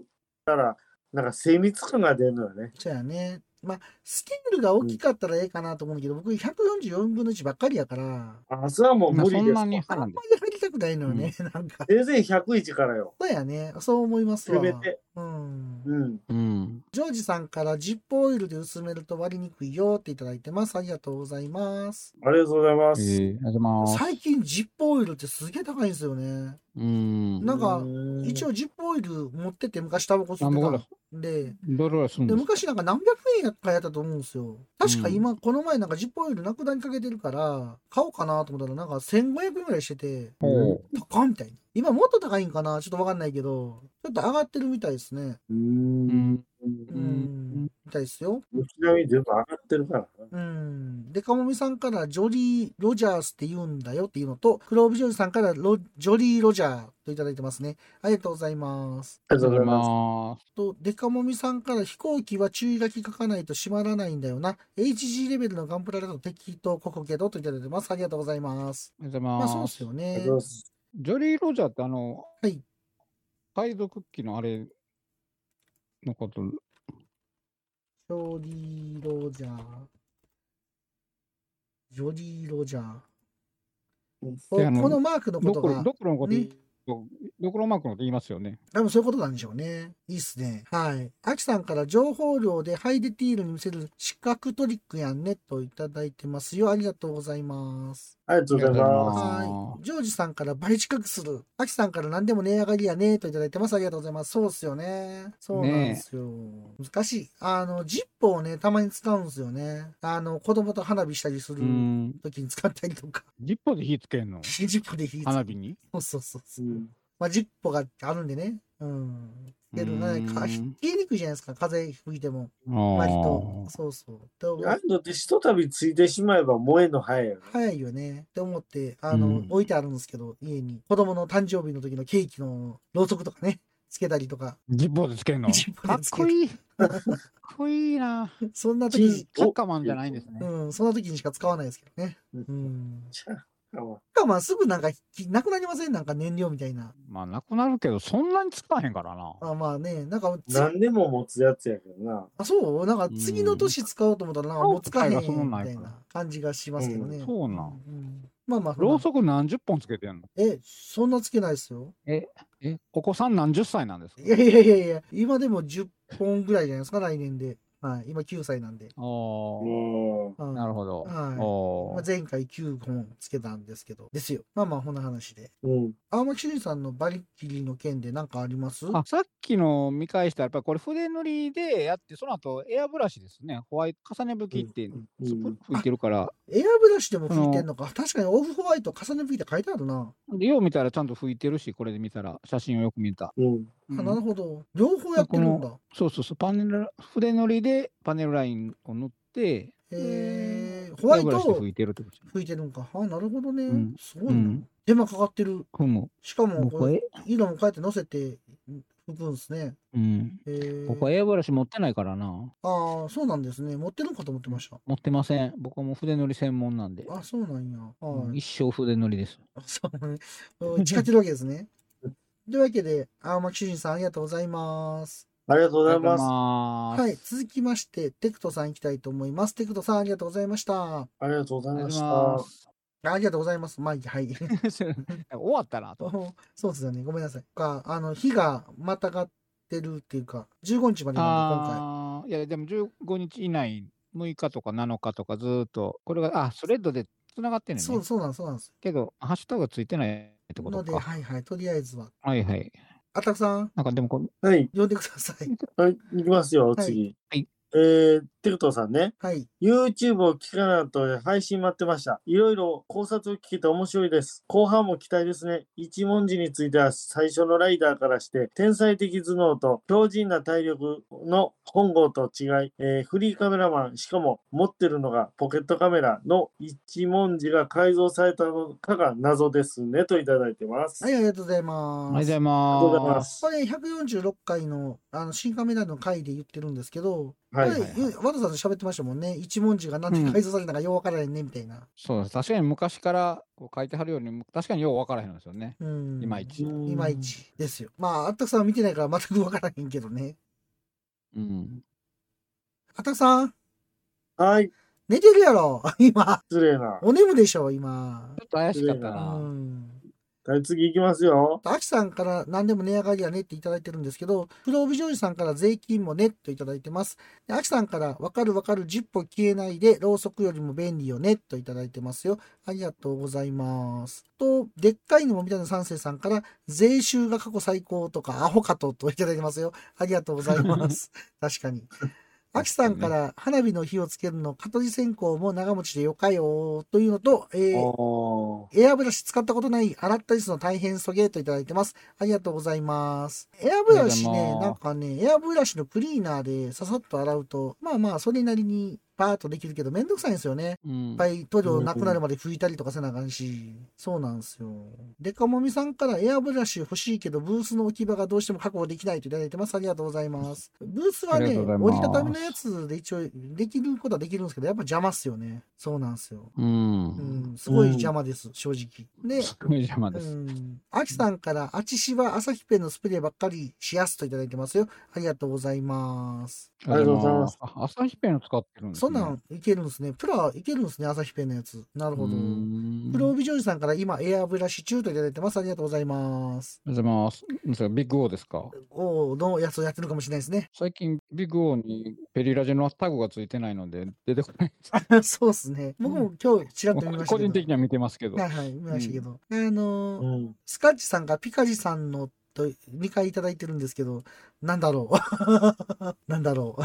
Speaker 2: たら、なんか精密感が出るのよね。
Speaker 1: そうやね。まあ、スケールが大きかったらええかなと思うけど、僕144分の1ばっかりやから、
Speaker 2: あ、それはもう無理
Speaker 3: そ
Speaker 2: で
Speaker 3: ん
Speaker 2: す
Speaker 3: な
Speaker 2: わ。
Speaker 1: あ
Speaker 3: に
Speaker 1: ん
Speaker 3: な
Speaker 1: ま
Speaker 3: ん
Speaker 1: り
Speaker 3: で
Speaker 1: 入りたくないのよね、なんか。
Speaker 2: 全然101からよ。
Speaker 1: そうやね。そう思います
Speaker 2: せ
Speaker 1: わ。
Speaker 2: めて。
Speaker 1: うん。
Speaker 2: うん。
Speaker 3: うん。
Speaker 1: ジョージさんからジップオイルで薄めると割りにくいよっていただいてます。ありがとうございます。
Speaker 2: ありがとうございま
Speaker 3: え
Speaker 2: す。
Speaker 3: ー、ありがとうございます。
Speaker 1: 最近ジップオイルってすげえ高いんですよね。
Speaker 3: うん。
Speaker 1: なんか、一
Speaker 2: 応、
Speaker 1: 応ジップオイル持ってて昔タバコ吸
Speaker 3: なんぼぐら
Speaker 1: って
Speaker 3: い
Speaker 1: たんで、
Speaker 3: どれぐらいするん
Speaker 1: で
Speaker 3: ですか
Speaker 1: 昔なんか何百円やったかやったと思うんですよ。確か今、この前なんかジップオイルなくなりかけてるから、買おうかなと思ったらなんか1500円ぐらいしてて、
Speaker 3: ほう
Speaker 1: 高っみたいな。今もっと高いんかなちょっとわかんないけど、ちょっと上がってるみたいですね。
Speaker 2: う。
Speaker 3: うんん。
Speaker 1: うん、みたいですよ。
Speaker 2: うちなみに全部上がってるからな。
Speaker 1: うん。で、かもみさんからジョリー・ロジャースって言うんだよっていうのと、黒帯ジョージさんからロジョリー・ロジャーといただいてますね。ありがとうございます。
Speaker 2: ありが
Speaker 3: あり
Speaker 2: と
Speaker 3: が
Speaker 2: う
Speaker 3: と
Speaker 2: ござ
Speaker 3: うご
Speaker 2: い
Speaker 3: ざい
Speaker 2: ます。
Speaker 3: ます。
Speaker 1: と、デカモミさんから飛行機は注意書き書かないと閉まらないんだよな。HG レベルのガンプラだと適当ここけどといただいてます。ありがとうございます。
Speaker 3: ありがとう
Speaker 1: ま
Speaker 3: ご
Speaker 1: あ
Speaker 3: ざい
Speaker 1: そう
Speaker 3: ま
Speaker 1: ですす。よね
Speaker 2: ありがとう。ございます。
Speaker 3: ジョリー・ロジャーってあの、
Speaker 1: はい。
Speaker 3: 海賊機のあれのこと、
Speaker 1: ジョリー・ロジャー。ジョリー・ロジャー。こ
Speaker 3: であの
Speaker 1: このマークのこ
Speaker 3: ド
Speaker 1: と
Speaker 3: クロ、
Speaker 1: が、
Speaker 3: ドクロのこと、
Speaker 1: ね
Speaker 3: ドクロマークのこと言いますよね。
Speaker 1: 多分そういうことなんでしょうね。いいっすね。はい。アキさんから情報量でハイデティールに見せる視覚トリックやんねといただいてますよ。ありがとうございます。
Speaker 2: ありがとうございます。
Speaker 3: あ
Speaker 1: はい。ジョージさんから倍近くする。アキさんから何でも値上がりやねといただいてます。ありがとうございます。そうっすよね。そうなんですよ。難しい。あの、ジッポーをね、たまに使うんですよね。あの、子供と花火したりす
Speaker 3: う
Speaker 1: る
Speaker 3: ん。
Speaker 1: 時に使ったりとか。 *laughs*
Speaker 3: ジッポーで火つけんの
Speaker 1: ジッポーで火つ
Speaker 3: 花火に
Speaker 1: そうそうそうそうう。
Speaker 2: ん
Speaker 1: まあ、ジッポーがあるんでね。うん。けど
Speaker 3: う
Speaker 1: ね、
Speaker 3: ん
Speaker 1: か消えにくいじゃないですか。風吹いても。
Speaker 3: あ
Speaker 1: 割
Speaker 3: ー
Speaker 1: と。そうそう。と
Speaker 2: ああいうのってひとたびついてしまえば燃えんの早いよね。
Speaker 1: 早いよねって思って、あの、
Speaker 3: うん
Speaker 1: 置いてあるんですけど、家に。子供の誕生日の時のケーキのろうそくとかね、つけたりとか。
Speaker 3: ジッポーでつけんの
Speaker 1: ジッポー
Speaker 3: かっ
Speaker 1: でつける
Speaker 3: こいい。かっこいい
Speaker 1: *laughs*
Speaker 3: な。
Speaker 1: そんな時
Speaker 2: チ
Speaker 1: に、
Speaker 3: カッカマンじゃないんですね。
Speaker 1: うん、そんな時にしか使わないですけどね。
Speaker 2: う
Speaker 1: うんん。
Speaker 2: ちゃうかも
Speaker 1: しかもまあすぐなんか、きなくなりませんなんか燃料みたいな。
Speaker 3: まあ、なくなるけど、そんなに使わへんからな。
Speaker 1: あまあね、なんか、つ
Speaker 2: 何でも持つやつやけどな。
Speaker 1: あそうなんか次の年使おうと思ったら、なんかもう使えへんみたいな感じがしますけどね。
Speaker 3: そ
Speaker 1: う
Speaker 3: うなん。
Speaker 1: んまあまあ、
Speaker 3: ろうそく何十本つけてんの
Speaker 1: え、そんなつけないですよ。
Speaker 3: え、お子さん何十歳なんですか
Speaker 1: いやいやいやいや、今でも10本ぐらいじゃないですか、来年で。はい、今9歳なんで。
Speaker 3: お
Speaker 2: お
Speaker 1: うん
Speaker 3: お、なるほど。
Speaker 1: はい
Speaker 3: お
Speaker 1: まあ、前回9本つけたんですけど、ですよ。まあまあ、こんな話で。
Speaker 2: うん。
Speaker 1: 青巻主人さんのバリキリの件で何かあります
Speaker 3: あさっきの見返したら、やっぱりこれ筆塗りでやって、その後エアブラシですね。ホワイト、重ね拭きって、
Speaker 2: うん
Speaker 3: スプ拭いてるから、
Speaker 1: エアブラシでも拭いてんのか。確かにオフホワイト重ね拭いて書いてあるな。
Speaker 3: でよう見たらちゃんと拭いてるし、これで見たら、写真をよく見た。
Speaker 2: うん。
Speaker 3: うん
Speaker 1: あなるほど。両方やってるんだ。
Speaker 3: そうそうそう、パネル、筆塗りでパネルラインを塗って、
Speaker 1: えー、ホ
Speaker 3: ホ
Speaker 1: ワイ
Speaker 3: ブ
Speaker 1: ト
Speaker 3: ラシで
Speaker 1: を
Speaker 3: 拭いてるってことですね。
Speaker 1: 拭いてるんか。あ、なるほどね。
Speaker 3: うん
Speaker 1: すごいな。
Speaker 3: うん
Speaker 1: 手間かかってる。
Speaker 3: ふむ。
Speaker 1: しかも、
Speaker 3: 僕
Speaker 1: こ
Speaker 3: は
Speaker 1: れ
Speaker 3: え、
Speaker 1: 色もこうやって乗せて拭くんですね。
Speaker 3: うん。
Speaker 1: えー、
Speaker 3: 僕はエアブラシ持ってないからな。
Speaker 1: ああ、そうなんですね。持ってるのかと思ってました。
Speaker 3: 持ってません。僕はもう筆塗り専門なんで。
Speaker 1: あ、そうなんや。はい。
Speaker 3: うん一生筆塗りです。
Speaker 1: *laughs* そうね。うん誓ってるわけですね。というわけで、青巻主人さんありがとうございます。
Speaker 2: ありがとうござい
Speaker 3: ありがとうご
Speaker 2: ます。
Speaker 3: ざいます
Speaker 1: はい、続きまして、テクトさん行きたいと思います。テクトさんありがとうございました。あ
Speaker 2: ありがとうござい
Speaker 3: ありが
Speaker 2: ま
Speaker 3: とうご
Speaker 2: し
Speaker 3: ざい
Speaker 2: た
Speaker 3: ま。
Speaker 1: りがとうございます。まあいいや、はい。 *laughs*
Speaker 3: す。 *laughs* 終わったなと。
Speaker 1: そうですよね。ごめんなさい。か、あの、日がまたがってるっていうか、15日までなんで、
Speaker 3: ああ、いや、でも15日以内、6日とか7日とかずーっと、これが、あ、スレッドでつながって
Speaker 1: 今
Speaker 3: る
Speaker 1: 回。そ
Speaker 3: ね。
Speaker 1: う、そうなんです、そうなんです。
Speaker 3: けど、ハッシュタグがついてないってこ
Speaker 1: の
Speaker 3: と
Speaker 1: で、
Speaker 3: か。
Speaker 1: はいはい、とりあえずは。
Speaker 3: はいはい。
Speaker 1: あたくさん、
Speaker 3: なんかでもこれ、
Speaker 2: はい。
Speaker 1: 呼んでくださ
Speaker 3: *laughs*
Speaker 1: い。
Speaker 2: はい。いきますよ、
Speaker 1: はい
Speaker 2: 次。
Speaker 3: はい
Speaker 2: えー、テクトーさんね。
Speaker 1: はい。
Speaker 2: YouTube を聞かないと配信待ってました。いろいろ考察を聞けて面白いです。後半も期待ですね。一文字については最初のライダーからして、天才的頭脳と強靭な体力の本郷と違い、えーフリーカメラマン、しかも持ってるのがポケットカメラの一文字が改造されたのかが謎ですね、といただいてます。
Speaker 1: はい、
Speaker 2: あり
Speaker 1: ありがとうございま
Speaker 3: ありがとうご
Speaker 1: す
Speaker 3: ざ。
Speaker 2: が
Speaker 3: い
Speaker 2: とうござい
Speaker 3: ま。
Speaker 2: ますす
Speaker 1: こ。れ146回のあの新仮面ライダーの回で言ってるんですけど、
Speaker 2: はい。
Speaker 1: これゆ和田さんと喋ってましたもんね。一文字がなんで改造されたかようわからへんね、みたいな。
Speaker 3: そうです。確かに昔からこう書いてはるように、確かによう分からへんのですよね。
Speaker 1: うん。
Speaker 3: いまいち。
Speaker 1: いまいちですよ。まあ、あったくさんは見てないから全くわからへんけどね。
Speaker 3: うん。
Speaker 1: あったくさん、
Speaker 2: はい。
Speaker 1: 寝てるやろ、今。
Speaker 2: 失礼な。
Speaker 1: お眠でしょ、今
Speaker 3: ちょ。っと怪しかった
Speaker 1: う
Speaker 3: な。
Speaker 1: ん。
Speaker 2: はい、次行きますよ。
Speaker 1: あきさんから何でも値上がりやねっていただいてるんですけど、黒帯ジョージさんから税金もねといただいてます。であきさんからわかるわかる10歩消えないで、ろうそくよりも便利よねといただいてますよ。ありがとうございます。と、でっかいのもみたいな三世さんから、税収が過去最高とか、アホかとといただいてますよ。ありがとうござい *laughs* ます。確かに。あきさんから花火の火をつけるの、蚊取り線香も長持ちでよかよというのと、えー、
Speaker 2: おー
Speaker 1: エアブラシ使ったことない洗ったりするの大変そげーといただいてます。ありがとうございます。エアブラシ
Speaker 3: あり
Speaker 1: ね、
Speaker 3: が
Speaker 1: なん
Speaker 3: と
Speaker 1: かね、エアブラシのクリーナーでささっと洗うと、まあまあ、それなりにパーッとできるけど、めんどくさいんですよね。
Speaker 3: うん
Speaker 1: いっぱい塗料なくなるまで拭いたりとかせなあかんし、そうなんですよ。デカモミさんからエアブラシ欲しいけど、ブースの置き場がどうしても確保できないといただいてます。ありがとうございます。ブースは
Speaker 3: あり
Speaker 1: ね、
Speaker 3: がとうござ
Speaker 1: 折
Speaker 3: い
Speaker 1: り
Speaker 3: ます
Speaker 1: たたみのやつで一応できることはできるんですけど、やっぱ邪魔っすよね。そうなんですよ。
Speaker 3: うん。
Speaker 1: うん、すごい邪魔です、正直。で、
Speaker 3: すごい邪魔
Speaker 1: う
Speaker 3: です。
Speaker 1: ん。アキさんから、アチシバ朝日ペンのスプレーばっかりしやすといただいてますよ。ありがとうございます。
Speaker 3: あ
Speaker 2: りがとうございます。
Speaker 3: あ、朝日ペンを使ってるんです、ね。
Speaker 1: そんなんいけるんですね。プラいけるんですね、朝日ペンのやつ。なるほど。
Speaker 3: うん
Speaker 1: 黒帯ジョージさんから今エアブラシ中といただいてます。ありがとうございます。
Speaker 3: ありがとうございます。なんですかビッグオーですか
Speaker 1: おーのやつをやってるかもしれないですね。 *laughs*
Speaker 3: 最近ビッグオーにペリラジェのタグがついてないので出てこないです。
Speaker 1: そうですね。僕も今日ちらっと見ましたけど。
Speaker 3: 個人的には見てますけど。
Speaker 1: はいはい、見ましたけど。あのー
Speaker 2: うん。
Speaker 1: スカッチさんがピカジさんのと2回いただいてるんですけど、なんだろう。 *laughs* なんだろ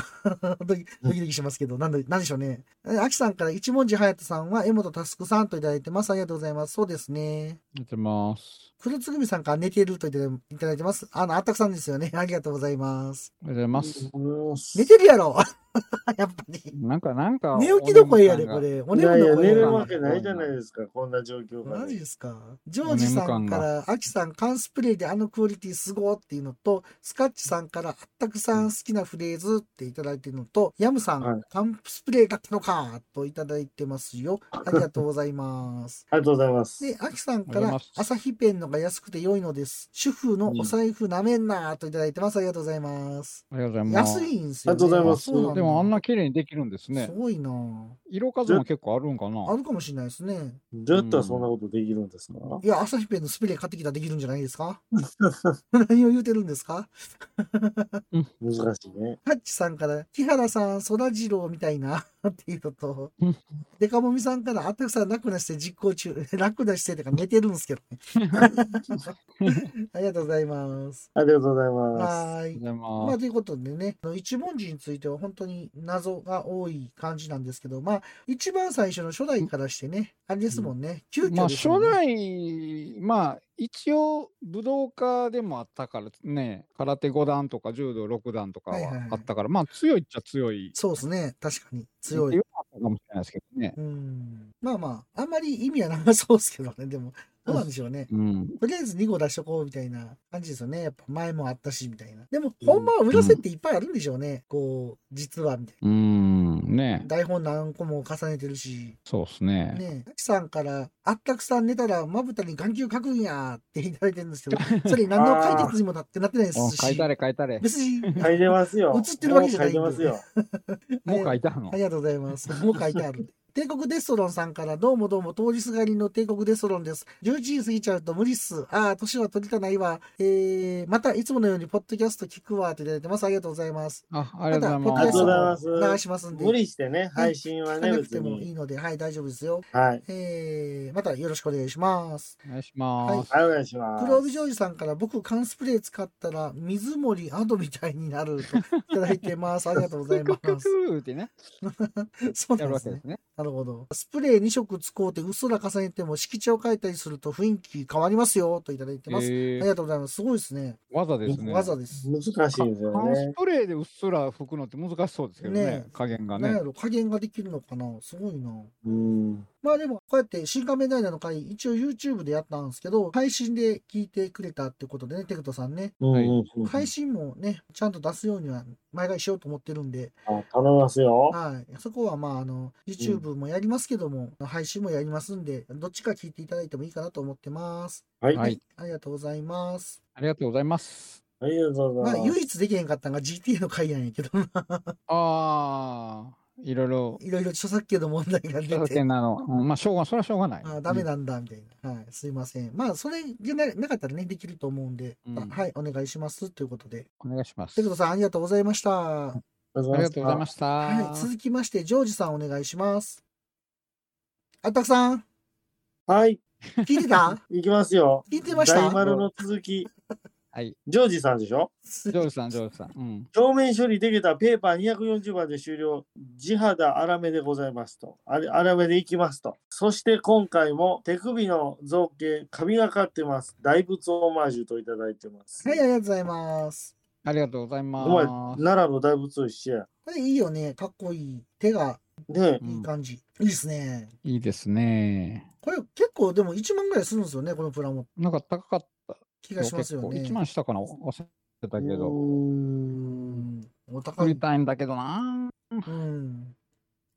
Speaker 1: う。 *laughs* ドキドキドキしますけど、なんだなんでしょうね。えアキさんから一文字隼人さんは江本タスクさんといただいてます。ありがとうございます。そうですね。
Speaker 3: ありがとうございます。
Speaker 1: 黒つぐみさんから寝てるといただいてます。あの、あったくさんですよね。ありがとうございます。
Speaker 3: ありがとうございます。
Speaker 1: 寝てるやろ *laughs* やっぱり。
Speaker 3: なんか、なんか。
Speaker 1: 寝起きの声やで、
Speaker 3: お
Speaker 1: こ
Speaker 3: 眠感
Speaker 1: れ。お眠
Speaker 2: いや
Speaker 3: が。
Speaker 2: いや、
Speaker 1: の
Speaker 2: 寝
Speaker 1: 声
Speaker 2: る
Speaker 1: や
Speaker 2: わけないじゃないですか、こんな状況が
Speaker 1: マジですか。ジョージさんから、アキさん、缶スプレーであのクオリティすごーっていうのと、スカッチさんから、あったくさん好きなフレーズっていただいてるのと、ヤムさん、
Speaker 2: はい
Speaker 1: 缶スプレーだったのかーといただいてますよ。ありがとうござい
Speaker 3: *laughs*
Speaker 1: ます。
Speaker 2: ありがとうございます。
Speaker 1: で、アキさんか
Speaker 3: あり
Speaker 1: ら
Speaker 3: がとうございます、
Speaker 1: 朝日ペンのが安くて良いのです。主婦のお財布なめんなーといただいてます。ありがとうございます。
Speaker 3: ありがとうございます。
Speaker 1: 安いんです
Speaker 2: あ
Speaker 1: よ、
Speaker 2: りがとうございます
Speaker 1: そうなん
Speaker 3: ででもあんな綺麗にできるんです
Speaker 1: す
Speaker 3: ね。
Speaker 1: ごいな
Speaker 3: 色数も結構あるんか
Speaker 1: あ
Speaker 3: な。
Speaker 1: るかもしれないですね。
Speaker 2: どうやったらそんなことできるんですか、
Speaker 1: いや、朝日ペンのスプレー買ってきたらできるんじゃないですか何を言うてるんですか
Speaker 2: 難しいね。
Speaker 1: ハッチさんから、木原さん、そらジローみたいな *laughs* っていうのと
Speaker 3: うん、
Speaker 1: デカモミさんから、あたくさん楽な姿勢実行中、 *laughs* 楽な姿勢とか寝てるんですけどね。ありがとうございます。
Speaker 2: ありがとうございます。
Speaker 1: はーい。
Speaker 3: でも
Speaker 1: まあ、ということでね、あの一文字については本当に謎が多い感じなんですけど、まあ、一番最初の初代からしてね、あれですもんね、急
Speaker 3: ま
Speaker 1: 遽
Speaker 3: あ、
Speaker 1: です
Speaker 3: 初
Speaker 1: もんね。
Speaker 3: 代、まあ、一応、武道家でもあったからね、空手5段とか柔道6段とか
Speaker 1: はいはいは
Speaker 3: はいあったから、まあ、強いっちゃ強い。
Speaker 1: そうですね、確かに、強い。
Speaker 3: かもしれないですけどね。
Speaker 1: うん。まあまあ、あんまり意味はなさそうですけどね、でも、どうなんでしょうね。
Speaker 3: うん。
Speaker 1: とりあえず2号出しとこうみたいな感じですよね。やっぱ前もあったし、みたいな。でも、ほんまは裏せっていっぱいあるんでしょうね。こう、実は、みたい
Speaker 3: うん、ね
Speaker 1: な。台本何個も重ねてるし。
Speaker 3: そうですね。
Speaker 1: ねえ、滝さんから、あったくさん寝たらまぶたに眼球描くんやーっていただいてるんですけど、それ何の解決にもなってなってないです
Speaker 3: お
Speaker 1: し。
Speaker 3: 書いたれ、書いたれ。
Speaker 1: 別に、
Speaker 2: 書いてますよ。
Speaker 1: 映ってるわけじゃないんで
Speaker 2: もう書いてますよ。
Speaker 3: もう書いたの
Speaker 1: あ。りがとうございます。もう書いてあ *laughs* る。帝国デストロンさんから、どうもどうも、通りすがりの帝国デストロンです。11時過ぎちゃうと無理っす。ああ、年は取りたないわ。えー、またいつものようにポッドキャスト聞くわ、といただいてます。ありがとうございます。
Speaker 3: あ、ありがとうご
Speaker 1: また
Speaker 3: ざ
Speaker 2: あ
Speaker 3: い
Speaker 2: り
Speaker 1: ポッド
Speaker 2: が
Speaker 1: キャストも
Speaker 2: とうござい
Speaker 3: ま。
Speaker 1: 流
Speaker 2: ますす。
Speaker 1: しますんで。
Speaker 2: 無理してね、配信は
Speaker 1: 聞
Speaker 2: ね、
Speaker 1: かなく
Speaker 2: 別
Speaker 1: てもい
Speaker 2: に。
Speaker 1: いので、はい、大丈夫ですよ。
Speaker 2: はい。
Speaker 1: えー、またよろしくお願いします。
Speaker 3: お願いします。
Speaker 2: はい、お願いします。
Speaker 1: 黒帯ジョージさんから僕缶スプレー使ったら水森アドみたいになるといただいてます。ありがとうございま
Speaker 3: ククク
Speaker 1: す。 *laughs*
Speaker 3: クってね、
Speaker 1: そうな
Speaker 3: や
Speaker 1: んで
Speaker 3: るわ
Speaker 1: す
Speaker 3: け
Speaker 1: ね
Speaker 3: です。ね。
Speaker 1: なるほど。スプレー2色使うてうっすら重ねても敷地を変えたりすると雰囲気変わりますよといただいてます。
Speaker 3: え
Speaker 1: あり
Speaker 3: ー
Speaker 1: がとうございます。すごいですね。
Speaker 3: 技ですね。
Speaker 1: 技です。
Speaker 2: 難しいですよ
Speaker 3: 缶ス
Speaker 2: ね。
Speaker 3: プレーでうっすら拭くのって難しそうですけどね、
Speaker 1: ね
Speaker 3: 加減が
Speaker 1: なんや
Speaker 3: ね。
Speaker 1: ろ、加減ができるのかなすごいな。
Speaker 2: うん。
Speaker 1: まあでも、こうやって新仮面ライダーの回、一応 YouTube でやったんですけど、配信で聞いてくれたってことでね、テクトさんね。
Speaker 2: うんうんうん
Speaker 1: 配信もね、ちゃんと出すようには毎回しようと思ってるんで、
Speaker 2: あ頼みますよ。
Speaker 1: はい、そこはまああの YouTube もやりますけども、配信もやりますんで、どっちか聞いていただいてもいいかなと思ってます。
Speaker 2: はい。
Speaker 3: はい
Speaker 1: ありがとうございます。
Speaker 3: ありがとうございます。
Speaker 2: ありがとうご
Speaker 1: まあ
Speaker 2: ざいます。
Speaker 1: 唯一できへんかったのが GTA の回やんやけど、
Speaker 3: ああ、いろいろ、
Speaker 1: *laughs* いろいろ著作権の問題が出
Speaker 3: 著作
Speaker 1: て
Speaker 3: 権、なの。うんまあ、しょうが、それはしょうがない。
Speaker 1: あダメなんだみたいな。はい、すいません。まあそれじゃななかったらね、できると思うんで、
Speaker 3: うん
Speaker 1: あはい、お願いしますということで。
Speaker 3: うん。お願いします。
Speaker 1: テクトさんありがとうございました。
Speaker 2: あ
Speaker 3: ありがとうございま
Speaker 2: し
Speaker 3: した。
Speaker 1: はい、続きまして、ジョージさんお願いします。あったくさん、
Speaker 2: た。はい。
Speaker 1: 聞いて
Speaker 3: *laughs*
Speaker 1: た
Speaker 2: いきますよ。
Speaker 1: 聞いてました
Speaker 2: 大丸の続き。
Speaker 3: はい。
Speaker 2: ジョージさんでしょ
Speaker 3: ジョージさん、ジョージさん。うん。
Speaker 2: 表面処理できたペーパー240番で終了。地肌粗めでございますと。あれ粗めでいきますと。そして今回も手首の造形、髪がかってます。大仏オマージュといただいてます。
Speaker 1: はい、ありがとうございます。
Speaker 3: ありがとうござい
Speaker 2: お前、
Speaker 3: ます。
Speaker 2: 奈良の大仏と一緒や。
Speaker 1: これいいよね。かっこいい。手が
Speaker 2: ね
Speaker 3: う
Speaker 1: いい
Speaker 3: ん
Speaker 1: 感じ。いいですね。
Speaker 3: いいですね。
Speaker 1: これ結構でも1万ぐらいするんですよね、このプラモ。
Speaker 3: なんか高かった
Speaker 1: 気
Speaker 3: よ。
Speaker 1: がします
Speaker 3: 結
Speaker 1: よ
Speaker 3: 構。
Speaker 1: ね。
Speaker 3: 一万したかな忘れてた
Speaker 2: え。
Speaker 3: け
Speaker 2: う
Speaker 1: うー
Speaker 2: ー
Speaker 3: ど。
Speaker 2: ん
Speaker 1: ん。お高
Speaker 3: 作
Speaker 1: い
Speaker 3: り。たいんだけどな。
Speaker 1: うん。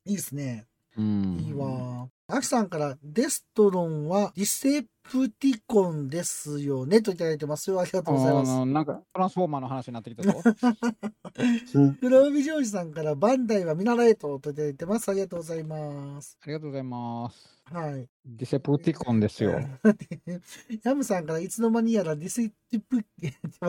Speaker 1: いいですね。
Speaker 3: うん。
Speaker 1: いいわ。アキさんから、デストロンはディセプティコンですよねといただいてますよ。ありがとうござい
Speaker 3: あ
Speaker 1: ます。
Speaker 3: のなんかトランスフォーマーの話になってきたぞ。
Speaker 1: 黒帯ジョージさんから、バンダイは見習えとといただいてます。ありがとうございます。
Speaker 3: ありがとうございます。
Speaker 1: はい。
Speaker 3: ディセプティコンですよ。
Speaker 1: *laughs* ヤムさんからいつの間にやらディセプティプ、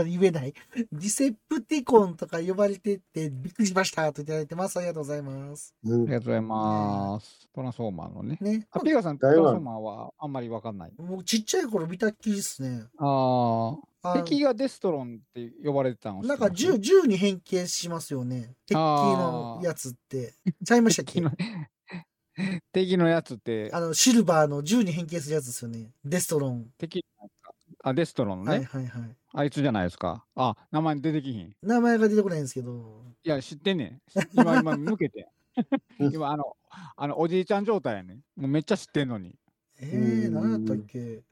Speaker 1: 言えない、ディセプティコンとか呼ばれてってびっくりしましたといただいてます。ありがとうございます。
Speaker 2: う
Speaker 3: あり
Speaker 2: ん
Speaker 3: がとうございます。トランスフォーマーのね。
Speaker 1: ね。
Speaker 3: あ、ピーガさん、ト
Speaker 2: だ
Speaker 3: ラ
Speaker 2: いぶ
Speaker 3: ンスフォーマーはあんまりわかんない。
Speaker 1: もうちっちゃい頃見たっきりですね。
Speaker 3: ああ、
Speaker 1: あ
Speaker 3: 敵がデストロンって呼ばれてたの。
Speaker 1: なんか銃、銃に変形しますよね。鉄器のやつって。ちゃいましたっけ
Speaker 3: 敵の敵のやつって
Speaker 1: あ、の、シルバーの銃に変形するやつですよね。デストロン。
Speaker 3: 敵じゃないですかあ、デストロンね、
Speaker 1: はいはいはい。
Speaker 3: あいつじゃないですか。あ、名前出てきひん。い
Speaker 1: 名前が出てこないんですけど。
Speaker 3: や、知ってんねん。今、今、向けて。今、あの、あの、おじいちゃん状態やねん。もうめっちゃ知ってんのに。
Speaker 1: え
Speaker 2: う
Speaker 1: ー、
Speaker 2: ん
Speaker 1: 何やったっけ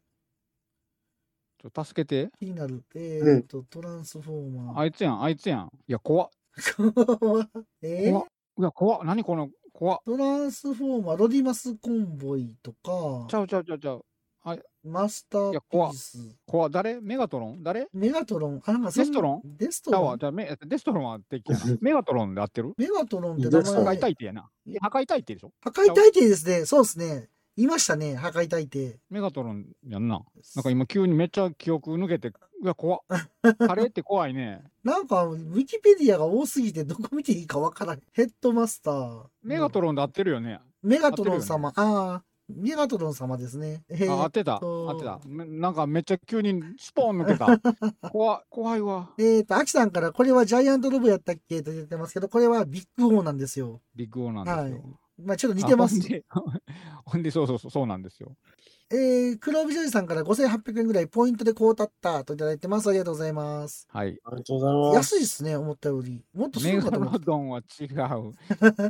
Speaker 3: ちょ助けて。
Speaker 1: 気になる。えーっと、トランスフォーマー。
Speaker 3: あいつやん、あいつやん。いや、怖っ。
Speaker 1: *laughs* えー
Speaker 3: 怖っ。いや、怖っ。何この、怖っ。
Speaker 1: トランスフォーマー、ロディマスコンボイとか
Speaker 3: ち、ゃうちゃうちゃうちゃう。あ
Speaker 1: マスターピース。
Speaker 3: こわ誰メガトロン誰
Speaker 1: メガトロン。あ、なんかそん
Speaker 3: デストロン
Speaker 1: デスト
Speaker 3: だ
Speaker 1: ロ
Speaker 3: わ
Speaker 1: ン。
Speaker 3: じゃあメデストロンは敵や
Speaker 1: *laughs*
Speaker 3: な。メガトロンで合ってる
Speaker 1: メガトロンって
Speaker 2: デ
Speaker 1: 名
Speaker 2: スト
Speaker 3: 破
Speaker 2: ロン
Speaker 1: 前
Speaker 3: 壊、大帝やな。いや破壊大帝でしょ
Speaker 1: 破壊大帝ですね。そうですね。いましたね。破壊大帝。
Speaker 3: メガトロンやんな。なんか今急にめっちゃ記憶抜けて、う
Speaker 1: *laughs*
Speaker 3: わ、怖っ。カレーって怖いね。
Speaker 1: なんか、ウィキペディアが多すぎて、どこ見ていいかわからん。ヘッドマスター。
Speaker 3: メガトロンで合ってるよね。
Speaker 1: メガトロン様。ああ、メガトロン様ですね。え
Speaker 3: あ、合
Speaker 1: ー
Speaker 3: っ、てた。
Speaker 1: そう
Speaker 3: 合ってた。めなんかめっちゃ急にスポーン抜け
Speaker 1: *laughs*
Speaker 3: た。怖い、怖いわ。
Speaker 1: えーと、アキさんから、これはジャイアントロブやったっけと言ってますけど、これはビッグオーなんですよ。
Speaker 3: ビッグオーなんですよ。
Speaker 1: まあ、ちょっと似てます
Speaker 3: あ。ほんで、 *laughs* ほんでそうそうそう、そうなんですよ。
Speaker 1: えー、黒帯ジョージさんから5800円ぐらいポイントでこうたったといただいてます。ありがとうございます。
Speaker 3: はい。
Speaker 2: ありがとうございます。
Speaker 1: 安いですね、思ったより。もっとす
Speaker 3: メ
Speaker 1: る
Speaker 3: ガ
Speaker 1: かと思
Speaker 3: ロ
Speaker 1: った。
Speaker 3: ドンは違う。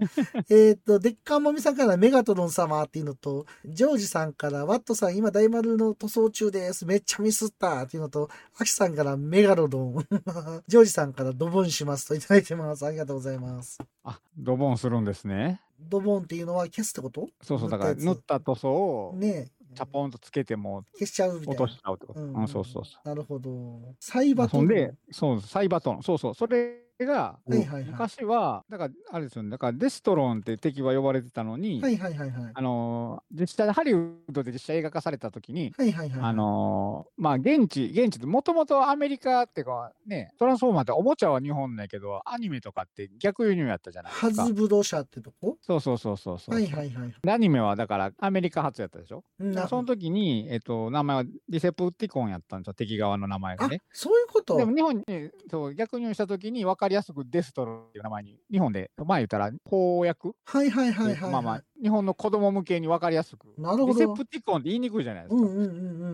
Speaker 1: えっと、デッカンモミさんからメガトロン様っていうのと、ジョージさんからワットさん今大丸の塗装中です。めっちゃミスったっていうのと、アキさんからメガロドン。 *laughs* ジョージさんからドボンしますといただいてます。ありがとうございます。
Speaker 3: あ、ドボンするんですね。
Speaker 1: ドボンっていうのは消すってこと
Speaker 3: そうそう、だから
Speaker 1: 塗
Speaker 3: 塗
Speaker 1: っ
Speaker 3: った塗装を
Speaker 1: ねえ。
Speaker 3: チャポンとつけても
Speaker 1: 消しちゃうみたい
Speaker 3: 落
Speaker 1: な。
Speaker 3: としちゃうってこと。
Speaker 1: うん
Speaker 3: うん、そうそうそ
Speaker 1: なるほど。サイバ
Speaker 3: う。
Speaker 1: ト
Speaker 3: そ
Speaker 1: ン。
Speaker 3: んで、そう、サイバトン。そうそう、それが、
Speaker 1: はいはいはい。は
Speaker 3: 昔は、だから、あれですよね、だからデストロンって敵は呼ばれてたのに、
Speaker 1: いはいはいはい。
Speaker 3: あのー、実際、ハリウッドで実写映画化されたときに、
Speaker 1: はいはいはい。
Speaker 3: あのーまあ、現地、現地で、もともとアメリカっていうか、ね、トランスフォーマーっておもちゃは日本なんやけど、アニメとかって逆輸入やったじゃない
Speaker 1: ハ
Speaker 3: ですか
Speaker 1: ズ。ブド社ってとこ
Speaker 3: そうそうそうそうそう。
Speaker 1: はいはいはい。
Speaker 3: でアニメはだからアメリカ発やったでしょ
Speaker 1: うん
Speaker 3: その時に、えっと、名前はディセプティコンやったんですよ、敵側の名前が
Speaker 1: あ
Speaker 3: ね。、
Speaker 1: そういうこと。
Speaker 3: でも日本に、えそう逆入した時に分かりやすくデストロンっていう名前に、日本で、前言ったら公約、
Speaker 1: はいはいはいはい。
Speaker 3: まあまあ、日本の子供向けに分かりやすく。
Speaker 1: なるほど
Speaker 3: ディセプティコンって言いにくいじゃないです
Speaker 1: う
Speaker 3: か。
Speaker 1: んうんうんう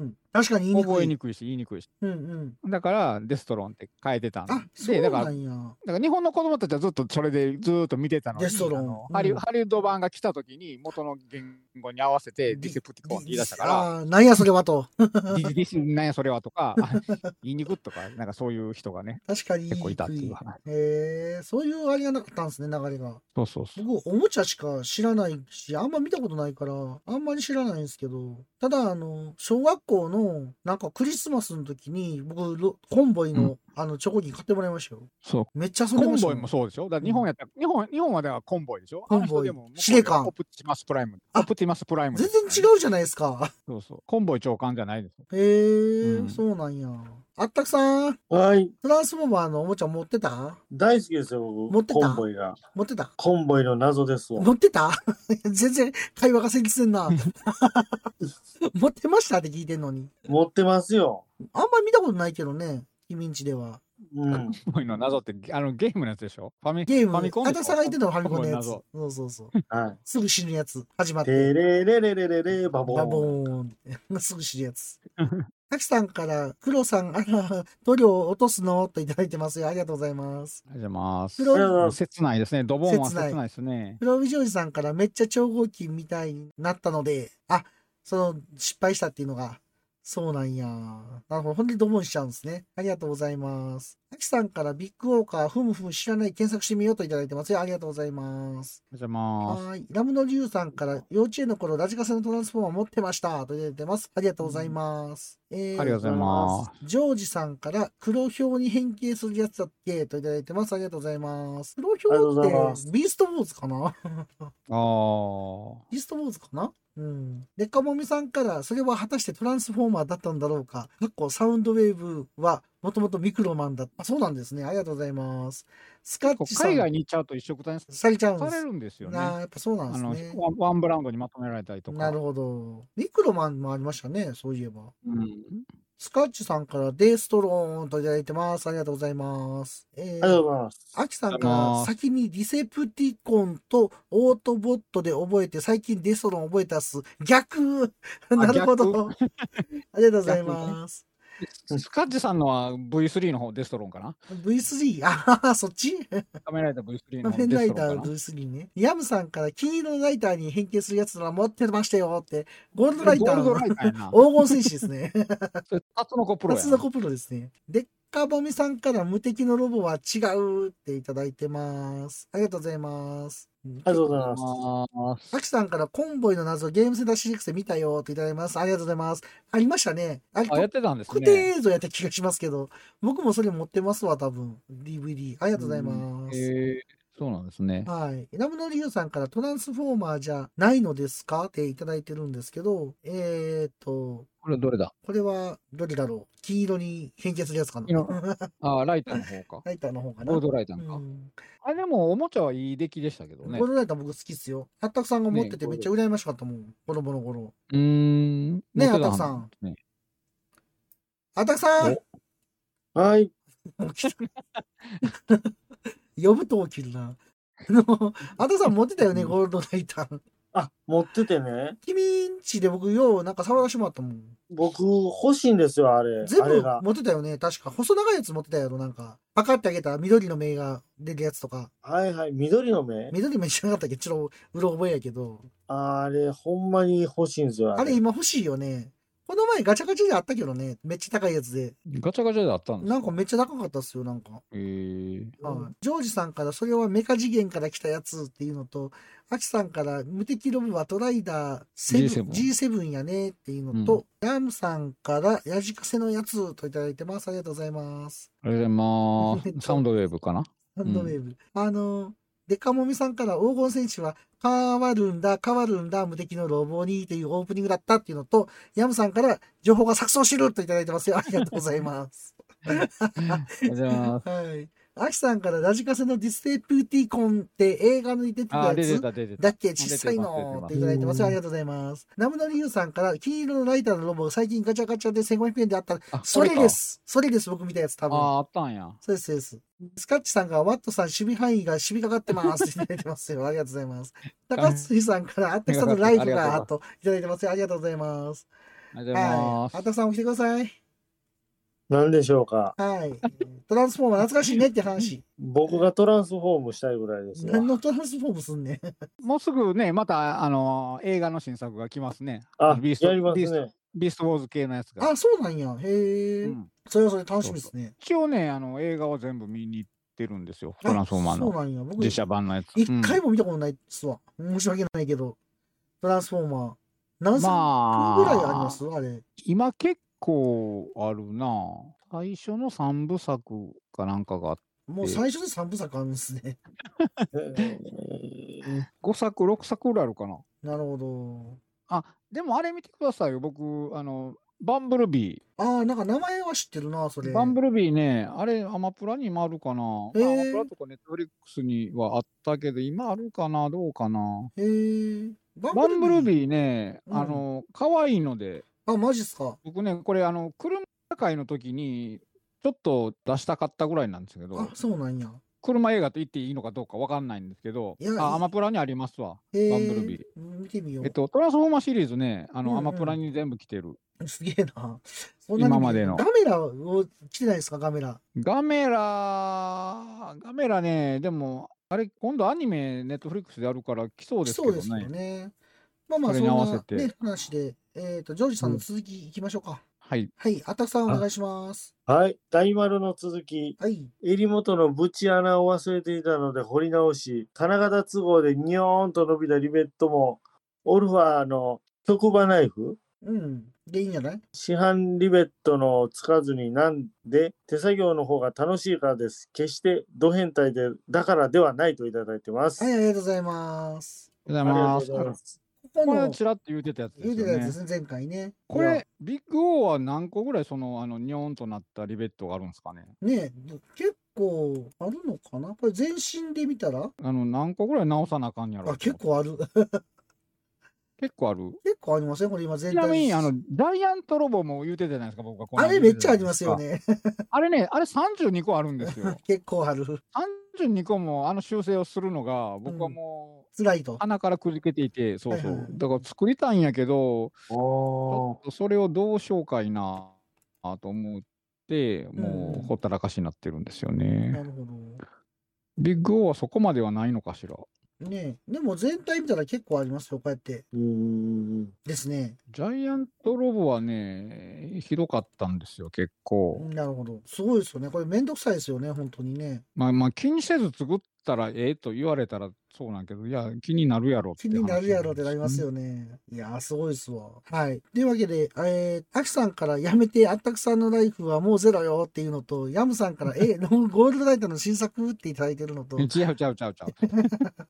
Speaker 1: ん。確かに言いにくい。
Speaker 3: 覚えにくいし、言いにくいし。
Speaker 1: うんうん。
Speaker 3: だから、デストロンって変えてたん
Speaker 1: あ、そ
Speaker 3: で、
Speaker 1: う
Speaker 3: だから、
Speaker 1: な
Speaker 3: だ
Speaker 1: んや。
Speaker 3: から日本の子供たちはずっとそれでずっと見てたのに、
Speaker 1: デストロン
Speaker 3: あの
Speaker 1: うん
Speaker 3: ハリウハリウッド版が来た時に、元の言語に合わせてディセプティコンって言い出したから、
Speaker 1: あーなんやそれはと。
Speaker 3: ディディスなんやそれは
Speaker 1: *laughs*
Speaker 3: とか、あ言いにくいとか、なんかそういう人がね、
Speaker 1: 確かに言
Speaker 3: 結
Speaker 1: い
Speaker 3: 構
Speaker 1: に
Speaker 3: いたっ
Speaker 1: く
Speaker 3: てい。
Speaker 1: いう
Speaker 3: 話。
Speaker 1: へえ、そういうあれがなかったんですね、流れが。
Speaker 3: そうそうそう。
Speaker 1: 僕、おもちゃしか知らないし、あんま見たことないから、あんまり知らないんですけど、ただ、あの、小学校の、なんかクリスマスの時に、僕、ロコンボイの、
Speaker 3: う
Speaker 1: あの、チョコキー買ってもらいましたよ。
Speaker 3: そう
Speaker 1: めっちゃ遊んで
Speaker 3: コ
Speaker 1: ま
Speaker 3: ン
Speaker 1: したよ
Speaker 3: ボイもそうでしょだから日本やったら、日本、日本はだからコンボイでしょ
Speaker 1: コンボイ
Speaker 3: あの人でも向こうで
Speaker 1: 司令官
Speaker 3: オプティマスプライム。
Speaker 1: あ
Speaker 3: オプティマスプライムで
Speaker 1: 全
Speaker 3: すから
Speaker 1: 然
Speaker 3: ね、
Speaker 1: 違うじゃないですか。
Speaker 3: そうそう。コンボイ長官じゃないですよ。
Speaker 1: へえ、
Speaker 3: うん
Speaker 1: そうなんや。あったくさん、
Speaker 2: はい。
Speaker 1: トランスフォーマーのおもちゃ持ってた
Speaker 2: 大好きですよ、僕。
Speaker 1: 持ってた
Speaker 2: コンボイが。
Speaker 1: 持ってた
Speaker 2: コンボイの謎ですわ。
Speaker 1: 持ってた *laughs* 全然会話が成立せん
Speaker 3: *laughs*
Speaker 1: な。持ってましたって聞いてんのに。
Speaker 2: 持ってますよ。
Speaker 1: あんまり見たことないけどね、君んちでは。
Speaker 2: うん。
Speaker 3: コンボイの謎って、あのゲームのやつでしょファミ
Speaker 1: ゲー
Speaker 3: ファミコ
Speaker 1: ム、
Speaker 3: ンで
Speaker 1: あた
Speaker 3: しょ
Speaker 1: さんが言ってたのファミコンのやつ。
Speaker 3: コン
Speaker 1: そうそうそう。
Speaker 2: は
Speaker 1: すぐ死ぬやつ。始ま
Speaker 2: い。
Speaker 3: *laughs*
Speaker 1: ってて。
Speaker 2: れれれれれれ、バボ
Speaker 1: バ
Speaker 2: ーン。
Speaker 1: ボーン *laughs* って。すぐ死ぬやつ。たきさんから、黒さん、あら、 *laughs* 塗料落とすのといただいてますよ。ありがとうございます。
Speaker 3: ありがとうございます。
Speaker 1: 黒
Speaker 2: ありがとうございます
Speaker 3: 切ないですね。ドボンは
Speaker 1: 切
Speaker 3: 切
Speaker 1: ない
Speaker 3: ないですね。
Speaker 1: 黒帯ジョージさんからめっちゃ超合金みたいになったので、あ、その失敗したっていうのが、そうなんや。なるほど。ほんでドボンしちゃうんですね。ありがとうございます。アキさんからビッグウォーカー、ふむふむ知らない検索してみようといただいてますよ。ありがとうございます。
Speaker 3: おはようございます。
Speaker 1: はい。ラムのリュウさんから幼稚園の頃ラジカセのトランスフォーマー持ってましたといただいてます。ありがとうございます。え
Speaker 3: ありがとうございます。
Speaker 1: ジョージさんから黒表に変形するやつだっけといただいてます。ありがとうございます。黒
Speaker 2: ありがとうございま
Speaker 1: 表っ
Speaker 2: す
Speaker 1: てビーストウォーズかな
Speaker 3: あー
Speaker 1: ビーストウォーズかなうん。でかもみさんから、それは果たしてトランスフォーマーだったんだろうか。かっこサウンドウェーブはもともとミクロマンだった。あ、そうなんですね。ありがとうございます。スカッ
Speaker 3: こう
Speaker 1: チさん。
Speaker 3: 海外に行っちゃうと一緒くたに
Speaker 1: されちゃうん
Speaker 3: さ
Speaker 1: で
Speaker 3: れ
Speaker 1: す。
Speaker 3: るんですよね。
Speaker 1: なあ、やっぱそうなん
Speaker 3: あの
Speaker 1: ですね。
Speaker 3: ワンワンブランドにまとめられたりとか。
Speaker 1: なるほど。ミクロマンもありましたね、そういえば。
Speaker 3: うん
Speaker 1: スカッチさんからデイストローンといただいてます。ありがとうございます。え
Speaker 2: ありがと
Speaker 1: ー
Speaker 2: う、ございます。
Speaker 1: アキさんか
Speaker 3: あの
Speaker 1: ら
Speaker 3: ー
Speaker 1: 先にディセプティコンとオートボットで覚えて、最近デイストローン覚えたっす。逆 *laughs* なるほど。ありがとうございます。
Speaker 3: スカッチさんのは V3 の方、デストロンかな
Speaker 1: V3? あはは、そっち
Speaker 3: カメラライダー V3 の
Speaker 1: 仮
Speaker 3: 方デ
Speaker 1: 面ラ
Speaker 3: ス
Speaker 1: イ
Speaker 3: ト
Speaker 1: ダ
Speaker 3: ロ
Speaker 1: ー
Speaker 3: ンかな
Speaker 1: V3 ね。ヤムさんから金色のライターに変形するやつなら持ってましたよって、ゴールドライター
Speaker 3: ゴールド
Speaker 1: の
Speaker 3: ライターやな。
Speaker 1: 黄金戦士ですね。
Speaker 3: *laughs* それタツノコプロや
Speaker 1: 夏
Speaker 3: な
Speaker 1: の。コプロですね。デッかぼみさんから無敵のロボは違うっていただいてます。ありがとうございます。
Speaker 2: ありがとうございます。
Speaker 3: ます。
Speaker 1: アキさんからコンボイの謎ゲームセンターシリクスで見たよっていただいてます。ありがとうございます。ありましたね。あれ
Speaker 3: あ、やってたんです
Speaker 1: 特
Speaker 3: ね。
Speaker 1: 定映像やった気がしますけど、僕もそれ持ってますわ、多分。DVD。ありがとうございます。
Speaker 3: えー、そうなんですね。
Speaker 1: はい。ラムのリュウさんからトランスフォーマーじゃないのですかっていただいてるんですけど、えーっと、
Speaker 3: これどれだ
Speaker 1: これはどれだろう黄色に変形するやつかな
Speaker 3: 黄色あー、ライターの方
Speaker 1: *laughs*
Speaker 3: か。
Speaker 1: ライターの方かな
Speaker 3: ボードライターの
Speaker 1: う
Speaker 3: か。
Speaker 1: ん
Speaker 3: あ、でもおもちゃはいい出来でしたけどね
Speaker 1: ボー。ドライター僕好きっすよ。あったくさんが持っててめっちゃ羨ましかったもん。ボロボロボロ。
Speaker 3: うーん。
Speaker 1: ねえ
Speaker 3: 乗っ
Speaker 1: ア
Speaker 3: て
Speaker 1: タクさん
Speaker 3: ね
Speaker 1: あったくさん
Speaker 2: はい。
Speaker 1: 起きた *laughs* 呼ぶと起きるな。あのあたくさん持ってたよね、ゴールドライター。
Speaker 2: あ、持っててね。
Speaker 1: 君んちで僕ようなんか触らしてもらったもん。
Speaker 2: 僕、欲しいんですよ、あれ。
Speaker 1: 全
Speaker 2: あれ
Speaker 1: 部
Speaker 2: が。
Speaker 1: 持ってたよね。確か。細長いやつ持ってたやろ。なんか。パカってあげたら緑の目が出るやつとか。
Speaker 2: はいはい。緑の目。
Speaker 1: 緑の目じゃなかったっけちょっとうろ覚えやけど。
Speaker 2: あれ、ほんまに欲しいんですよ、
Speaker 1: あれ今欲しいよね。この前ガチャガチャであったけどね。めっちゃ高いやつで。
Speaker 3: ガチャガチャであったんです
Speaker 1: なんかめっちゃ高かったっすよ、なんか。
Speaker 3: えー、
Speaker 1: はいジョージさんからそれはメカ次元から来たやつっていうのと、アキさんから無敵ロボはトライダー 7, G7, やねっていうのと、ラムさんからやじかせのやつといただいてます。ありがとうございます。
Speaker 3: ありがとうござい
Speaker 1: *laughs*
Speaker 3: ます。サウンドウェーブかな
Speaker 1: ハンドウェーブ。あの、デカモミさんから黄金戦士は変わるんだ、変わるんだ、無敵のロボにというオープニングだったっていうのと、ヤムさんから情報が錯綜してるといただいて *laughs* ますよ。ありがとうございます。
Speaker 3: じゃあ、
Speaker 1: はい。アキさんからラジカセのディステプティコンって映画に出て
Speaker 3: あ
Speaker 1: た
Speaker 3: ー、
Speaker 1: や
Speaker 3: 出て
Speaker 1: つ
Speaker 3: た、出て
Speaker 1: だ
Speaker 3: た。
Speaker 1: っけ小さいのっていただいてます
Speaker 2: う
Speaker 1: よ。
Speaker 2: ん
Speaker 1: ありがとうございます。ナムナリユウさんから金色のライターのロボが最近ガチャガチャで1500円であった。
Speaker 3: あ
Speaker 1: それ
Speaker 3: か
Speaker 1: です。それです。僕見たやつ多
Speaker 3: あ
Speaker 1: 分。
Speaker 3: ー、あったんや。
Speaker 1: そうです、そうです。スカッチさんが、ワットさん、守備範囲が守備かかってます。
Speaker 3: *laughs*
Speaker 1: っていただいてますよ。ありがとうございます。高杉さんから、あったくさんのライブが、といただいてますよ。ありがとうございます。
Speaker 3: ありがとうございま
Speaker 1: はい。あ
Speaker 3: す。
Speaker 1: たくさん起きてください。
Speaker 2: 何でしょうか。
Speaker 1: はい。トランスフォーマー懐かしいねって話。
Speaker 2: 僕がトランスフォームしたいぐらいです
Speaker 1: 何
Speaker 2: よ。
Speaker 1: のトランスフォームすんねん。
Speaker 3: もうすぐね、また、あのー映画の新作が来ますね。
Speaker 2: あ、
Speaker 3: ビース
Speaker 2: やりま
Speaker 3: ト、ビー
Speaker 2: す
Speaker 3: スト
Speaker 2: ね。
Speaker 3: ビーストウォーズ系のやつが。
Speaker 1: あ、そうなんや。へ
Speaker 3: う
Speaker 1: え。
Speaker 3: ん、
Speaker 1: それはそれ楽しみですね。
Speaker 3: 一応ね、あの映画は全部見に行ってるんですよ。
Speaker 1: あ
Speaker 3: トランスフォーマー
Speaker 1: そう
Speaker 3: の
Speaker 1: なんや。僕、
Speaker 3: 実写版のやつ。
Speaker 1: 一回
Speaker 3: も、
Speaker 1: も見たことないっすわ。申し訳ないけど。トランスフォーマー。何作
Speaker 3: ま
Speaker 1: ぐ
Speaker 3: あ、
Speaker 1: らいありますあれ。
Speaker 3: 今結構あるなぁ最初の三部作かなんかがあっ
Speaker 1: もう最初で3部作あるんですね。 *laughs*
Speaker 3: 5作、6作ぐらいあるかな。
Speaker 1: なるほど。
Speaker 3: でもあれ見てくださいよ。僕、あの、バンブルビ
Speaker 1: ああ、なんか名前は知ってるな、それ。
Speaker 3: ー。バンブルビーね、あれ、アマプラにもあるかな。ま
Speaker 1: へー
Speaker 3: あアマプラとかネットフリックスにはあったけど、今あるかな、どうかな。
Speaker 1: へーバ
Speaker 3: バンブル
Speaker 1: ー。
Speaker 3: ビーね、
Speaker 1: うん
Speaker 3: あの、可愛いので、
Speaker 1: あ、マジっすか。
Speaker 3: 僕ね、これ、あの、車社会の時に、ちょっと出したかったぐらいなんですけど
Speaker 1: あ、、そうなんや。
Speaker 3: 車映画と言っていいのかどうかわかんないんですけど
Speaker 1: いや、いい
Speaker 3: あアマプラにありますわ。
Speaker 1: へー
Speaker 3: バンブルビー。
Speaker 1: 見てみよう。
Speaker 3: えっと、トランスフォーマーシリーズね、あの、
Speaker 1: うんうん
Speaker 3: アマプラに全部来てる。
Speaker 1: すげえな。 *laughs* そんなに
Speaker 3: 今までの
Speaker 1: ガメラを来てないですか、ガメラ。
Speaker 3: ガメラ、ガメラね、でも、あれ、今度アニメ、ネットフリックスであるから来そう
Speaker 1: 来
Speaker 3: です
Speaker 1: そ
Speaker 3: け
Speaker 1: う
Speaker 3: ど
Speaker 1: ですよ
Speaker 3: ね。
Speaker 1: ね。まあまあ、そ
Speaker 3: そ
Speaker 1: ん
Speaker 3: れに合わ
Speaker 1: な
Speaker 3: せて
Speaker 1: ね話で、えっと、ジョージさんの続きいきましょうか。
Speaker 3: はい。
Speaker 1: はい、あたくさんお願いします。
Speaker 2: はい。大丸の続き。
Speaker 1: はい。
Speaker 2: 襟元のブチ穴を忘れていたので掘り直し、金型都合でニョーンと伸びたリベットも、オルファーの曲場ナイフ、
Speaker 1: うん。で、いいんじゃない
Speaker 2: 市販リベットのつかずになんで、手作業の方が楽しいからです。決してド変態で、だからではないといただいてます。
Speaker 1: はい、ありがとうございます。
Speaker 3: ありが
Speaker 2: ありがとう
Speaker 3: とうございます。
Speaker 2: ございます。
Speaker 1: ここ
Speaker 3: こ
Speaker 1: の
Speaker 3: れ、ちらっと言うてたやつで
Speaker 1: 言う
Speaker 3: す
Speaker 1: て
Speaker 3: よ
Speaker 1: たやつで
Speaker 3: ね。
Speaker 1: すね、前回ね。
Speaker 3: これ、ビッグオーは何個ぐらい、その、あの、ニョーンとなったリベットがあるんですかね。
Speaker 1: ね結構あるのかなこれ全身で見たら
Speaker 3: あの、何個ぐらい直さなあかんやろ。
Speaker 1: あ、結。構ある。 *laughs*
Speaker 3: 結構ある。
Speaker 1: 結構ありませんこれ今全
Speaker 3: ち
Speaker 1: 体
Speaker 3: なみに、あの、ジャイアントロボも言うてたじゃないですか、僕がこの
Speaker 1: あ
Speaker 3: 間
Speaker 1: れめっちゃありますよ。
Speaker 3: 言うて
Speaker 1: ね。。
Speaker 3: たじゃないですかあれね、あれ32個あるんですよ
Speaker 1: *laughs* 結構ある。
Speaker 3: 32個もあの修正をするのが、僕は
Speaker 1: うん
Speaker 3: もう、
Speaker 1: 辛いと。
Speaker 3: 穴からくじけていて、そうそ
Speaker 1: はいは
Speaker 3: う
Speaker 1: い。
Speaker 3: だから作りたいんやけど、ち
Speaker 2: おー
Speaker 3: ょっとそれをどうしようかいなあと思って、
Speaker 1: う
Speaker 3: も
Speaker 1: ん
Speaker 3: うほったらかしになってるんですよね。
Speaker 1: なるほど。
Speaker 3: ビッグオーはそこまではないのかしら。
Speaker 1: ねえでも全体見たら結構ありますよ、こうやって。
Speaker 2: うん。
Speaker 1: ですね。
Speaker 3: ジャイアントロボはね、ひどかったんですよ、結構。
Speaker 1: なるほど。すごいですよね。これめんどくさいですよね、本当にね。
Speaker 3: まあまあ、気にせず作ったらええと言われたらそうなんやけど、いや、気になるやろって
Speaker 1: 気になるやろってな
Speaker 3: 話
Speaker 1: り
Speaker 3: んで
Speaker 1: ます
Speaker 3: ね。
Speaker 1: よね。いやー、すごいですわ。はい。というわけで、えー、アキさんからやめて、あったくさんのライフはもうゼロよっていうのと、ヤムさん
Speaker 3: *laughs*
Speaker 1: から、え、ノンゴールドライトの新作っていただいてるのと、
Speaker 3: 違う違う違う違う。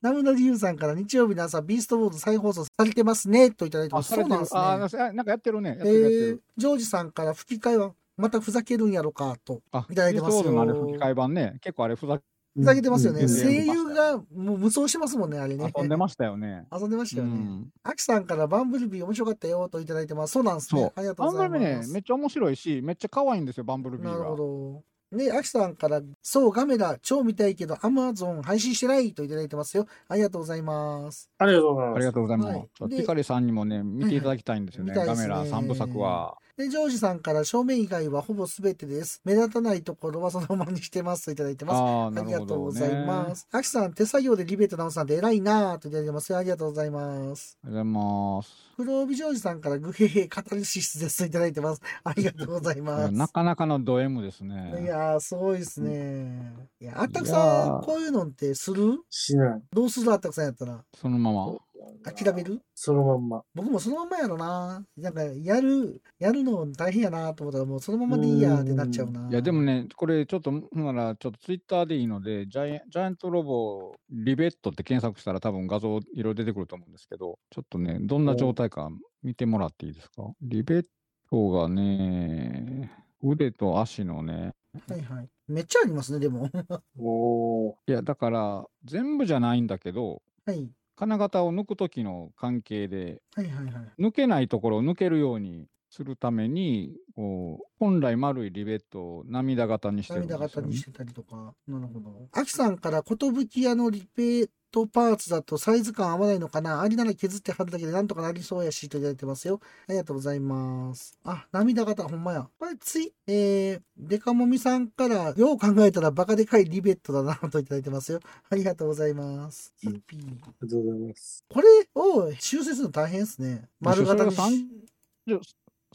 Speaker 1: ナムナリユウさんから日曜日の朝、ビーストボード再放送されてますね、といただいてま
Speaker 3: あ、
Speaker 1: す。
Speaker 3: さ
Speaker 1: そ
Speaker 3: れ
Speaker 1: う
Speaker 3: て
Speaker 1: なん
Speaker 3: る
Speaker 1: で。すね。
Speaker 3: あ、なんかやってるね。やっ
Speaker 1: え
Speaker 3: てるやって
Speaker 1: ー
Speaker 3: る。、
Speaker 1: ジョージさんから吹き替えは、またふざけるんやろか、と。
Speaker 3: あ、
Speaker 1: いただいてますよ
Speaker 3: ビーストボードのあれ吹き替え版ね。結構あれふざ
Speaker 1: ふざけてますよね。
Speaker 3: うん
Speaker 1: 声優がもう無双してますもんね、あれね。
Speaker 3: 遊んでましたよね。
Speaker 1: 遊んでました
Speaker 3: う
Speaker 1: よね。
Speaker 3: ん。
Speaker 1: アキさんからバンブルビー面白かったよといただいてます。そうなんです
Speaker 3: そ
Speaker 1: ね
Speaker 3: う。
Speaker 1: ありがとう
Speaker 3: バ
Speaker 1: ご
Speaker 3: ン
Speaker 1: ざ
Speaker 3: ブ
Speaker 1: い
Speaker 3: ルビ
Speaker 1: ます。
Speaker 3: ーね、めっちゃ面白いし、めっちゃ可愛いんですよ、バンブルビー
Speaker 1: な
Speaker 3: が。
Speaker 1: るほど。ね、アキさんから、そう、ガメラ、超見たいけど、アマゾン配信してないといただいてますよ。ありがとうございます。
Speaker 2: ありがとうござい
Speaker 3: あ
Speaker 2: ま
Speaker 3: り
Speaker 2: す。
Speaker 3: がとうございます。
Speaker 1: はいで
Speaker 3: ピカリさんにもね、見ていただきたいんですよね、
Speaker 1: はいはい
Speaker 3: ガメ
Speaker 1: 見
Speaker 3: ラ
Speaker 1: たいですね
Speaker 3: 三部作は。
Speaker 1: で、ジョージさんから、正面以外はほぼ全てです。目立たないところはそのままにしてますといただいてます。
Speaker 3: ああ、
Speaker 1: あ
Speaker 3: な
Speaker 1: り
Speaker 3: る
Speaker 1: が
Speaker 3: ほ
Speaker 1: とうご
Speaker 3: ど、ね。
Speaker 1: ざいます。アキさん、手作業でリベート直さんで偉いなぁといただいてますよ。ありがとうございます。
Speaker 3: ありがとうございます。
Speaker 1: 黒帯ジョージさんから、グヘヘ、カタルシスですといただいてます。ありがとうございます。
Speaker 3: なかなかのド M ですね。
Speaker 1: いやー、すごいですね。いや、あったく
Speaker 3: いや
Speaker 1: さん、
Speaker 3: ー
Speaker 1: こういうのってする
Speaker 2: しない。
Speaker 1: どうするあったくさんやったら。
Speaker 3: そのまま。
Speaker 1: 諦める
Speaker 2: そのまんま。
Speaker 1: 僕もそのまんまやろな。なんか、やる、やるの大変やなと思ったら、もうそのままでいいやってなっちゃうな。
Speaker 3: いや、でもね、これちょっと、ほんなら、ちょっとツイッターでいいので、ジャイアンジャイアントロボリベットって検索したら多分画像いろいろ出てくると思うんですけど、ちょっとね、どんな状態か見てもらっていいですか。リベットがね、腕と足のね、
Speaker 1: はいはい。めっちゃありますね、でも。
Speaker 2: おー。
Speaker 3: いや、だから、全部じゃないんだけど、
Speaker 1: はい。
Speaker 3: 金型を抜く時の関係で、
Speaker 1: はいはいはい。
Speaker 3: 抜けないところを抜けるようにするために、こう本来丸いリベットを涙型にしてるんです
Speaker 1: 涙
Speaker 3: よ、ね。
Speaker 1: 型にしてたりとか。なるほど。アキさんから、寿屋のリペートパーツだとサイズ感合わないのかなありなら削って貼るだけでなんとかなりそうやし、といただいてますよ。ありがとうございます。あ、涙型、ほんまや。これ、つい、えー、デカモミさんから、よう考えたらバカでかいリベットだな、といただいてますよ。ありがとうございます。
Speaker 2: うん
Speaker 1: ハッピー
Speaker 2: ありがとうございます。
Speaker 1: これを修正するの大変ですね。丸型にし
Speaker 3: それが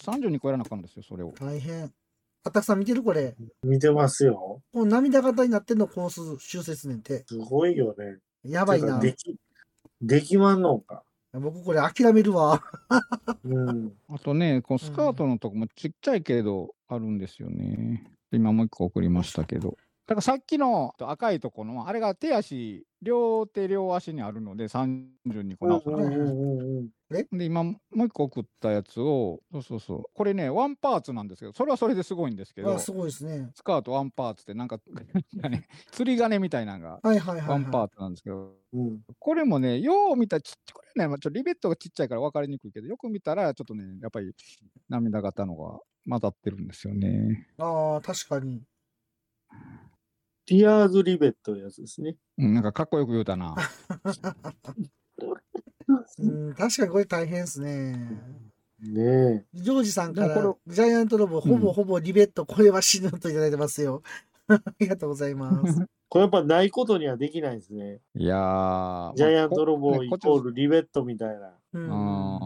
Speaker 3: 三十30に超えらなあかんですよ、それを。
Speaker 1: 大変。あたくさん見てるこれ。
Speaker 2: 見てますよ。
Speaker 1: この涙型になってんのコース修正すんねんて。
Speaker 2: すごいよね。
Speaker 1: やばい
Speaker 2: てか
Speaker 1: な。
Speaker 2: でき、できまんのか。
Speaker 1: 僕これ諦めるわ。
Speaker 2: うん。
Speaker 3: あとね、このスカートのとこもちっちゃいけれどあるんですよね。今もう一個送りましたけど。だからさっきの赤いとこの、あれが手足、両手両足にあるので30にこう直さなあかん
Speaker 1: うんうん
Speaker 2: うんうん。
Speaker 3: で、今、もう一個送ったやつを、そうそうそう。これね、ワンパーツなんですけど、それはそれですごいんですけ
Speaker 1: ま
Speaker 3: ど、
Speaker 1: あす
Speaker 3: ス
Speaker 1: ごいですね。
Speaker 3: カートワンパーツって、なんか、 *laughs* なんかね釣り鐘みたいなのが
Speaker 1: はいはいはい、はい。
Speaker 3: ワンパーツなんですけど、
Speaker 2: うん。
Speaker 3: これもね、よう見たらちっちゃこれね、まあちょっとリベットがちっちゃいから分かりにくいけど、よく見たら、ちょっとね、やっぱり涙型のが混ざってるんですよね。
Speaker 1: ああ、確かに。
Speaker 2: ティアーズリベットのやつですね。
Speaker 3: うん、なんかかっこよく言う
Speaker 2: *laughs*
Speaker 3: たな。
Speaker 1: うん、確かにこれ大変ですね。
Speaker 2: ねえ。
Speaker 1: ジョージさんか
Speaker 3: で
Speaker 1: ら
Speaker 3: も、
Speaker 1: ジャイアントロボ、ほぼほぼリベット、これは死ぬといただいてますよ。 *laughs* ありがとうございます。
Speaker 2: これやっぱないことにはできないですね。
Speaker 3: いやー、
Speaker 2: ジャイアントロ
Speaker 3: まあ
Speaker 2: ボ
Speaker 3: こ
Speaker 2: イ
Speaker 3: こっち
Speaker 2: コールリベットみたいな。
Speaker 1: うん
Speaker 3: あ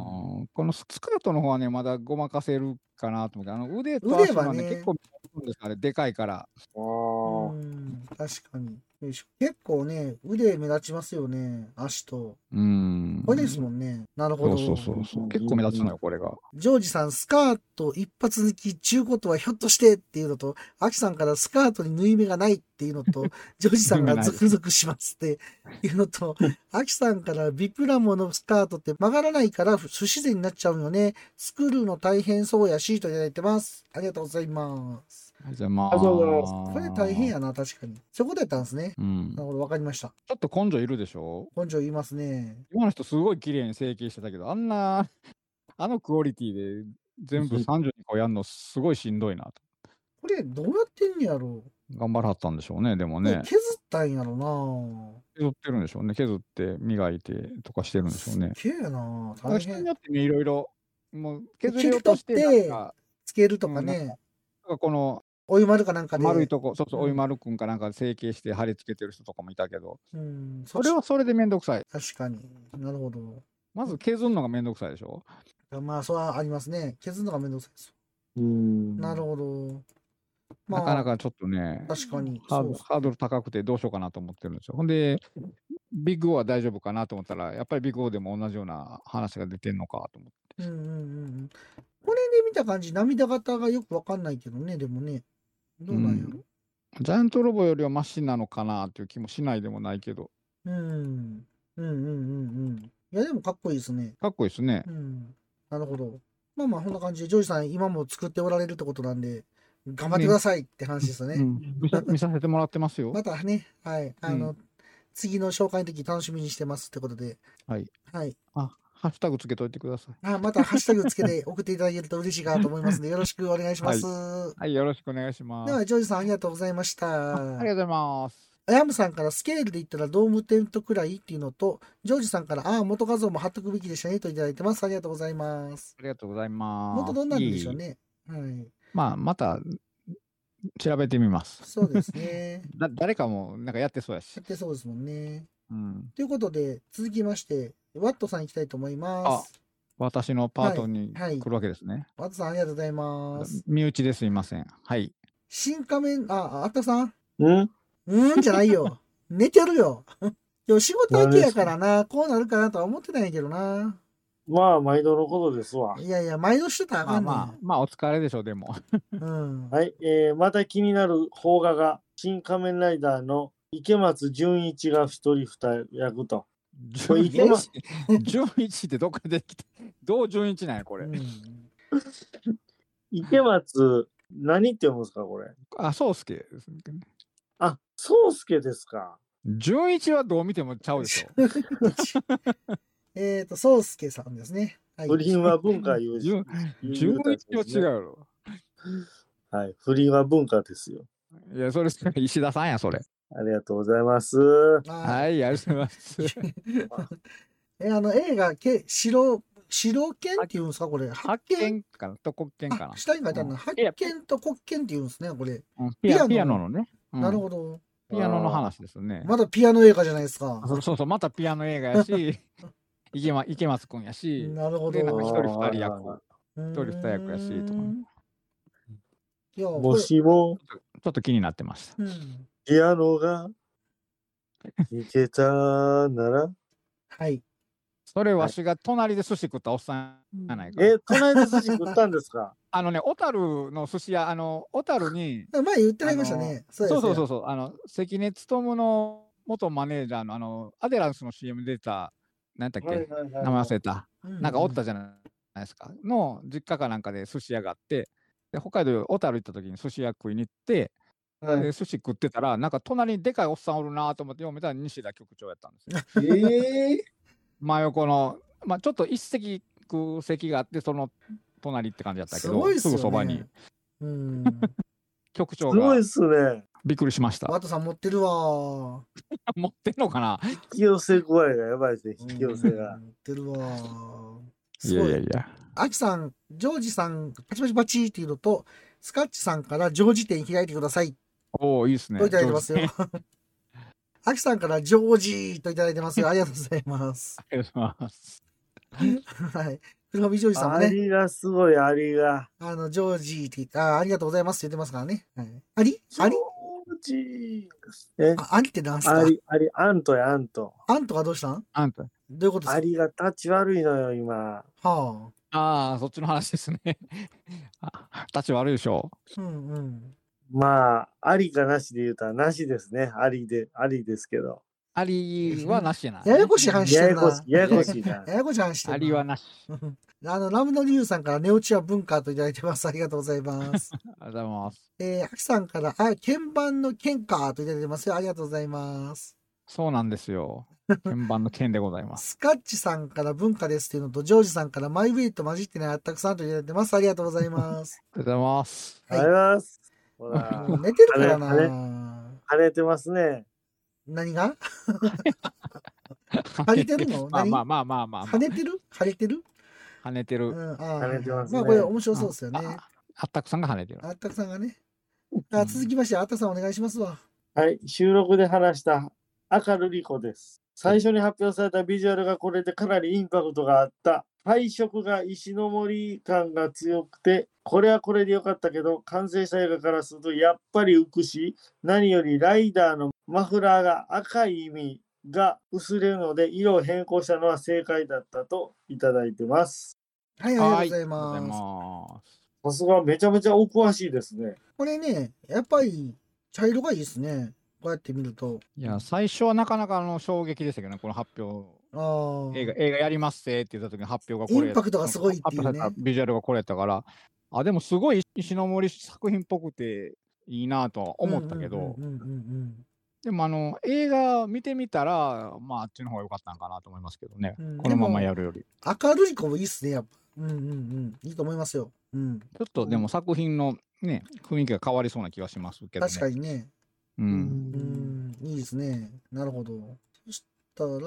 Speaker 3: ーこのスカートの方はね、まだごまかせるかなと思って、あの腕と
Speaker 1: 腕
Speaker 3: 足
Speaker 1: は
Speaker 3: はね、
Speaker 1: ね
Speaker 3: 結構見えるんですよあれ、でかいから。
Speaker 2: あ
Speaker 1: うん、確かに。よいしょ結構ね、腕目立ちますよね、足と。
Speaker 3: うん。
Speaker 1: これですもんね。なるほ
Speaker 3: そ
Speaker 1: ど。
Speaker 3: うそうそうそう。結構目立つのよ、これが。
Speaker 1: ジョージさん、スカート一発抜き、中古とはひょっとしてっていうのと、アキさんからスカートに縫い目がないっていうの
Speaker 3: *laughs*
Speaker 1: と、ジョージさんがズクズクしますっていうのと、アキさんからビプラモのスカートって曲がらないから不自然になっちゃうよね。作るの大変そうやし、といただいてます。ありがとうございます。
Speaker 3: ありがとうございます。
Speaker 2: ありがとうございま
Speaker 1: これ大変。やな、確かに。そういうことやったんですね。
Speaker 3: うん。
Speaker 1: なるほど、わかりました。
Speaker 3: ちょっと根性いるでしょ
Speaker 1: 根性言いますね。
Speaker 3: 今の人すごい綺麗に整形してたけど、あんな、 *laughs* あのクオリティで全部
Speaker 2: うん
Speaker 3: 32個やるのすごいしんどいなと。
Speaker 1: これ、どうやってんねやろ
Speaker 3: 頑張らはったんでしょうね、でも
Speaker 1: う、
Speaker 3: ね。
Speaker 1: 削ったんやろ
Speaker 3: 削ってるんでしょうね。削って磨いてとかしてるん
Speaker 1: な
Speaker 3: でしょうね。
Speaker 1: すっげえな
Speaker 3: なんか
Speaker 1: 大
Speaker 3: 人
Speaker 1: 変
Speaker 3: に。よってね、いろいろ、もう削
Speaker 1: 切
Speaker 3: り
Speaker 1: り
Speaker 3: 落として、
Speaker 1: 取って
Speaker 3: なんか、
Speaker 1: つけるとか
Speaker 3: うん
Speaker 1: ね。
Speaker 3: この
Speaker 1: お湯丸かなんかで。
Speaker 3: 丸いとこ、そうそう、
Speaker 1: うん
Speaker 3: お湯丸くんかなんか整形して貼り付けてる人とかもいたけど、
Speaker 1: うん、そ
Speaker 3: それ
Speaker 1: れは
Speaker 3: はそれでめんどくさい。
Speaker 1: 確かになるほど。
Speaker 3: まず削るのがめんどくさいでしょ
Speaker 1: まあ、それはありますね。削るのがめんどくさいです。
Speaker 2: うん
Speaker 1: なるほど。
Speaker 3: なかなかちょっとね、
Speaker 1: 確かに。そ
Speaker 3: ハー
Speaker 1: う
Speaker 3: ド
Speaker 1: そう
Speaker 3: ハードル高くてどうしようかなと思ってるんですよ。ほんで、ビッグオーは大丈夫かなと思ったら、やっぱりビッグオーでも同じような話が出てんのかと思って。
Speaker 1: うんうんうんうん。これで見た感じ、涙型がよくわかんないけどね、でもね。どうなんやろ。
Speaker 3: ジャイアントロボよりはマシなのかなっていう気もしないでもないけど、
Speaker 1: うん。うんうんうんうん。いや、でもかっこいいですね。
Speaker 3: かっこいいですね
Speaker 1: う。ん。なるほど。まあまあ、こんな感じで、ジョージさん、今も作っておられるってことなんで、頑張ってくださいって話ですよね。
Speaker 3: うん
Speaker 1: *laughs*
Speaker 3: 見さ見させてもらってますよ
Speaker 1: ま。たね、はい。あの、
Speaker 3: う
Speaker 1: 次の紹介の時楽しみにしてますってことで。
Speaker 3: はい。
Speaker 1: はい。
Speaker 3: あ、ハッシュタグつけといてください。
Speaker 1: あまたハッシュタグつけ
Speaker 3: *laughs*
Speaker 1: て送っていただけると嬉しいかなと思いますので、よろしくお願いします。
Speaker 3: はい、よろしくお願いしま。
Speaker 1: ですは、ジョージさんありがとうございまし
Speaker 3: ああり
Speaker 1: た
Speaker 3: がと。うございます。
Speaker 1: あやむさんからスケールで言ったらドームテントくらいっていうのと、ジョージさんから、ああ、元画像も貼っとくべきでしたねといただいてます。ありがとうございます。
Speaker 3: ありがとうございます。
Speaker 1: 元どんなんでしょう
Speaker 3: いい
Speaker 1: ね。はい。
Speaker 3: まあ、また、調べてみます。
Speaker 1: そうです
Speaker 3: *laughs*
Speaker 1: ね。
Speaker 3: だ誰かも、なんかやってそうやし
Speaker 1: やっ。てそうですもんね。
Speaker 3: うん。
Speaker 1: ということで、続きまして、ワットさん行きたいと思います。
Speaker 3: 私のパートに
Speaker 1: はいはい
Speaker 3: 来るわけですね。
Speaker 1: ワットさんありがとうございます。
Speaker 3: 身内ですいません。はい。
Speaker 1: 新仮面、あ、ああったさん
Speaker 2: うん
Speaker 1: うーんじゃない
Speaker 3: *laughs*
Speaker 1: よ。寝てるよ。今日仕事明けやからな、こうなるかなとは思ってないんやけどな。
Speaker 2: まあ、毎度のことですわ。
Speaker 1: いやいや、毎度してたらあ
Speaker 3: ま
Speaker 1: か
Speaker 3: あ
Speaker 1: んねん。
Speaker 3: まあ、まあ、お疲れでしょう、でも。
Speaker 1: うん。
Speaker 2: はい、えーまた気になる邦画が、新仮面ライダーの池松純一が一人二役と。これ
Speaker 3: 純
Speaker 2: いけま
Speaker 3: 一、 *laughs* 純一ってどっから出てきた *laughs* どう純一なんや、これ
Speaker 1: う。ん
Speaker 3: *laughs*
Speaker 2: 池松、何って読むんですか、これ。
Speaker 3: あ、そうすけですね。
Speaker 2: あ、宗介ですか。
Speaker 3: 純一はどう見てもちゃうでしょ。
Speaker 1: *laughs* えっと、宗介さんですね。はい。
Speaker 2: 不倫は文化言う
Speaker 3: 純純一は違うやろ。
Speaker 2: はい、不倫は文化ですよ。
Speaker 3: いや、それ、石田さんや、
Speaker 1: *laughs*
Speaker 3: それ。
Speaker 2: ありがとうございます。
Speaker 1: は。
Speaker 3: はいい、ありがとうございます。
Speaker 1: *laughs* え、あの、映画、け白、白剣って言うんですかこれ。
Speaker 3: 発見かなと国権かな
Speaker 1: あ、下に書いてあるな。発
Speaker 3: いや
Speaker 1: 見と国権って言うんですね、これ。
Speaker 3: うんピア
Speaker 1: ピ
Speaker 3: ピ
Speaker 1: ア
Speaker 3: ア
Speaker 1: ノ
Speaker 3: ノのね。うん
Speaker 1: なるほど。
Speaker 3: ピアノの話ですね。
Speaker 1: まだピアノ映画じゃないですか。
Speaker 3: そうそうそう、またピアノ映画
Speaker 1: *laughs*
Speaker 3: やし、池ま池松君やし、
Speaker 1: なるほど。
Speaker 3: で、なんか一人
Speaker 2: あー
Speaker 3: 二人
Speaker 1: 一
Speaker 3: 役。人二役やしとかね
Speaker 1: いや、こ
Speaker 2: も
Speaker 1: れ、
Speaker 2: しも、
Speaker 3: ちょっと気になってました。
Speaker 1: うん。
Speaker 2: ピアノが
Speaker 1: *laughs*
Speaker 2: 弾けたなら、
Speaker 1: はい。
Speaker 3: それわしが隣で寿司食ったおっさんじゃないか。
Speaker 2: え、隣で寿司食ったんで
Speaker 1: *laughs*
Speaker 2: すか
Speaker 3: あのね、小樽の寿司屋、あの、小樽に、
Speaker 1: 前言ってはりましたね。そ
Speaker 3: そう
Speaker 1: ですね
Speaker 3: うそうそうそう、あの、関根勤の元マネージャーの、あの、アデランスの CM 出た、なんだっけ、
Speaker 2: はい
Speaker 3: 名前忘れた。
Speaker 1: う
Speaker 3: なんかおったじゃないですか。の実家かなんかで寿司屋があって、で北海道小樽行った時に寿司屋食いに行って、
Speaker 2: はい
Speaker 3: で寿司食ってたら、なんか隣にでかいおっさんおるなと思って読めたら西田局長やったんですよ。
Speaker 2: ええ
Speaker 3: 真横の、まあ、ちょっと一席空席があって、その隣って感じだったけ
Speaker 1: す
Speaker 3: ど、
Speaker 1: ごいっすよ
Speaker 3: ぐ
Speaker 1: ね。
Speaker 3: そばに。
Speaker 1: うん。
Speaker 3: 局長
Speaker 2: すご
Speaker 3: が
Speaker 2: いっすね。
Speaker 3: びっくりしました。
Speaker 1: ワトさん持ってるわ。
Speaker 3: 持ってんのかな
Speaker 2: 引き寄せ具合がやばいですね、
Speaker 1: う
Speaker 2: 引
Speaker 1: ん
Speaker 2: き寄せが。
Speaker 1: 持ってるわ。すごい。
Speaker 3: や。
Speaker 1: アキさん、ジョージさん、パチパチパチっていうのと、スカッチさんからジョージ店開いてください
Speaker 3: おお、いいですね。
Speaker 1: といただいてますよ。アキさんからジョージといただいてますよ。ありがとうございます。
Speaker 3: ありがとうございます。
Speaker 1: はい。黒見ジョージさんも
Speaker 2: ア
Speaker 1: ね。
Speaker 2: リがすごい、アリが。
Speaker 1: あの、ジョージって言って、あーありがとうございますって言ってますからね。はい、ありあり
Speaker 2: ジョージえ
Speaker 1: あありってなんす
Speaker 2: あ
Speaker 1: か
Speaker 2: り、あり、アントや、アント。
Speaker 1: あんとかどうしたん
Speaker 3: あんた。
Speaker 1: どういうことです
Speaker 2: ア
Speaker 1: か
Speaker 2: リがタッチ悪いのよ、今。
Speaker 1: は
Speaker 3: ああ、そっちの話ですね。 *laughs* あ立ち悪いでしょ。
Speaker 1: あ。うんうん。
Speaker 2: まあ、ありかなしで言うたら、なしですね。ありで、ありですけど。
Speaker 3: ありはなしやな。
Speaker 1: ややこしい話して
Speaker 2: や
Speaker 1: る
Speaker 2: や
Speaker 1: な。
Speaker 2: こしい、ややこし
Speaker 1: *laughs*
Speaker 2: いな。
Speaker 1: ややこしい話してるな。
Speaker 3: ありはなし。
Speaker 1: うん *laughs* あの、ラムのリュウさんから寝落ちは文化といただいてます。ありがとうござい
Speaker 2: *laughs*
Speaker 1: ます。
Speaker 3: ありがとうございます。
Speaker 1: えー、アキさんから、あ、鍵盤の剣かといただいてますよ。ありがとうございます。
Speaker 3: そうなんですよ。鍵盤の件でございます。
Speaker 1: スカッチさんから文化ですっていうのと、ジョージさんからマイウェイと混じってないあったくさんといただいてます。ありがとうござい
Speaker 2: *laughs*
Speaker 1: ます。
Speaker 3: ありがとうございます。
Speaker 2: ありがとうございます。
Speaker 1: *laughs*
Speaker 2: ほら
Speaker 1: もう、寝てるから
Speaker 2: あれ
Speaker 1: な。
Speaker 2: 跳ねてますね。
Speaker 1: 何が跳ねてる
Speaker 2: *laughs*
Speaker 1: の
Speaker 3: *laughs* まあ
Speaker 1: 何
Speaker 3: まあまあまあまあ、ま
Speaker 1: 跳ねてる跳ねてる
Speaker 3: あ、跳ねて
Speaker 1: う
Speaker 3: る。
Speaker 1: ん、あ
Speaker 2: 跳ね
Speaker 1: ー
Speaker 2: てます
Speaker 1: ま
Speaker 2: ね
Speaker 1: あこれ面白そうですよね。
Speaker 3: ああったくさんが跳ねてる。
Speaker 1: あったくさんがね。あ続きまして、あたさんお願いしますわ。
Speaker 2: はい、収録で話した赤瑠璃子です。最初に発表されたビジュアルがこれでかなりインパクトがあった。配色が石の森感が強くて、これはこれで良かったけど、完成した映画からするとやっぱり浮くし、何よりライダーのマフラーが赤い意味が薄れるので、色を変更したのは正解だったといただいてます。
Speaker 1: はい、ありがとうございます。
Speaker 3: ます。
Speaker 2: さすがめちゃめちゃお詳しいですね。
Speaker 1: これね、やっぱり茶色がいいですね。こうやって見ると。
Speaker 3: いや、最初はなかなかあの衝撃でしたけどね、この発表。
Speaker 1: ああ。
Speaker 3: 映画映画やりますぜって言った時の発表がこれ
Speaker 1: インパクトがすごいっていうね
Speaker 3: 発表されたビジュアルがこれやったから、あ、でもすごい石の森作品っぽくていいなとは思ったけど、
Speaker 1: うんうんうんうんうん
Speaker 3: でもあの映画見てみたら、まああっちの方が良かったんかなと思いますけどね、
Speaker 1: うん
Speaker 3: このままやるより。
Speaker 1: 赤ルリコもいいっすね、やっぱ。うんうんうん。いいと思いますよ。うん。
Speaker 3: ちょっとでも作品のね、雰囲気が変わりそうな気がしますけど、ね。
Speaker 1: 確かにね。
Speaker 3: う。
Speaker 2: うん
Speaker 1: うん、いいですね。なるほど。そしたら、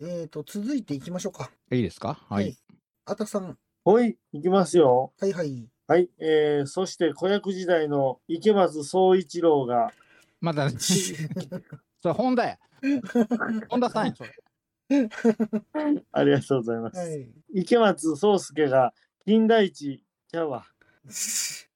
Speaker 1: えっ、と、続いていきましょうか。
Speaker 3: いいですかは
Speaker 1: はい
Speaker 3: い。
Speaker 1: あたさん、
Speaker 2: ほい、いきますよ。
Speaker 1: はい *laughs* はい。
Speaker 2: はい、えー、そして子役時代の池松壮一郎が、
Speaker 3: ま
Speaker 1: *laughs*
Speaker 3: た、それ本田や。本田さんや、それ。
Speaker 2: ありがとうございます。
Speaker 3: *laughs*
Speaker 1: はい。
Speaker 2: 池松壮介が金田一ちゃうわ、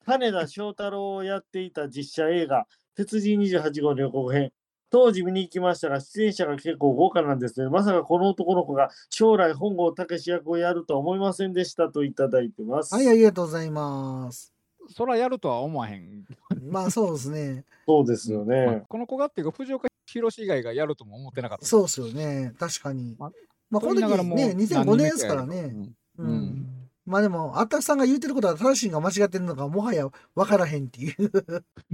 Speaker 2: 金田正太郎をやっていた実写映画、鉄人28号の予告編。当時見に行きましたが、出演者が結構豪華なんですね。まさかこの男の子が将来本郷武史役をやるとは思いませんでしたといただいてます。
Speaker 1: はい、ありがとうございます。
Speaker 3: そらやるとは思わへん。
Speaker 1: まあ、そうですね。
Speaker 2: そうですよね。
Speaker 3: まあこの子がっていうか、藤岡弘以外がやるとも思ってなかった。
Speaker 1: そうですよね。確かに。
Speaker 3: ま
Speaker 1: まあ、この
Speaker 3: と言いながら
Speaker 1: 時
Speaker 3: も
Speaker 1: ね、2005年ですから
Speaker 3: 何
Speaker 1: ね
Speaker 3: 人。目や
Speaker 1: う
Speaker 3: うん
Speaker 1: ん。まあでも、あたさんが言ってることは正しいのか間違ってるのか、もはや分からへんって
Speaker 3: *laughs*
Speaker 1: いう。言っ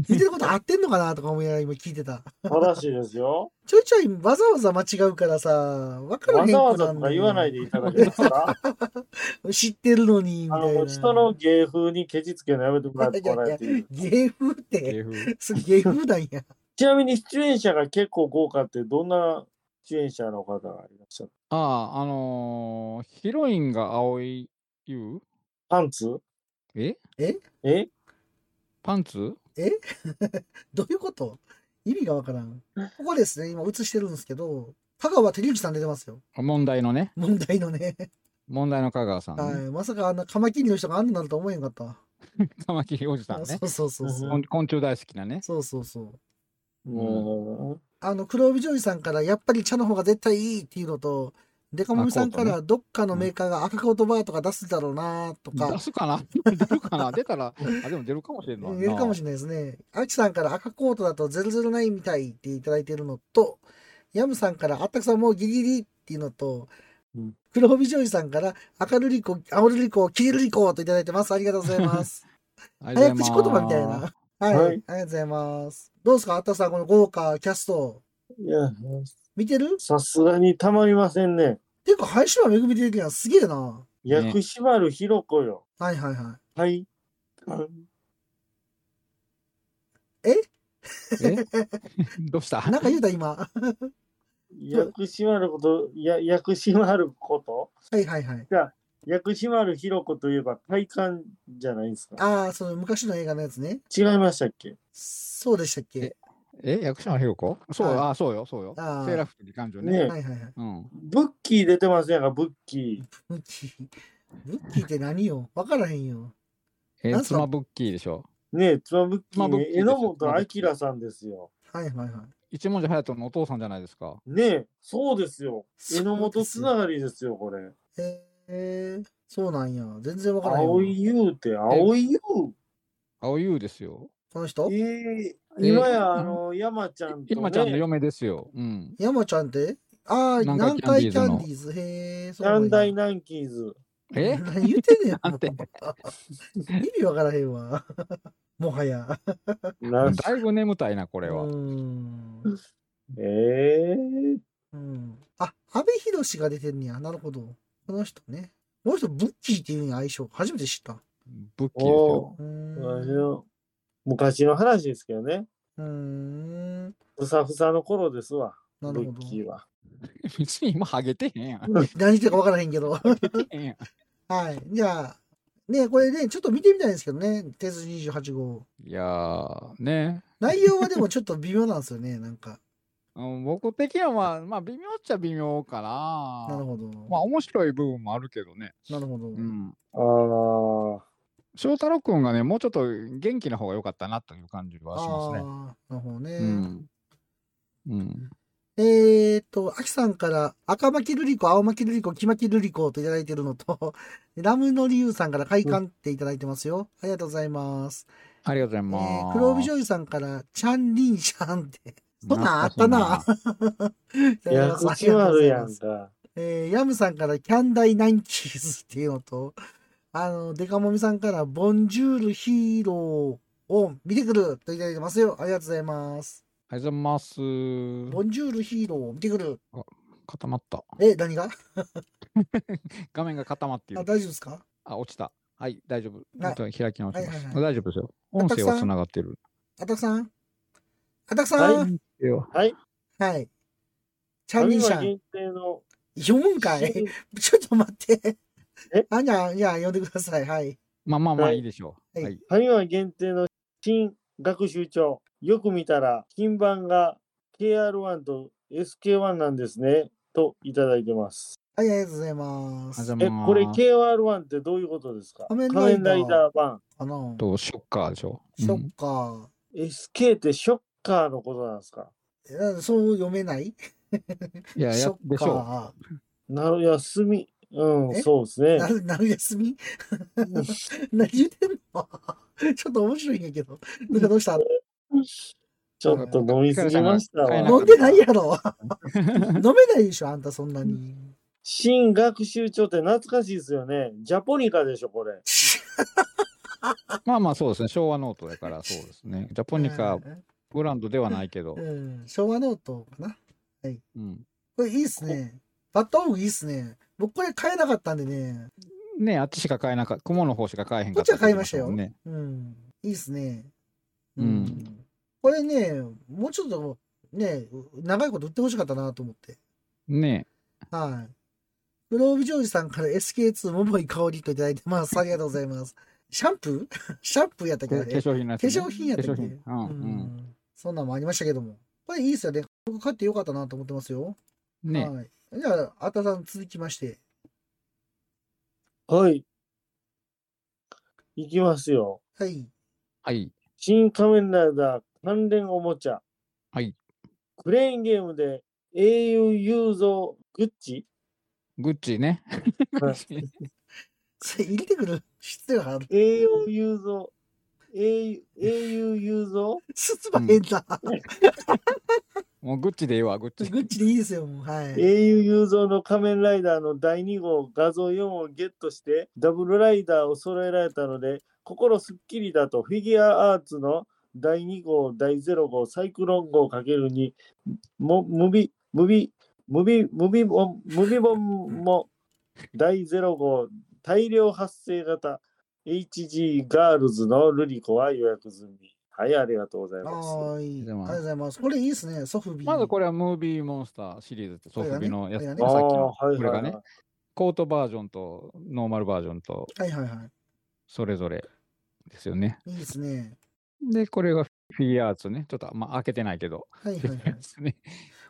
Speaker 1: てること合ってんのかなとか思いながら今聞いてた。
Speaker 2: 正しいで
Speaker 1: *laughs*
Speaker 2: すよ。
Speaker 1: ちょいちょいわざわざ間違うからさ、分からへ
Speaker 2: わ
Speaker 1: んく
Speaker 2: ざ
Speaker 1: な
Speaker 2: わ
Speaker 1: んのよ
Speaker 2: ざとか言わないでいただけますか
Speaker 1: 知ってるのに、みた
Speaker 2: あ
Speaker 1: いな。
Speaker 2: の、もう人の芸風にケチつけるのやめてもらってもらえていいですか
Speaker 1: 芸風っ
Speaker 3: け
Speaker 1: て、
Speaker 3: やろうん
Speaker 1: それ芸風なんや。
Speaker 2: *laughs* ちなみに出演者が結構豪華って、どんな出演者の方がいらっしゃる
Speaker 3: ああ、あのーヒロインが青い優
Speaker 2: パンツ
Speaker 3: え
Speaker 2: え
Speaker 3: パンツ
Speaker 1: どういうこと意味がわからん。ここですね、今映してるんですけど、香川照之さん出てますよ。
Speaker 3: 問題のね、
Speaker 1: 問題のね。
Speaker 3: 問題の香川さん、ね
Speaker 1: はい。まさかあんなカマキリの人があんなになるとは思えんかったわ。
Speaker 3: 玉木おじさんね
Speaker 1: そ、うそうそうそう。
Speaker 2: う
Speaker 3: 昆昆虫大好きなね、
Speaker 1: そうそうそう。
Speaker 2: もう、
Speaker 1: あの、黒帯女優さんからやっぱり茶の方が絶対いいっていうのと、デカモミさんか
Speaker 3: あコ
Speaker 1: らどっかのメーカーが赤コートバーとか出すだろうなとか
Speaker 3: 出、すかな *laughs* 出るかな出たら、あ、でも出るかもしれんない。
Speaker 1: 言えるかもしれないですね。アキさんから赤コートだと009みたいっていただいてるのと、ヤムさんからあったくさんもうギリギリっていうのと、
Speaker 2: うん
Speaker 1: 黒帯女優さんから赤ルリコ、青ルリコ、黄色ルリコといただいてます。ありがとうございます。
Speaker 3: *laughs* ありがと
Speaker 1: 早
Speaker 3: うござ
Speaker 1: 口
Speaker 3: い
Speaker 1: 言
Speaker 3: ます
Speaker 1: 葉みたいな。はい、
Speaker 2: はい
Speaker 1: ありがとうございます。どうですかあったくさん、この豪華キャスト。
Speaker 2: いや、
Speaker 1: 見てるっ
Speaker 2: さすがにたまりませんね。
Speaker 1: ていうか、林島めぐみ出てるやん。すげえな。
Speaker 2: 薬師丸ひろ子よ。
Speaker 1: はいはいは
Speaker 2: はい。
Speaker 1: *laughs*
Speaker 3: え *laughs* どうした
Speaker 1: い。なんか言うた
Speaker 3: *laughs*
Speaker 1: 今。
Speaker 2: 薬師丸こと、や薬師丸こと
Speaker 1: はいはいはい。
Speaker 2: 薬師丸ひろ子といえば快感じゃないですか。
Speaker 1: ああ、その昔の映画のやつね。
Speaker 2: 違いましたっけ
Speaker 1: そうでしたっけ
Speaker 3: え役者のひろこそう、
Speaker 1: はい
Speaker 3: あ、そうよ、そうよ。セ
Speaker 1: あー
Speaker 3: ーラフトに感情ね。
Speaker 2: ねえ
Speaker 1: はいはいはい。
Speaker 3: うん。
Speaker 2: ブッキー出てませんか、ブッキ
Speaker 1: ブッキー。ブッキーって何よわからへんよ。
Speaker 3: え
Speaker 1: なんすか
Speaker 3: 妻ブッキーでしょ。
Speaker 2: ー。ねえ、つまブッキ
Speaker 3: 妻
Speaker 2: ー
Speaker 3: ブッ
Speaker 2: ね
Speaker 3: キーですよ
Speaker 2: 榎本明さんですよ。
Speaker 1: はいはいはい。
Speaker 3: 一文字隼人のお父さんじゃないですか。
Speaker 2: ねえ、そうですよ。
Speaker 1: そうです
Speaker 2: 榎
Speaker 1: よ
Speaker 2: 本つながりですよ、これ。
Speaker 1: えー、そうなんや。全然わからへんわ。
Speaker 2: 青い優って、青い優。
Speaker 3: 青優ですよ。
Speaker 1: この人
Speaker 2: え
Speaker 3: え
Speaker 2: ー、今や、あの、山ちゃんと、ね。
Speaker 3: 今ちゃんの嫁ですよ。うん。
Speaker 1: 山ちゃんってああ、南
Speaker 3: 南
Speaker 1: 海
Speaker 3: 海
Speaker 1: キ
Speaker 3: キ
Speaker 1: ャ
Speaker 3: ャ
Speaker 1: ン
Speaker 3: ン
Speaker 1: デ
Speaker 3: デ
Speaker 1: ィーズ。へえ、そうなんや
Speaker 2: 三大。ナンキーズ。
Speaker 3: え
Speaker 1: 何言ってんねん。
Speaker 3: なんて
Speaker 1: もう *laughs* 意味わからへんわ。 *laughs* もはや。
Speaker 2: なん
Speaker 3: だいぶ眠たいな、こ
Speaker 1: こ
Speaker 3: れは
Speaker 1: う。ん。
Speaker 2: えー、
Speaker 1: うん。あ、阿部寛が出てんねや。なるほど。この人ね。この人、ブッキーっていう愛称、初めて知った。
Speaker 3: ブッキーですよ。
Speaker 2: お
Speaker 1: うー
Speaker 2: ーわし
Speaker 1: ん。う
Speaker 2: の昔の話ですけどね。
Speaker 1: ーん。
Speaker 2: ふさふさの頃ですわ、ブ
Speaker 1: なるほ
Speaker 2: ッ
Speaker 1: ど。
Speaker 2: キーは。
Speaker 3: *laughs* 別に今ハゲてへんやん。
Speaker 1: 何言ってるかわからへんけど。
Speaker 3: ハゲてへんやん
Speaker 1: はい。じゃあ、ね、これね、ちょっと見てみたいんですけどね、鉄人28号。
Speaker 3: *laughs* いやー、ね。
Speaker 1: 内容はでもちょっと微妙なんですよね、なんか。
Speaker 3: あの僕的にはまあ、まあ、微妙っちゃ微妙かな。
Speaker 1: なるほど。
Speaker 3: まあ、面白い部分もあるけどね。
Speaker 1: なるほど。
Speaker 3: うん。
Speaker 2: ああ。
Speaker 3: 翔太郎くんがね、もうちょっと元気な方が良かったなという感じはしますね。
Speaker 1: ああ、なるほどね。
Speaker 3: うん。うん。
Speaker 1: えーっと、アキさんから、赤巻ルリコ、青巻ルリコ、黄巻ルリコといただいてるのと、 *laughs* ラムのリュウさんから快感っていただいてますよ。ありがとうございます。
Speaker 3: ありがとうござい
Speaker 1: え
Speaker 3: ま
Speaker 1: ー、
Speaker 3: す。
Speaker 1: 黒帯女優さんから、チャンリンシャンって、そんなんあったな。いただいてます
Speaker 2: 薬師丸やん。か。
Speaker 1: えーヤムさんからキャンダイナインキーズっていうのと、あの、デカモミさんからボンジュールヒーローを見てくるといただいてますよ。ありがとうございます。
Speaker 3: ありがとうございます。
Speaker 1: ボンジュールヒーローを見てくる。
Speaker 3: 固まった。
Speaker 1: え、何が
Speaker 3: 画面が固まってい
Speaker 1: あ
Speaker 3: る。
Speaker 1: 大丈夫ですか
Speaker 3: あ、落ちた。はい、大丈夫。
Speaker 1: な
Speaker 3: また開き直
Speaker 1: は
Speaker 3: しま
Speaker 1: い
Speaker 3: す
Speaker 1: は。いは
Speaker 3: 大丈夫ですよ。音声は繋がってる。
Speaker 1: アタクさんアタクさん
Speaker 2: は
Speaker 1: はい。
Speaker 2: はい。
Speaker 1: チャンニーシャン。
Speaker 2: 限定の。
Speaker 1: 読むんかい *laughs* ちょっと待って。
Speaker 2: え
Speaker 1: あ、じゃあ、じゃあ、読んでください。はい。
Speaker 3: まあまあまあ
Speaker 2: はい
Speaker 3: いいでしょ
Speaker 1: は
Speaker 3: う。
Speaker 1: い
Speaker 3: はい。
Speaker 2: ファミマ限定の新学習帳。よく見たら、金版が KR1 と SK1 なんですね。といただいてます。
Speaker 1: はい、ありがとうございます。
Speaker 3: あり
Speaker 2: え、
Speaker 3: がとうございます
Speaker 2: これ KR1 ってどういうことですか
Speaker 1: 仮面ライダー
Speaker 2: 仮面ライダー版。
Speaker 1: あの、
Speaker 3: と、ショッカーでしょ。
Speaker 1: そっ
Speaker 3: うん
Speaker 1: か。
Speaker 2: SK ってショッカーのことなんですか
Speaker 1: えそう読めない
Speaker 3: いや、
Speaker 1: シ
Speaker 3: や
Speaker 1: ョ
Speaker 3: で
Speaker 1: ッ
Speaker 3: し
Speaker 1: カ
Speaker 3: ょ
Speaker 1: ー。
Speaker 2: なる休み。うん、
Speaker 1: え
Speaker 2: そうですね。
Speaker 1: なる、なる休み *laughs* 何言ってんの *laughs* ちょっと面白いんやけど。なんかどうした
Speaker 2: ちょっと飲みすぎました
Speaker 3: 買えな
Speaker 2: わ。
Speaker 3: かっ
Speaker 1: 飲んでないやろ飲めないでしょあんたそんなに。
Speaker 2: 新学習帳って懐かしいですよね。ジャポニカでしょ、これ。
Speaker 3: う。まあまあそうですね。昭和ノートだからそうです
Speaker 1: *laughs*
Speaker 3: ね。ジャポニカブランドではないけど
Speaker 1: う。ん。昭和ノートかな。
Speaker 3: うん。
Speaker 1: これいいっすね。バットオフいいっすね。僕これ買えなかったんでね。
Speaker 3: ねあっちしか買えなかった。雲の方しか買えへんかった。
Speaker 1: こっちは買いましたよ
Speaker 3: ね。
Speaker 1: うん。いいっすね。
Speaker 3: うん
Speaker 1: これね、もうちょっとね、長いこと売ってほしかったなと思って。
Speaker 3: ね
Speaker 1: はい。黒帯ジョージさんから SK2 桃井香りといただいてます。ありがとうございます。シャンプー *laughs* シャンプーやったっ
Speaker 3: 化
Speaker 1: けあれ化
Speaker 3: 粧品のやつね。
Speaker 1: 粧品やったっけ
Speaker 3: 化粧品うんうん
Speaker 1: んそんなんもありましたけども。これいいですよね。僕買ってよかったなと思ってますよ。
Speaker 3: ね
Speaker 1: はい。じゃあ、あたさん続きまして。
Speaker 2: はい。いきますよ。
Speaker 1: はい。
Speaker 3: はい。
Speaker 2: 新仮面ライダー関連おもちゃ。
Speaker 3: はい。
Speaker 2: クレーンゲームで英雄雄三グッチ
Speaker 3: グッチね。
Speaker 2: はい
Speaker 3: *laughs*
Speaker 1: それ入れてくる *laughs* 必要ある。
Speaker 2: 英雄雄三英雄英雄雄三
Speaker 1: すつば変だ。
Speaker 3: もうグッチでええわ、グッチ。
Speaker 1: グッチでいいですよ、もう。はい。
Speaker 2: 英雄雄三の仮面ライダーの第2号画像4をゲットしてダブルライダーを揃えられたので心すっきりだとフィギュアアーツの第2号第0号サイクロン号かけるにもムビムビムビムビボンムビボンも第0号大量発生型 HG ガールズのルリコは予約済みはいありがとうございます
Speaker 1: はーい。あり
Speaker 3: で
Speaker 1: が
Speaker 3: も
Speaker 1: とうございます。これいいですね、ソフビー。
Speaker 3: まずこれはムービーモンスターシリーズって、ソ
Speaker 1: これが
Speaker 3: フ
Speaker 1: ね
Speaker 3: ビのやつね、さっき
Speaker 1: これがね
Speaker 3: の。
Speaker 2: あーはい
Speaker 3: これが
Speaker 2: はい
Speaker 3: ね
Speaker 2: はい、
Speaker 3: コートバージョンとノーマルバージョンと
Speaker 1: はいはいは
Speaker 3: それぞれですよね。
Speaker 1: い。いいですね。
Speaker 3: で、これがフィギュアアーツね。ちょっと、まあ、開けてないけど。
Speaker 1: はいは
Speaker 3: フ
Speaker 1: い
Speaker 3: ィ
Speaker 1: は
Speaker 3: ギ
Speaker 1: *laughs* い
Speaker 3: ュア。アーツね。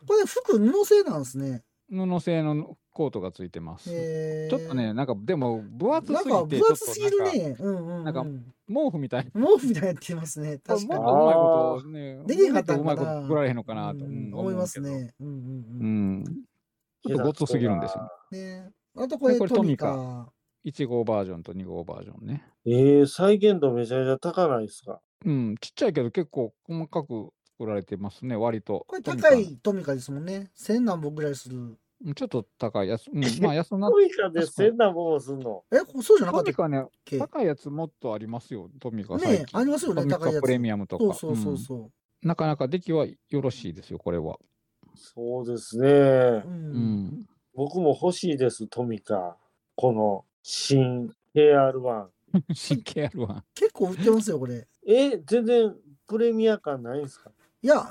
Speaker 1: これ服布製なんですね。
Speaker 3: 布製のコートがついてます。
Speaker 1: えー
Speaker 3: ちょっとね、なんか、でも、分厚
Speaker 1: な
Speaker 3: す
Speaker 1: んか
Speaker 3: ぎて、ち
Speaker 1: 分
Speaker 3: ょっ
Speaker 1: 厚すぎる
Speaker 3: となん
Speaker 1: ね。
Speaker 3: か、
Speaker 1: うんうん、うん。
Speaker 3: なんか毛布みたいな。
Speaker 1: 毛布みたいになってますね。
Speaker 3: もっ
Speaker 1: 確
Speaker 3: と
Speaker 1: か
Speaker 3: う
Speaker 1: に。
Speaker 2: あ
Speaker 3: まいことね、
Speaker 1: できへんかった
Speaker 3: も
Speaker 1: んかな
Speaker 3: っとうまいこと作られへんのかなと、
Speaker 1: う
Speaker 3: うんん
Speaker 1: 思います。
Speaker 3: うけど
Speaker 1: ね。うんう
Speaker 3: うんん。ちょっとごつすぎるんですよ。
Speaker 1: うん。ねあとこれ
Speaker 3: でこれ
Speaker 1: ト
Speaker 3: ト
Speaker 1: ミ
Speaker 3: ミ
Speaker 1: カ
Speaker 3: カ。1号バージョンと2号バージョンね。
Speaker 2: えー、再現度めちゃめちゃ高ないですか
Speaker 3: うん、ちっちゃいけど結構細かく作られてますね、割と。
Speaker 1: これ
Speaker 3: トミ
Speaker 1: 高
Speaker 3: カ
Speaker 1: いトミカですもんね。千何本ぐらいする。
Speaker 3: うんちょっと高いやつ。うん、まあ安な
Speaker 2: ト。ミカで千なもんすんの
Speaker 1: え、そうじゃなかった
Speaker 3: トミ
Speaker 1: っ
Speaker 3: カね、
Speaker 1: けね
Speaker 3: 高いやつもっとありますよ、トミカ最
Speaker 1: え
Speaker 3: 近。、
Speaker 1: ありますよ
Speaker 3: ト
Speaker 1: ね、
Speaker 3: ミ
Speaker 1: 高い
Speaker 3: カ
Speaker 1: やつ
Speaker 3: プ。レミアムとか。
Speaker 1: そうそうそうそう
Speaker 3: うんなかなか出来はよろしいですよ、これは。
Speaker 2: そうですね
Speaker 1: う。ん。
Speaker 3: うん。 *laughs*
Speaker 2: 僕も欲しいです、トミカ。この新 KR1。
Speaker 3: 神経あるわ。 *laughs*
Speaker 1: 結構売ってますよ、これ。
Speaker 2: え、全然プレミア感ないんですか
Speaker 1: いや、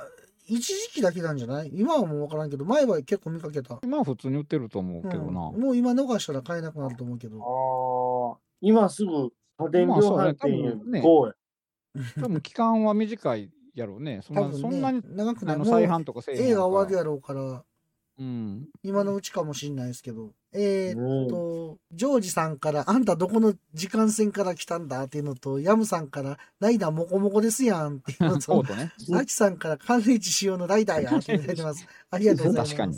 Speaker 1: 一時期だけなんじゃない今はもうわからんけど、前は結構見かけた。
Speaker 3: 今は普通に売ってると思う
Speaker 1: うん
Speaker 3: けどな。
Speaker 1: もう今逃したら買えなくなると思うけ
Speaker 2: あ
Speaker 1: ど。
Speaker 2: あ、今すぐ家電量販
Speaker 3: まあそうね多
Speaker 2: 店
Speaker 3: 分ね
Speaker 2: 5円。
Speaker 1: *laughs*
Speaker 3: 多分期間は短いやろうね。そん
Speaker 1: 多
Speaker 3: な,、
Speaker 1: 分、ね、
Speaker 3: そんなに
Speaker 1: 長くな
Speaker 3: あ
Speaker 1: い。
Speaker 3: の
Speaker 1: も
Speaker 3: 再
Speaker 1: う
Speaker 3: 販とかせえへん
Speaker 1: 映
Speaker 3: やろ
Speaker 1: 画
Speaker 3: う
Speaker 1: 終わる
Speaker 3: から
Speaker 1: やろうから、
Speaker 3: うん。
Speaker 1: 今のうちかもしんないですけど。えー、
Speaker 2: うん
Speaker 1: えっと、ジョージさんから、あんたどこの時間線から来たんだっていうのと、ヤムさんから、ライダーもこもこですやんっていうの
Speaker 3: コ
Speaker 1: と
Speaker 3: ー、トね。
Speaker 1: アキさんから、関連地使用のライダーやっていただいてます。ありがとうございます。
Speaker 3: 確かに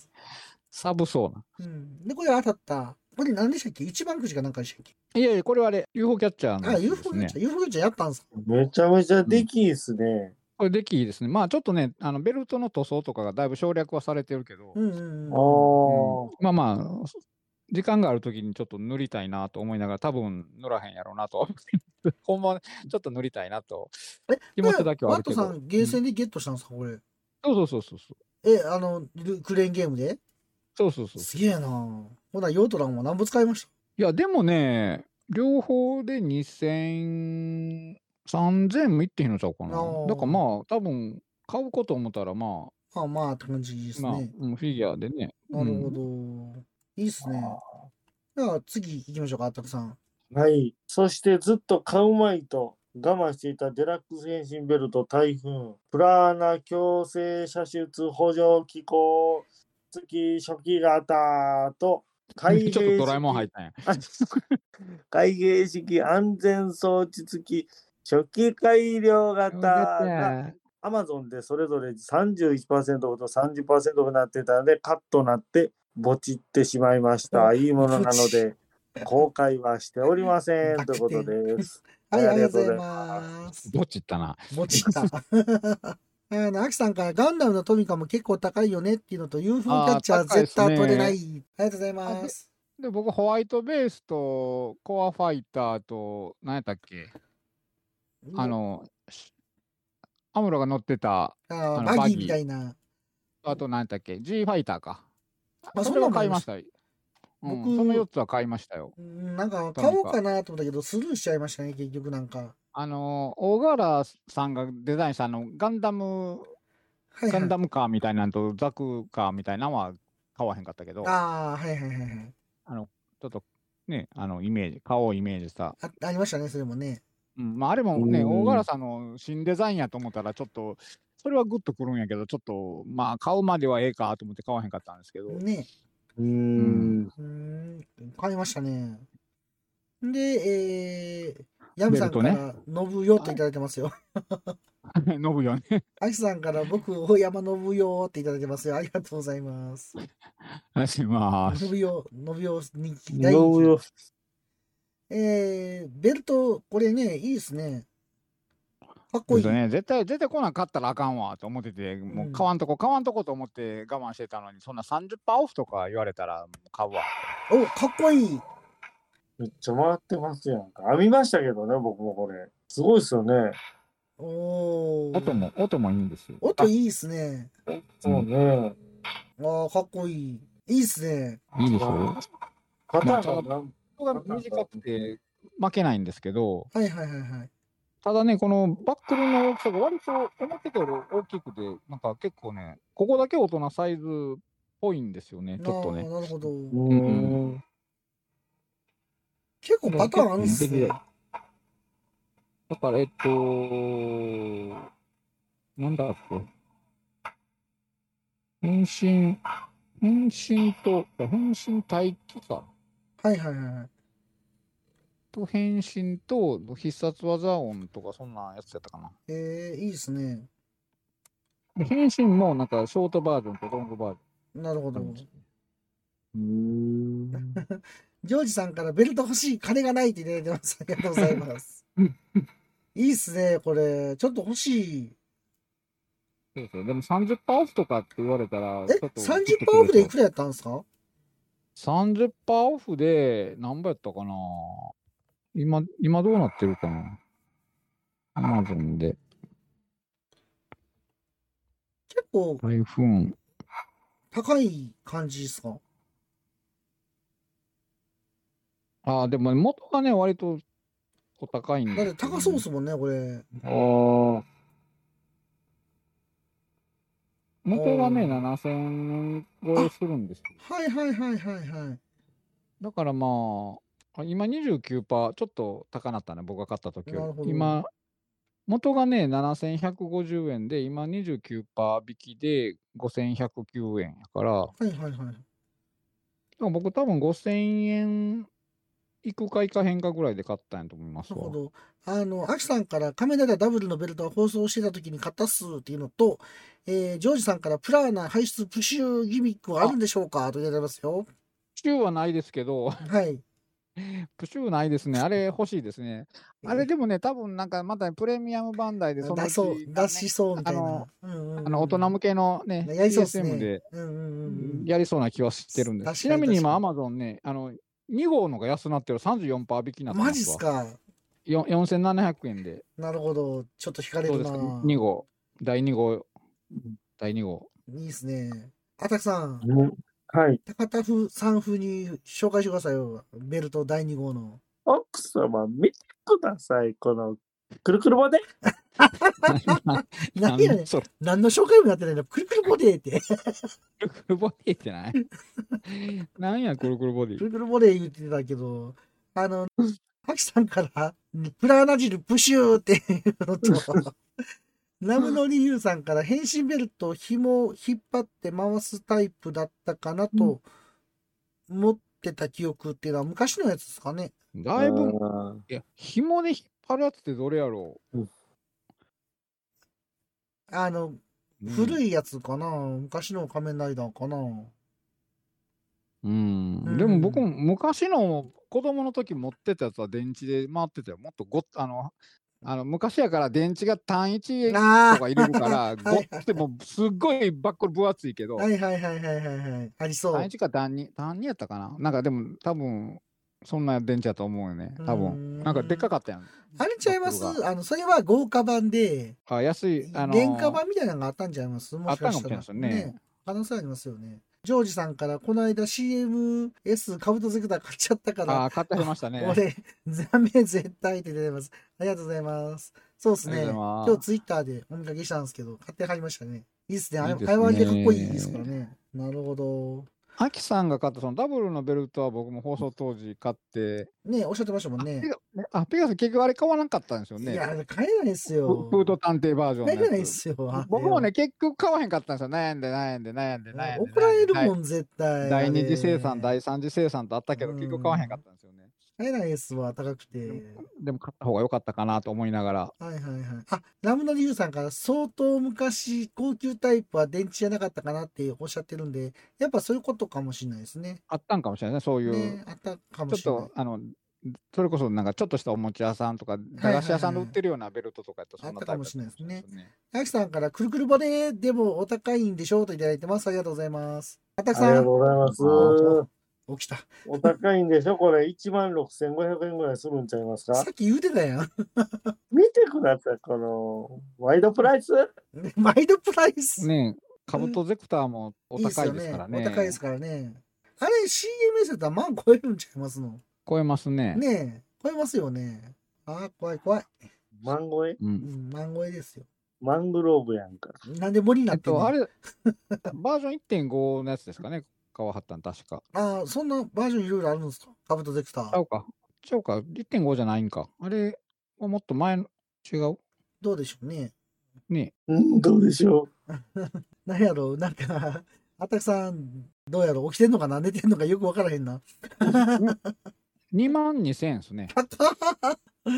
Speaker 3: 寒そうな。
Speaker 1: うん。で、これ当たった。これ何でしたっけ一番くじかなんかでしたっけ
Speaker 3: いやいや、これはあれ、UFO キャッチャーの
Speaker 1: あ、
Speaker 3: やつ
Speaker 1: UFO
Speaker 3: です
Speaker 1: キャ
Speaker 3: ね
Speaker 1: ッチャー、。UFO キャッチャーやったんですか
Speaker 2: めちゃめちゃできいいっすね。
Speaker 3: これできいいですね。まあちょっとね、あのベルトの塗装とかがだいぶ省略はされてるけど、
Speaker 1: うんうんうん。
Speaker 2: ああ。
Speaker 3: まあまあ、時間があるときにちょっと塗りたいなと思いながら、多分塗らへんやろうなと。 *laughs* ほんま、ちょっと塗りたいなと。気持ちだけはあるけど。
Speaker 1: ワットさん、ゲーセンでゲットしたんですかこれ。
Speaker 3: うんそうそうそうそう。
Speaker 1: え、あの、ルクレーンゲームで
Speaker 3: そうそうそう。
Speaker 1: すげえなほな、ヨートランも何ぼ使いました
Speaker 3: いや、でもね、両方で2000、3000もいってへんのちゃうかな
Speaker 1: あ。ー
Speaker 3: だからまあ、多分買うこと思ったら、ま
Speaker 1: まあまあって感じで
Speaker 3: あ、
Speaker 1: す
Speaker 3: まあ、
Speaker 1: ね。
Speaker 3: うんフィギュアでね。
Speaker 1: なるほ
Speaker 3: うん
Speaker 1: ど。いいっすね。じゃあ次行きましょうか、あったくさん。
Speaker 2: はい。そしてずっと買うまいと我慢していたデラックス変身ベルト、台風、プラーナ強制射出補助機構付き初期型と、開
Speaker 3: ちょっとドラえもん入
Speaker 2: っ
Speaker 3: ったんや。
Speaker 2: た。開閉式安全装置付き初期改良型が Amazon でそれぞれ31%と30%になってたので、カットなって、ぼちってしまいました。いいものなので、公開はしておりません。と
Speaker 1: 濁
Speaker 2: いう
Speaker 1: 点
Speaker 2: ことです。
Speaker 1: はい、あ
Speaker 2: あ
Speaker 1: り
Speaker 2: り
Speaker 1: が
Speaker 2: が
Speaker 1: と
Speaker 2: と
Speaker 1: うござ
Speaker 2: うござ
Speaker 1: い
Speaker 2: い
Speaker 1: ま。
Speaker 2: ます
Speaker 3: どっち行ったな。
Speaker 1: 持ちった。 *laughs* あの、アキさんからガンダムのトミカも結構高いよねっていうのと、UFO キ
Speaker 3: あー
Speaker 1: ャッチャー
Speaker 3: 高いっ
Speaker 1: 絶
Speaker 3: すね
Speaker 1: 対取れない。ありがとうございます。
Speaker 3: で、僕、ホワイトベースと、コアファイターと、何やったっけあ、の、しアムロが乗ってた、
Speaker 1: あ
Speaker 3: あ
Speaker 1: ー
Speaker 3: の
Speaker 1: バ
Speaker 3: バ
Speaker 1: ギ
Speaker 3: ギ
Speaker 1: ー
Speaker 3: ー
Speaker 1: みたいな。
Speaker 3: あと何やったっけ ?G ファイターか。
Speaker 1: あそ
Speaker 3: そ
Speaker 1: ん
Speaker 3: れ
Speaker 1: な
Speaker 3: は
Speaker 1: んもあ
Speaker 3: 買
Speaker 1: り
Speaker 3: い
Speaker 1: ま
Speaker 3: ま
Speaker 1: し
Speaker 3: したたよ。う
Speaker 1: 僕
Speaker 3: ん、その4つは買いましたよ。
Speaker 1: うんなんか買おうかなと思ったけど、スルーしちゃいましたね、結局なんか。
Speaker 3: あの、大河原さんがデザインしたあの、ガンダ
Speaker 1: はい、
Speaker 3: ム、
Speaker 1: はい。
Speaker 3: ガンダムカーみたいなのと、ザクカーみたいなのは買わへんかったけど、ち
Speaker 1: ああ、はいはいはいはい。
Speaker 3: ょっとね、あの、イメージ、顔をイメージした。
Speaker 1: あありましたね、それもね。
Speaker 3: うん、まあ、あれもね、
Speaker 2: うん
Speaker 3: 大河原さんの新デザインやと思ったら、ちょっと、それはグッとくるんやけど、ちょっと、まあ、買うまではええかと思って買わへんかったんですけど、
Speaker 1: ね。
Speaker 2: うー
Speaker 3: ん *laughs*
Speaker 2: ん。
Speaker 1: うーん、買いましたね。で、えー、ヤムさんか
Speaker 3: ベル
Speaker 1: ら、ノブヨっていただいてます
Speaker 3: *laughs*
Speaker 1: よ。
Speaker 3: ノブよね。
Speaker 1: アキさんから、僕、大山ノブヨっていただいてますよ。ありがとうございます。
Speaker 3: しま
Speaker 1: ノブヨ、ノブヨ人気、大人気。
Speaker 2: よ
Speaker 1: えー、ベルト、これね、いいですね。かっこいい。
Speaker 3: ね、絶対、絶対こんなん買ったらあかんわと思ってて、も
Speaker 1: うん
Speaker 3: う買わんとこ、買わんとこと思って我慢してたのに、そんな30%オフとか言われたらもう買うわ。
Speaker 1: お、かっこいい。
Speaker 2: めっちゃ回ってますやんか。あ、見ましたけどね、僕もこれ。すごいっすよね。
Speaker 1: おー。
Speaker 3: 音も、音もいいんですよ。
Speaker 1: 音いいですね。
Speaker 2: そうね。
Speaker 1: あー、かっこいい。いいっすね。
Speaker 3: いいでし
Speaker 2: ょ
Speaker 3: ょ
Speaker 2: パターンがなん
Speaker 3: 音が短くて負けないんですけど、
Speaker 1: はいはいはいはい。
Speaker 3: ただね、このバックルの大きさが割と思ってたより大きくて、なんか結構ね、ここだけ大人サイズっぽいんですよね、ちょっと
Speaker 1: あ
Speaker 3: ね。
Speaker 1: ーなるほど。
Speaker 2: うーん。
Speaker 1: 結構パターンあるんす
Speaker 3: うん
Speaker 1: ね。
Speaker 3: だから、えっと、なんだっけ。変身、変身と、変身待機か。
Speaker 1: はいはいはいはい。
Speaker 3: と変身と必殺技音とか、そんなやつやったかな。
Speaker 1: えー、いいですね。
Speaker 3: で変身もなんかショートバージョンとロングバージ
Speaker 1: なるほ
Speaker 3: ョン
Speaker 1: ど
Speaker 3: あるんです。よね。
Speaker 2: うーん。
Speaker 1: ジョージさんからベルト欲しい、金がないっていただいてます。ありがとうございます。いいっすね、これ。ちょっと欲しい。
Speaker 3: そうそう。でも30%オフとかって言われたら、
Speaker 1: え、
Speaker 3: ちょっと
Speaker 1: 30%オフでいくらやったんですか
Speaker 3: ?30% オフで何倍やったかな今、今どうなってるかなアマゾンで。
Speaker 1: 結構
Speaker 3: 台風。
Speaker 1: 高い感じですか
Speaker 3: ああ、でも元がね、割とお高い
Speaker 1: だ
Speaker 3: ん
Speaker 1: っ
Speaker 3: です
Speaker 1: て
Speaker 3: よね
Speaker 1: 高そうっすもんね、これ。
Speaker 2: あ
Speaker 3: 元がね、
Speaker 1: うん
Speaker 3: 7000円超えするんですよ。
Speaker 1: はいはいはいはいはい。
Speaker 3: だからまあ、あ今29%、ちょっと高なったね、僕が買った時
Speaker 1: なる
Speaker 3: よ
Speaker 1: ほど
Speaker 3: り。今、元がね、7150円で、今29%引きで5109円やから、だか
Speaker 1: はいはいはい。
Speaker 3: ら僕多分5000円いくかいかへんかぐらいで買ったんやと思います
Speaker 1: なる
Speaker 3: わ
Speaker 1: ほ。ど。あの、アキさんから仮面ライダーダブルのベルトを放送してた時に勝ったっすっていうのと、えージョージさんからプラーナ排出プッシュギミックはあるんでしょうかといただいてますよ。
Speaker 3: プシューはないですけど、 *laughs*
Speaker 1: はい。
Speaker 3: プシューないですね。あれ欲しいですね。あれでもね、多分なんかまたプレミアムバンダイでその
Speaker 1: 出
Speaker 3: うち
Speaker 1: そう、
Speaker 3: なんかね
Speaker 1: 出しそうみたいな。うんうん
Speaker 3: あの大人向けのね、
Speaker 1: やりそうっす
Speaker 3: CSM で
Speaker 1: ね。うんうんうん
Speaker 3: やりそうな気はしてるんです。
Speaker 1: 確
Speaker 3: ち
Speaker 1: か
Speaker 3: な
Speaker 1: に
Speaker 3: みに今、ア
Speaker 1: 確
Speaker 3: マゾンね、あの、2号のが安なってる34%引きに
Speaker 1: う
Speaker 3: なっ
Speaker 1: ん。マ
Speaker 3: てますわ。
Speaker 1: ジっすか。
Speaker 3: よ ?4700 円で。
Speaker 1: なるほど。ちょっと惹かれ
Speaker 3: どう
Speaker 1: る
Speaker 3: で
Speaker 1: な
Speaker 3: すか ?2 号。第2号。第2号。
Speaker 1: いいっすね。あたきさん、
Speaker 2: はい。
Speaker 1: 高田風さん風に紹介してくださいよ。ベルト第2号の。
Speaker 2: 奥様、見てください。この、くるくるボデ
Speaker 1: *laughs* 何やね
Speaker 3: なんん。それ、
Speaker 1: 何の紹介もやってないんだ。くるくるボデーって。
Speaker 3: クルクルボディってない *laughs* なんや、クルクルボデ
Speaker 1: く
Speaker 3: ィ。
Speaker 1: るくるボレー言ってたけど、あの、ハキさんから、プラーナ汁プシューっていうのと、ラムのリユーさんから変身ベルトを紐を引っ張って回すタイプだったかなと、持ってた記憶っていうのは昔のやつですかね。
Speaker 3: だいぶ、い
Speaker 2: あ
Speaker 3: や、紐で引っ張るやつってどれやろ
Speaker 1: あの、
Speaker 3: う、
Speaker 1: 古
Speaker 3: い。
Speaker 1: いやつかな昔の仮面ライダーかな
Speaker 3: うん。
Speaker 1: うん
Speaker 3: でも僕も昔の子供の時持ってたやつは電池で回ってたよ。もっとご、あの、あの昔やから電池が単一
Speaker 1: あ
Speaker 3: とか入れ
Speaker 1: *laughs*
Speaker 3: るから、
Speaker 1: い
Speaker 3: ごってもうすっごいバッコリ分厚いけど
Speaker 1: あ、はいはいはいはいはいはい。ありそう。
Speaker 3: 単一か単二、単二やったかななんかでも多分、そんな電池やと思うよね。多
Speaker 1: うーん
Speaker 3: 分。なんかでっかかったやん。
Speaker 1: あれちゃいます
Speaker 3: バッコリ
Speaker 1: あの、それは豪華版で、
Speaker 3: があ、安い。あのー
Speaker 1: 廉価版みたいなのがあったんじゃいますも
Speaker 3: あっ
Speaker 1: しか
Speaker 3: たかも
Speaker 1: し
Speaker 3: したれない
Speaker 1: ら
Speaker 3: ですよね。
Speaker 1: 可能性ありますよね。ジョージさんから、この間 CMS カブトゼクター買っちゃったから、
Speaker 3: あー、買ってありまし
Speaker 1: *laughs*
Speaker 3: たね。あり
Speaker 1: 俺、ダメ絶対って出てます。ありがとうございます。そうです
Speaker 3: がとう
Speaker 1: ね。
Speaker 3: ございま
Speaker 1: 今
Speaker 3: す
Speaker 1: 日ツイッターでお見かけしたんですけど、買ってはりましたね。いいっすね。あ
Speaker 3: い
Speaker 1: れ
Speaker 3: いですね
Speaker 1: 会話でかっこいいですからね。なるほど。
Speaker 3: アキさんが買ったそのダブルのベルトは僕も放送当時買って、
Speaker 1: ねおっしゃってましたもんね
Speaker 3: ピ。ガあ、ピガス結局あれ買わなかったんですよ
Speaker 1: い
Speaker 3: ね。
Speaker 1: や、買えないです
Speaker 3: フ
Speaker 1: よ。
Speaker 3: フード探偵バージョンの
Speaker 1: 買えない
Speaker 3: や
Speaker 1: で
Speaker 3: つ。
Speaker 1: すよ。あれは
Speaker 3: 僕もね、、結局買わへんかったんですよ。悩んで悩んで悩んで悩んで。
Speaker 1: 怒られる
Speaker 3: ん
Speaker 1: もん、絶対。
Speaker 3: 第二次生
Speaker 1: あ
Speaker 3: 産、
Speaker 1: れ
Speaker 3: 第三次生産とあったけど、結局買わへんかったんですよね。
Speaker 1: 買えないですわ、高くて。
Speaker 3: でも買った方が良かったかなと思いながら。
Speaker 1: はいはいはい。あ、ラムダリュウさんから相当昔、高級タイプは電池じゃなかったかなっておっしゃってるんで、やっぱそういうことかもしれないですね。
Speaker 3: あったんかもしれないね、そういう。
Speaker 1: ね、あったかも
Speaker 3: ちょっ
Speaker 1: しれない
Speaker 3: と、。あの、それこそなんかちょっとしたおもちゃ屋さんとか、駄菓子屋さんで売ってるようなベルトとかやったらそんなタ
Speaker 1: あったか
Speaker 3: イプや
Speaker 1: もしれないです
Speaker 3: ね。
Speaker 1: あきさんから、くるくるボデーでもお高いんでしょうといただいてます。ありがとうございます。あたく
Speaker 2: りが
Speaker 1: さ、
Speaker 2: とうんございます。
Speaker 1: 起きた。
Speaker 2: お高いんでしょこれ、1万6500円ぐらいするんちゃいますか
Speaker 1: さっき言うてたやん。 *laughs*
Speaker 2: 見てください、この、ワイドプライス
Speaker 1: マイルプライス。
Speaker 3: ねえ、カブトゼクターもお高いですからね。
Speaker 1: いいっすよお高いですからね。あれ、CMS やったら万超えるんちゃいますの
Speaker 3: 超えますね。
Speaker 1: ねえ、超えますよね。ああ、怖い怖い。
Speaker 2: マンゴエ
Speaker 3: う。
Speaker 1: うんん、万超えですよ。
Speaker 2: マングローブやんか。
Speaker 1: なんで森にな
Speaker 3: え
Speaker 1: っ
Speaker 3: って
Speaker 1: んの
Speaker 3: と、あれ、バージョン1.5のやつですかね、川端確か。
Speaker 1: ああ、そんなバージョンいろいろあるんですかカブトゼクタ
Speaker 3: ちゃ
Speaker 1: ー。
Speaker 3: うか。ちゃうか。1.5じゃないんか。あれはもっと前の、違う
Speaker 1: どうでしょうね。
Speaker 3: ね
Speaker 2: うん、どうでしょ
Speaker 1: なんやろう、なんか、 *laughs* あたくさん、どうやろう、起きてんのかな寝てんのかよくわからへんな。
Speaker 3: *laughs* え。2万2000円ですね。
Speaker 2: う。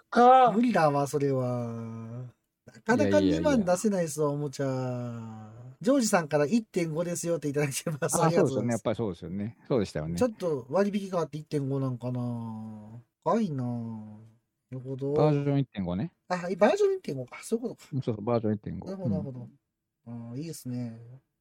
Speaker 2: 高っ
Speaker 1: 無理だわ、それは。なかないか
Speaker 3: やいやいや
Speaker 1: 2万出せないですわ、おもちゃ。ジョージさんから1.5ですよっていただいてます。あ
Speaker 3: あ、
Speaker 1: り
Speaker 3: そ
Speaker 1: が
Speaker 3: う
Speaker 1: とうござい
Speaker 3: ですよね。
Speaker 1: ます
Speaker 3: やっ。ぱりそうですよね。そうでしたよね
Speaker 1: ちょ。っと割引があって1.5なんかな。高いな。なるほど。
Speaker 3: バージョン1.5ね。
Speaker 1: あ、バージョン1.5か。そういうことか。
Speaker 3: うんそうそう、バージョン1.5。
Speaker 1: なるほど、な
Speaker 3: う
Speaker 1: るほ
Speaker 3: ん
Speaker 1: ど。ああいいですね。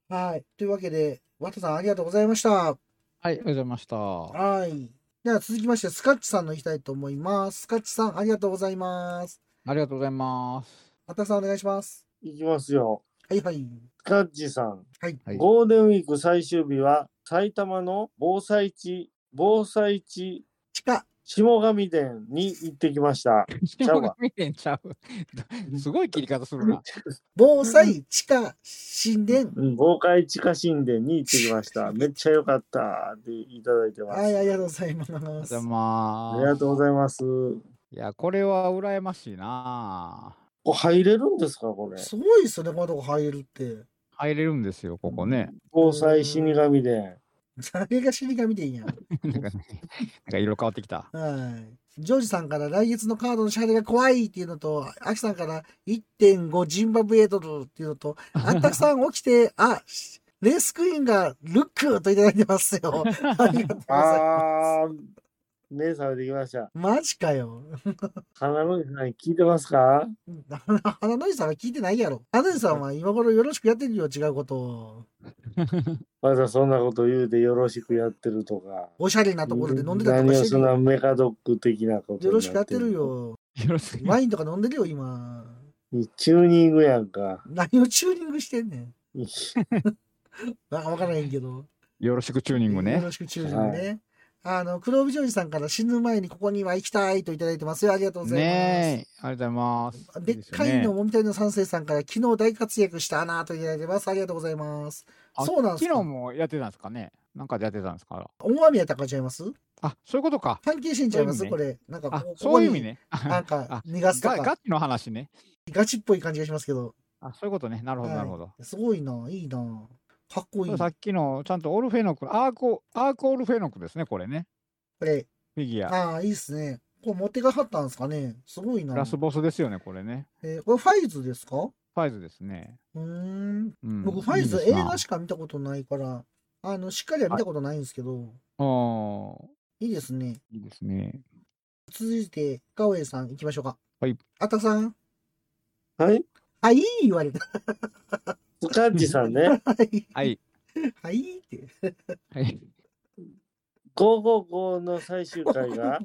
Speaker 1: はい。というわけで、ワトさんありがとうございました。
Speaker 3: はい、ありがとうございました。あ
Speaker 1: はい。では続きまして、スカッチさんの行きたいと思います。スカッチさん、ありがとうございます。
Speaker 3: りがとうございます。
Speaker 1: あたさん、お願いします。
Speaker 2: いきますよ。
Speaker 1: はいはい。
Speaker 2: スカッチさん。
Speaker 1: はい。
Speaker 3: はい
Speaker 2: ゴールデンウィーク最終日は、埼玉の防災地、防災地
Speaker 1: 地下、
Speaker 2: 下神殿に行ってきました。
Speaker 3: 下が見てんちゃう。すごい切り方するな。
Speaker 1: 防災、地下、神殿。
Speaker 2: うん、豪快地下神殿に行ってきました。めっちゃ良かったっていただいてます。
Speaker 1: はい、ありがとうございま
Speaker 3: じ
Speaker 1: す
Speaker 3: ゃあ。
Speaker 2: あ
Speaker 3: ま
Speaker 2: り
Speaker 3: あ
Speaker 2: が。とうございます。こ
Speaker 3: いや、これは羨ましいな。
Speaker 2: れ入れるんですか、これ。
Speaker 1: すごいですよね、このとこ入るって。
Speaker 3: 入れるんですよ、ここね。
Speaker 2: 防災死神殿。
Speaker 1: 誰が死神でいいんや。
Speaker 3: なんかね、なんか色変わってきた。
Speaker 1: はい。ジョージさんから来月のカードの支払いが怖いっていうのと、アキさんから1.5ジンバブエドルっていうの
Speaker 2: *laughs*
Speaker 1: と、あんたくさん起きて、あ、レースクイーンがルックといただいてます
Speaker 2: *laughs*
Speaker 1: よ。ありがとうございます。
Speaker 2: あー、目覚めてきました。
Speaker 1: マジかよ。 *laughs*
Speaker 2: 花のさん聞いてますか
Speaker 1: 花の井さんは聞いてないやろ。花の井さんは今頃よろしくやってるよ、違うことを。
Speaker 2: まだそんなこと言うてよろしくやってるとか。
Speaker 1: おしゃれなところで飲んでたとか
Speaker 2: 何を
Speaker 1: して
Speaker 2: そ
Speaker 1: る
Speaker 2: ん
Speaker 1: よ
Speaker 2: なメカドック的なこと
Speaker 1: よろしくやってる
Speaker 2: よ。
Speaker 1: よ。
Speaker 3: よろしく。
Speaker 1: ワインとか飲んでるよ、今。
Speaker 2: チューニングやんか。
Speaker 1: 何をチューニングしてんねん。わわからへんけど。
Speaker 3: よろしくチューニング
Speaker 1: よ
Speaker 3: ね。
Speaker 1: ろしくチューニングね。あの、黒帯ジョージさんから死ぬ前にここには行きたいといただいてますよ。ありがとうございます。
Speaker 3: ねえ、ありがとうございます。
Speaker 1: でっかいの
Speaker 3: すよね。
Speaker 1: もみたいの三世さんから昨日大活躍したなといただいてます。ありがとうございます。
Speaker 3: あ
Speaker 1: そうなんです
Speaker 3: 昨日
Speaker 1: か。
Speaker 3: もやってたんですかね。なんかでやってたんですか。
Speaker 1: 大雨やったからちゃいます
Speaker 3: あ、そういうことか。
Speaker 1: 関係してんちゃいます
Speaker 3: そういう
Speaker 1: これ。なんか
Speaker 3: あ
Speaker 1: こ、
Speaker 3: そういう意味
Speaker 1: ね。
Speaker 3: ね。
Speaker 1: なん
Speaker 3: あ
Speaker 1: か逃がすと
Speaker 3: ガ
Speaker 1: か
Speaker 3: ガチの話ね。
Speaker 1: ガチっぽい感じがしますけど。
Speaker 3: あ、そういうことね。なるほど、
Speaker 1: はい
Speaker 3: なるほど。
Speaker 1: すごいな、いいな。かっこいい。
Speaker 3: さ
Speaker 1: こ
Speaker 3: っきの、ちゃんとオルフェノク、アーコ、アーコオルフェノクですね、これね。
Speaker 1: れ、
Speaker 3: フィギュア。
Speaker 1: ああ、いいっすね。これ持ってがはったんですかね。すごいな。
Speaker 3: ラスボスですよね、これね。
Speaker 1: えーこれファイズですかう
Speaker 3: ファイズですね。
Speaker 1: ーん。
Speaker 3: うん、
Speaker 1: 僕、ファイズ
Speaker 3: いい
Speaker 1: 映
Speaker 3: ですな
Speaker 1: 画しか見たことないから、あの、しっかりは見たことないんですけど、
Speaker 3: あー
Speaker 1: いいですね。
Speaker 3: いいですね。
Speaker 1: 続いて、ガオエさん行きましょうか。
Speaker 3: はい。
Speaker 1: あたさん、
Speaker 2: はい
Speaker 1: はい言われた。 *laughs*
Speaker 2: スカッチさんね。 *laughs*
Speaker 1: はい。
Speaker 3: はい。
Speaker 1: はいって。
Speaker 3: はい。
Speaker 2: 555の最終回
Speaker 1: *laughs*
Speaker 2: が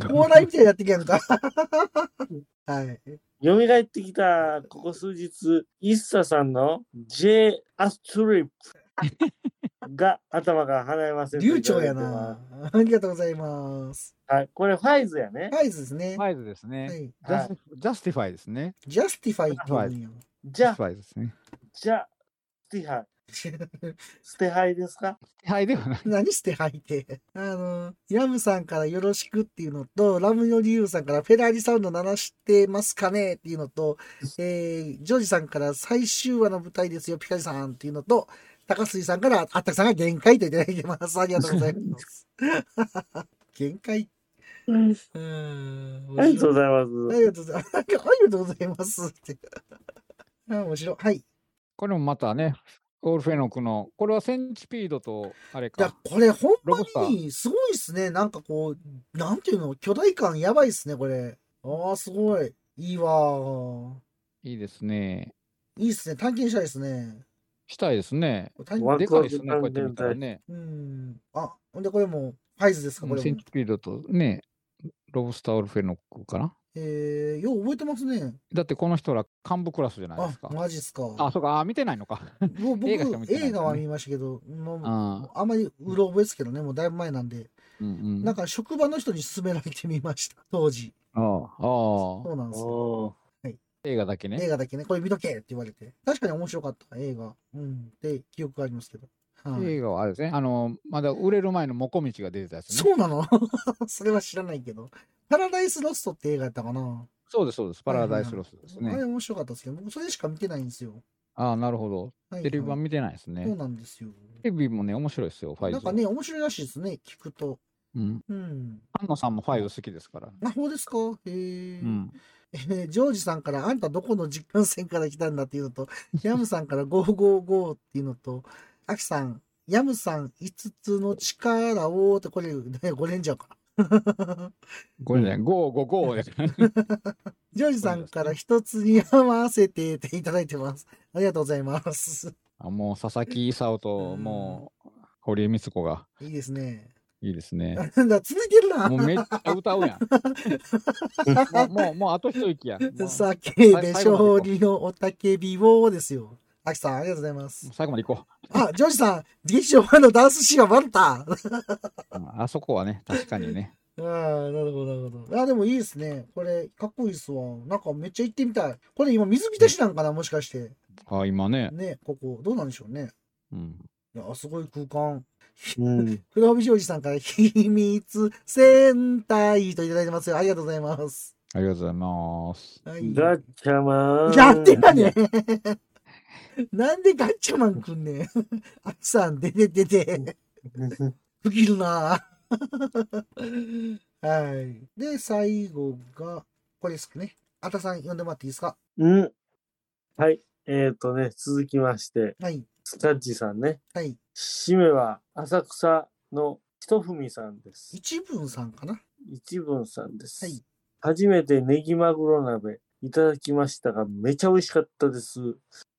Speaker 1: コーライみたいになってきやんか。 *laughs* はい。
Speaker 2: 蘇ってきたここ数日、イッサさんの J アストリップが頭が離れませんと
Speaker 1: 流
Speaker 2: いた
Speaker 1: 暢
Speaker 2: だい
Speaker 1: や
Speaker 2: てます。 *laughs*
Speaker 1: な。ありがとうございます。
Speaker 2: はい、これファイズやね
Speaker 1: フ。ァイズですね。
Speaker 3: ファイズです
Speaker 1: は
Speaker 3: ね。
Speaker 1: い。
Speaker 3: ジャ
Speaker 2: は
Speaker 3: スジャスティファイですね。
Speaker 1: ジャスティファイって言うんや。
Speaker 2: じ
Speaker 3: ジ
Speaker 2: ゃ
Speaker 3: ャスティ、ファイですね。
Speaker 2: じゃ、スティハイ。ステハイですか
Speaker 3: はい、ではない。
Speaker 1: *laughs* 何して吐いて。あの、ヤムさんからよろしくっていうのと、ラムのリュウさんからフェラーリサウンド鳴らしてますかねっていうのと、えー、ジョージさんから最終話の舞台ですよ、ピカリさんっていうのと、高杉さんからあったくさんが限界といただいてます。ありがとうございます。 *laughs* 限界
Speaker 2: うん
Speaker 1: うーん。
Speaker 2: ありがとうご
Speaker 1: い
Speaker 2: ざいま。
Speaker 1: ますありがとうございます。 *laughs* ありがとうございます。って。 *laughs* あ、面白い。はい。
Speaker 3: これもまたね、オルフェノクの、これはセンチピードと、あれ
Speaker 1: いや
Speaker 3: か。、
Speaker 1: これほん
Speaker 3: ロボスタ
Speaker 1: まにすごいっすね。なんかこう、なんていうの、巨大感やばいっすね、これ。ああ、すごい。いいわー。
Speaker 3: いいですね。
Speaker 1: いいっすね。探検したいっすね。
Speaker 3: したいですね。
Speaker 1: 探
Speaker 2: わ
Speaker 1: 検
Speaker 2: ク
Speaker 3: で
Speaker 2: ワ
Speaker 3: かい
Speaker 2: ク
Speaker 3: ですね、こうやって見たらね。
Speaker 1: うん。あ、ほんでこれも、ファイズですか、これ
Speaker 3: セン
Speaker 1: も
Speaker 3: チ。ピードとね、ロブスターオルフェノクかな。
Speaker 1: えー、よう覚えてますね。
Speaker 3: だってこの人ら幹部クラスじゃないで
Speaker 1: あ
Speaker 3: すか、。
Speaker 1: マジっすか。
Speaker 3: あ、そうか、あ、見てないのか。
Speaker 1: ぼ僕、
Speaker 3: 映画しか見てないですね
Speaker 1: 映画は見ましたけど、もう
Speaker 3: あ
Speaker 1: あんまりうろ覚えですけどね、もうだいぶ前なんで。
Speaker 3: ーうんうん。
Speaker 1: なんか職場の人に勧められてみました、当時。
Speaker 3: あーあ
Speaker 1: そうなんですよ。
Speaker 2: おー
Speaker 3: ー、映画だけ
Speaker 1: 映
Speaker 3: ね。
Speaker 1: 画だけね、これ見とけって言われて。確かに面白かった、映画。うん。で、記憶がありますけど。はい。
Speaker 3: 映画はあれですね、あの、まだ売れる前のモコミチが出てたやつね。
Speaker 1: そうなの *laughs* それは知らないけど。パラダイスロストって映画やったかな、
Speaker 3: そうです、そうです。パラダイスロスです
Speaker 1: あれ
Speaker 3: ね。
Speaker 1: 面白かったですけど、僕それしか見てないんですよ。
Speaker 3: ああ、なるほど。
Speaker 1: はいはい
Speaker 3: テレビ版見てないです
Speaker 1: そう
Speaker 3: ね。
Speaker 1: なんですよ。
Speaker 3: テレビもね、面白いですよ、ファイズ。
Speaker 1: なんかね、面白いらしいですね、聞くと。
Speaker 3: うん。
Speaker 1: うん。
Speaker 3: 安野さんもファイズ好きですから。
Speaker 1: あ、そうですかへ
Speaker 3: う
Speaker 1: え、
Speaker 3: ん。
Speaker 1: えー *laughs* ジョージさんから、あんたどこの実感線から来たんだっていうのと、ヤムさんから555っていうのと、アキさん、ヤムさん5つの力をって、これ、ね、5連じゃうか。
Speaker 3: これね、555やからね。
Speaker 1: *laughs* ジョージさんから一つに合わせてっていただいてます。ありがとうございます。
Speaker 3: あもう佐々木勲
Speaker 1: う
Speaker 3: と、
Speaker 1: ん
Speaker 3: もう、堀江光子が
Speaker 1: いいですね。
Speaker 3: いいですね。
Speaker 1: なんだ、続いてるな
Speaker 3: も。うめっちゃ歌うやん。もう、もう、もうあと一
Speaker 1: *laughs*
Speaker 3: 息や。もう最
Speaker 1: 酒で
Speaker 3: 最最後
Speaker 1: 勝
Speaker 3: まで
Speaker 1: 利のおたけびをですよ。あきさん、ありがとうございます。
Speaker 3: 後まで行こ
Speaker 1: あ、ジョージさん、劇場版のダンスシーンはバレた。
Speaker 3: う。うんあそこはね、確かにね。
Speaker 1: ああ、なるほど、なるほど。あ、でもいいですね。これ、かっこいいっすわ。なんかめっちゃ行ってみたい。これ今、水浸しなんかな、もしかして。
Speaker 3: あ、今ね。
Speaker 1: ね、ここ、どうなんでしょうね。
Speaker 3: うん。
Speaker 1: いや、すごい空間。
Speaker 2: うん。
Speaker 1: *laughs* 黒帯庄司さんから、秘密戦隊といただいてますよ。ありがとうございます。
Speaker 3: ありがとうございます。
Speaker 1: はい。
Speaker 2: ガッチャマン。
Speaker 1: やってたね。なんでガッチャマンくんねん。あきさん、出て出て。不きるな *laughs* ぁはい。で、最後が、これですかね。あたさん読んでもらっていいですか
Speaker 2: うん。はい。えっ、とね、続きまして、
Speaker 1: はい。
Speaker 2: スタッチさんね。
Speaker 1: はい。
Speaker 2: 締めは浅草のひとふみさんです。
Speaker 1: 一文さんかな
Speaker 2: 一文さんです。
Speaker 1: はい
Speaker 2: 初めてネギマグロ鍋いただきましたが、めちゃ美味しかったです。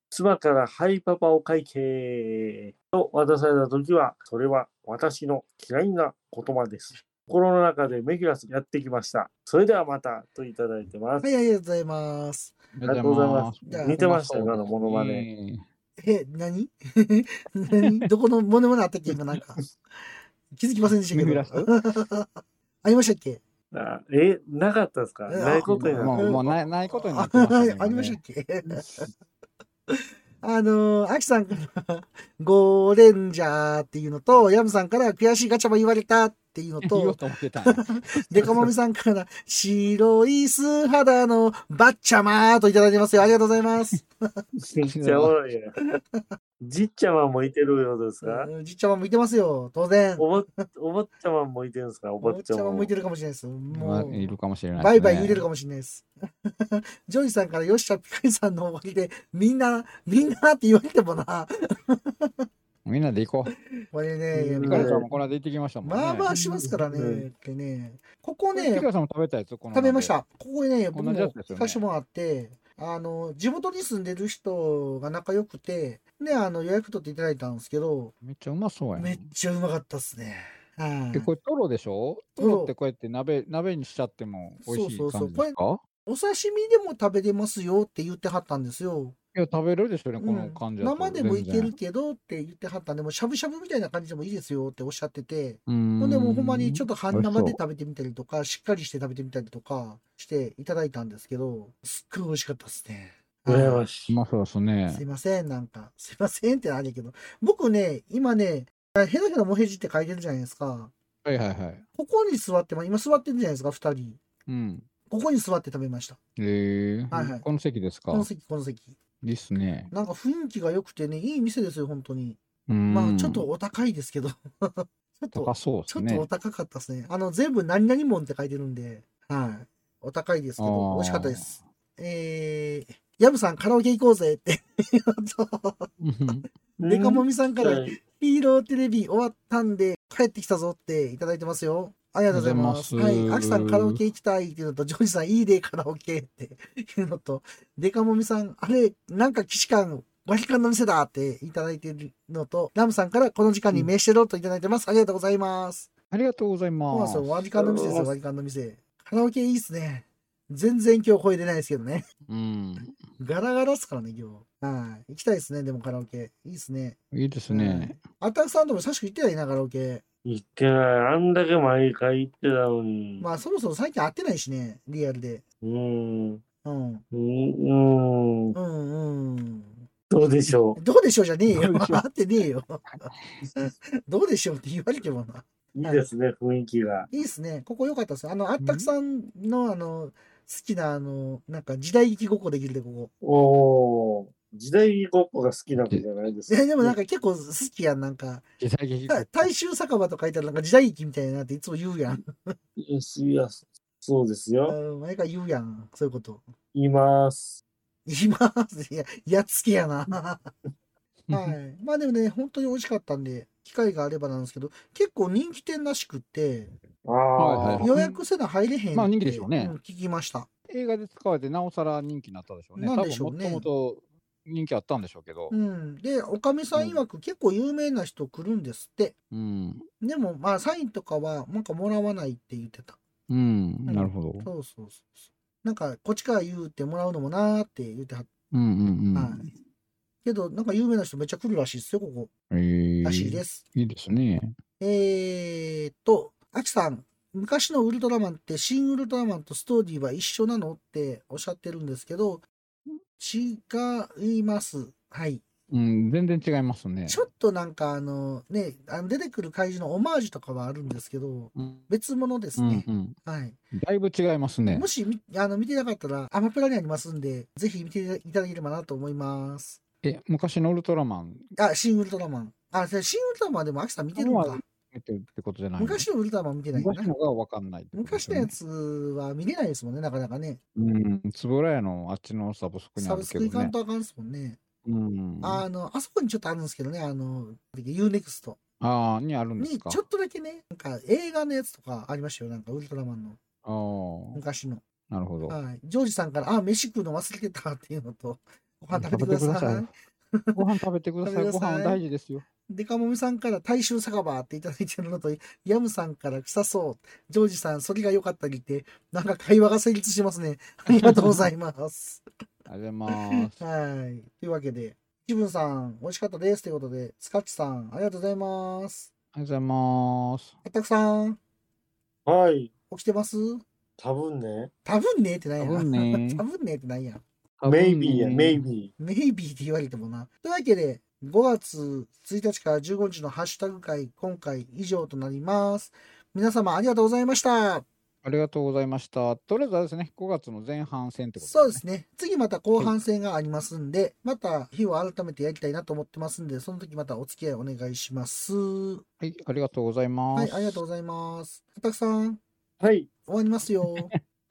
Speaker 2: 妻からはいパパお会計と渡された時は、それは私の嫌いな言葉です。心の中でメキュラスやってきました。それではまたといただいてます。
Speaker 1: はい、ありがとうございます。
Speaker 3: あ
Speaker 2: りがとうございます
Speaker 1: じゃあ
Speaker 2: 似てましたよ、あのモ
Speaker 3: も
Speaker 2: ノ
Speaker 3: の
Speaker 2: マ
Speaker 3: ま
Speaker 2: ネ。
Speaker 3: ね。
Speaker 1: え、何 *laughs* 何 *laughs* どこのモネモネあったっけ今なんか。気づきませんでしたけ
Speaker 3: 見逃
Speaker 1: ど。 *laughs* ありましたっけ
Speaker 2: あえ、なかったですか
Speaker 1: え
Speaker 2: ないことにな
Speaker 1: ま
Speaker 2: っ
Speaker 1: あま
Speaker 2: てる
Speaker 1: あ
Speaker 3: もうないないことにな
Speaker 1: あ
Speaker 3: ってましたね。
Speaker 1: *laughs* ありま
Speaker 3: 今
Speaker 1: し
Speaker 3: ね
Speaker 1: たっけあのー、アキさんから、ゴーレンジャーっていうのと、ヤムさんから悔しいガチャマ言われたっていうの
Speaker 3: *laughs* 言お
Speaker 1: と、
Speaker 3: うと思ってたんや。
Speaker 1: デカモミさんから、白い素肌のバッチャマーといただいてますよ。ありがとうございます。
Speaker 2: めっちゃおもろ
Speaker 1: *laughs*
Speaker 2: いやん。じっちゃまんもいてるようですか
Speaker 1: うんじっちゃま向いてますよ。当然。
Speaker 2: おぼおぼっちゃまんもいてるんですかお
Speaker 1: お
Speaker 2: ぼっ
Speaker 1: っ
Speaker 2: ち
Speaker 1: ち
Speaker 2: ゃ
Speaker 1: ゃ
Speaker 2: ま
Speaker 1: ま
Speaker 2: ん
Speaker 1: 向
Speaker 2: も
Speaker 1: いてるかもしれないです。も
Speaker 3: ま
Speaker 1: う
Speaker 3: いるかもしれないです
Speaker 1: バ
Speaker 3: ね。
Speaker 1: イバイ言うてるかもしれないです。ジョージさんから、よっしゃ、ピカリさんのおかげで、みんな、 *laughs* みんなって言われてもな、
Speaker 3: みんなで行こう。
Speaker 1: これね、
Speaker 2: うん
Speaker 3: ピカルさんもこの間行ってきましたもんね。
Speaker 1: まあまあしますからね。
Speaker 2: うん
Speaker 1: ってね、ここ
Speaker 3: ピ
Speaker 1: ね
Speaker 3: カ、ルさんも食べたやつこの
Speaker 1: 食べまし
Speaker 3: 鍋。
Speaker 1: た。ここね、僕
Speaker 3: 同
Speaker 1: も
Speaker 3: じやつですよね
Speaker 1: 聞かせてもらって、あの、地元に住んでる人が仲良くて、ね、あの、予約取っていただいたんですけど、
Speaker 3: めっちゃうまそうや
Speaker 1: めっ
Speaker 3: ん。
Speaker 1: ちゃうまかったっすね。は
Speaker 3: え、
Speaker 1: い。
Speaker 3: これトロでしょ
Speaker 1: ト
Speaker 3: ト
Speaker 1: ロ
Speaker 3: ロってこうやって鍋、鍋にしちゃっても美味しい
Speaker 1: そうそうそ
Speaker 3: 感
Speaker 1: う
Speaker 3: じですか
Speaker 1: お刺身でも食べれますよって言ってはったんですよ。
Speaker 3: いや、食べれるでしょうね、こ
Speaker 1: う
Speaker 3: の
Speaker 1: ん
Speaker 3: 感じだと
Speaker 1: 生でもいけ。る
Speaker 3: 全然
Speaker 1: けどって言ってはったんで、もうしゃぶしゃぶみたいな感じでもいいですよっておっしゃってて、
Speaker 3: う
Speaker 1: ほ
Speaker 3: ー
Speaker 1: ん
Speaker 3: ん
Speaker 1: でもうほんまにちょっと半生で
Speaker 3: 美味しそ
Speaker 1: 食べてみたりとか、しっかりして食べてみたりとかしていただいたんですけど、すっごい美味しかったですね。
Speaker 2: 羨
Speaker 1: は
Speaker 2: ま
Speaker 1: い
Speaker 2: し
Speaker 3: う
Speaker 2: い。
Speaker 3: まそうです
Speaker 1: す
Speaker 3: ね
Speaker 1: い。ません、なんか、 *laughs* すいませんってあれやけど、僕ね、今ね、あヘラヘラモヘジって書いてるじゃないですか。
Speaker 3: はいはいはい。
Speaker 1: ここに座ってま、今座ってるじゃないですか、二人。
Speaker 3: うん。
Speaker 1: ここに座って食べました。
Speaker 3: え
Speaker 1: はいはい
Speaker 3: ー、この席ですか
Speaker 1: この席、この席。
Speaker 3: いいっすね。
Speaker 1: なんか雰囲気が良くてね、いい店ですよ、本当に。
Speaker 3: ま
Speaker 1: まあ、ちょっとお高いですけど。ち *laughs* ょっと
Speaker 3: 高そうで
Speaker 1: ちょ
Speaker 3: す
Speaker 1: っと
Speaker 3: ね
Speaker 1: お。高かったですね。あの、全部何々もんって書いてるんで、はい。お高いですけど
Speaker 3: あ、ー
Speaker 1: 美味しかったです。えー、ヤムさんカラオケ行こうぜって。 *laughs*
Speaker 3: うん
Speaker 1: デカモミさんか
Speaker 2: う
Speaker 1: ら、
Speaker 2: ん
Speaker 1: ヒーローテレビ終わったんで、帰ってきたぞっていただいてますよ。ありがとうございます。
Speaker 3: ありがとうございます
Speaker 1: はい。アキさんカラオケ行きたいっていうのと、ジョージさんいいでカラオケっていうのと、デカモミさん、あれ、なんか騎士官、ワヒカンの店だっていただいてるのと、ラムさんからこの時間に飯してろといただいてます。ありがとうございます。
Speaker 3: ありがとうござい
Speaker 1: そうなん
Speaker 3: ま
Speaker 1: です
Speaker 3: す。
Speaker 1: よ。ワリカンの店ですよ、ワリカンの店。カラオケいいっすね。全然今日声出ないですけどね。 *laughs*
Speaker 3: うん。
Speaker 1: ガラガラっすからね、今日。はい。行きたいですね、でもカラオケ。いいっすね。
Speaker 3: いいですね。
Speaker 1: アタックさんとも久しく行ってないな、カラオケ。
Speaker 2: 行ってない。あんだけ毎回行ってたのに。
Speaker 1: まあ、そもそも最近会ってないしね、リアルで。
Speaker 2: うん。う
Speaker 1: うん。うん
Speaker 2: ん。うん。
Speaker 1: うん。
Speaker 2: どうでしょ
Speaker 1: どうでしょうじゃねえよ。
Speaker 3: どうでしょう
Speaker 1: 会ってねえよ。どうでしょうって言われてもな。
Speaker 2: ういいですね、雰囲気が。
Speaker 1: いいっすね。ここ良かったっすよ。あの、アタックさんの、あの、好きな、あの、なんか時代劇ごっこできるで、ここ。
Speaker 2: おお。時代ごっこが好きな子じゃないです
Speaker 1: え、でもなん
Speaker 2: か。
Speaker 1: か結構好きやん、なんか。
Speaker 3: 時代劇
Speaker 1: た大衆酒場と書いたらなんか時代劇みたいなっていつも言うやん。
Speaker 2: いやいや、そうです
Speaker 1: あ
Speaker 2: よ。
Speaker 1: ー毎回言うやん。そういうこと。
Speaker 2: います。
Speaker 1: 言います。いや、やっつけやな。はい。まあでもね、本当に美味しかったんで、機会があればなんですけど、結構人気店らしくって、
Speaker 2: あ
Speaker 3: はい
Speaker 2: あ
Speaker 3: はい。
Speaker 1: 予約せな入れへん
Speaker 3: まあ
Speaker 1: って
Speaker 3: 人気でしょうね
Speaker 1: ん聞きました。
Speaker 3: 映画で使われてなおさら人気になったでしょうね。
Speaker 1: なんでしょ
Speaker 3: 多
Speaker 1: う
Speaker 3: 分
Speaker 1: ね
Speaker 3: もともと人気あったんでしょうけど
Speaker 1: う。ん。で、おかみさん曰く結構有名な人来るんですって。
Speaker 3: うん。
Speaker 1: でも、まあサインとかはなんかもらわないって言ってた。
Speaker 3: うん。なるほど。
Speaker 1: そうそうそうそう。なんか、こっちから言うてもらうのもなーって言ってはっ
Speaker 3: うんうんう
Speaker 1: は
Speaker 3: ん。
Speaker 1: い。けど、なんか有名な人めっちゃ来るらしいですよ、ここ。
Speaker 3: えー
Speaker 1: らしいです。
Speaker 3: いいですね。
Speaker 1: えーっと、アキさん、昔のウルトラマンって、新ウルトラマンとストーリーは一緒なのっておっしゃってるんですけど、違います。はい。
Speaker 3: うん、全然違いますね。
Speaker 1: ちょっとなんかあの、ね、あの出てくる怪獣のオマージュとかはあるんですけど、
Speaker 3: うん
Speaker 1: 別物です
Speaker 3: うん
Speaker 1: ね。
Speaker 3: うん、
Speaker 1: はい。
Speaker 3: だいぶ違いますね
Speaker 1: も。しみあの見てなかったら、アマプラにありますんで、ぜひ見ていただければなと思います。
Speaker 3: え、昔のウルトラマン
Speaker 1: あ、新ウルトラマン。あ、それ新ウルトラマンでも秋さん見てるのか。
Speaker 3: 見てるってことじゃないの
Speaker 1: 昔のウルトラマン見てないよ
Speaker 3: 昔
Speaker 1: な
Speaker 3: の。が分かんないってことで
Speaker 1: 昔
Speaker 3: すよ
Speaker 1: の
Speaker 3: ね、
Speaker 1: やつは見れないですもんね、なかなかね。
Speaker 3: うん、つぶらやのあっちのサブスクにあ
Speaker 1: サ
Speaker 3: る
Speaker 1: ブス
Speaker 3: け
Speaker 1: ク行
Speaker 3: ど
Speaker 1: か
Speaker 3: ね
Speaker 1: ん。とあかんですもんね。
Speaker 3: うん、あ
Speaker 1: あの、あそこにちょっとあるんですけどね、あの、UNEXT
Speaker 3: あー、にあるんです
Speaker 1: にち
Speaker 3: か。
Speaker 1: ょっとだけね、なんか映画のやつとかありましたよ、なんかウルトラマンの
Speaker 3: ああ、
Speaker 1: 昔の。
Speaker 3: なるほど。
Speaker 1: はい。ジョージさんから、あ、飯食うの忘れてたっていうのと、ご飯食べてくだ
Speaker 3: 食べてくだ
Speaker 1: さ
Speaker 3: さ
Speaker 1: い
Speaker 3: い。ご飯食べてくださ
Speaker 1: 食
Speaker 3: い。
Speaker 1: べて
Speaker 3: ご
Speaker 1: ください
Speaker 3: 飯は大事ですよ。
Speaker 1: デカモミさんから大衆酒場っていただいてるのと、ヤムさんから臭そう、ジョージさん、それが良かったりって、なんか会話が成立しますね。ありがとうございます。
Speaker 3: ありがとうございます。
Speaker 1: はい。というわけで、気分さん、美味しかったです。ということで、スカッチさん、ありがとうございます。
Speaker 3: ありがとうございます。
Speaker 1: あったくさん、
Speaker 2: はい。
Speaker 1: 起きてます
Speaker 2: 多分ね。
Speaker 1: 多分ねってないや
Speaker 3: 多分ね
Speaker 1: *laughs* 多分ねってないやん。
Speaker 2: Maybe や、
Speaker 3: 多分ね
Speaker 2: Maybe。
Speaker 1: メイビーって言われてもな。というわけで、5月1日から15日のハッシュタグ会、今回以上となります。皆様ありがとうございました。
Speaker 3: ありがとうございました。とりあえずあれですね、5月の前半戦ってこと
Speaker 1: そうですね。次また後半戦がありますんで、また日を改めてやりたいなと思ってますんで、その時またお付き合いお願いします。は
Speaker 3: はい、ありがとうございます。
Speaker 1: い、ありがとうございます。たくさん、
Speaker 2: はい。
Speaker 1: 終わります
Speaker 3: *laughs*
Speaker 1: よ。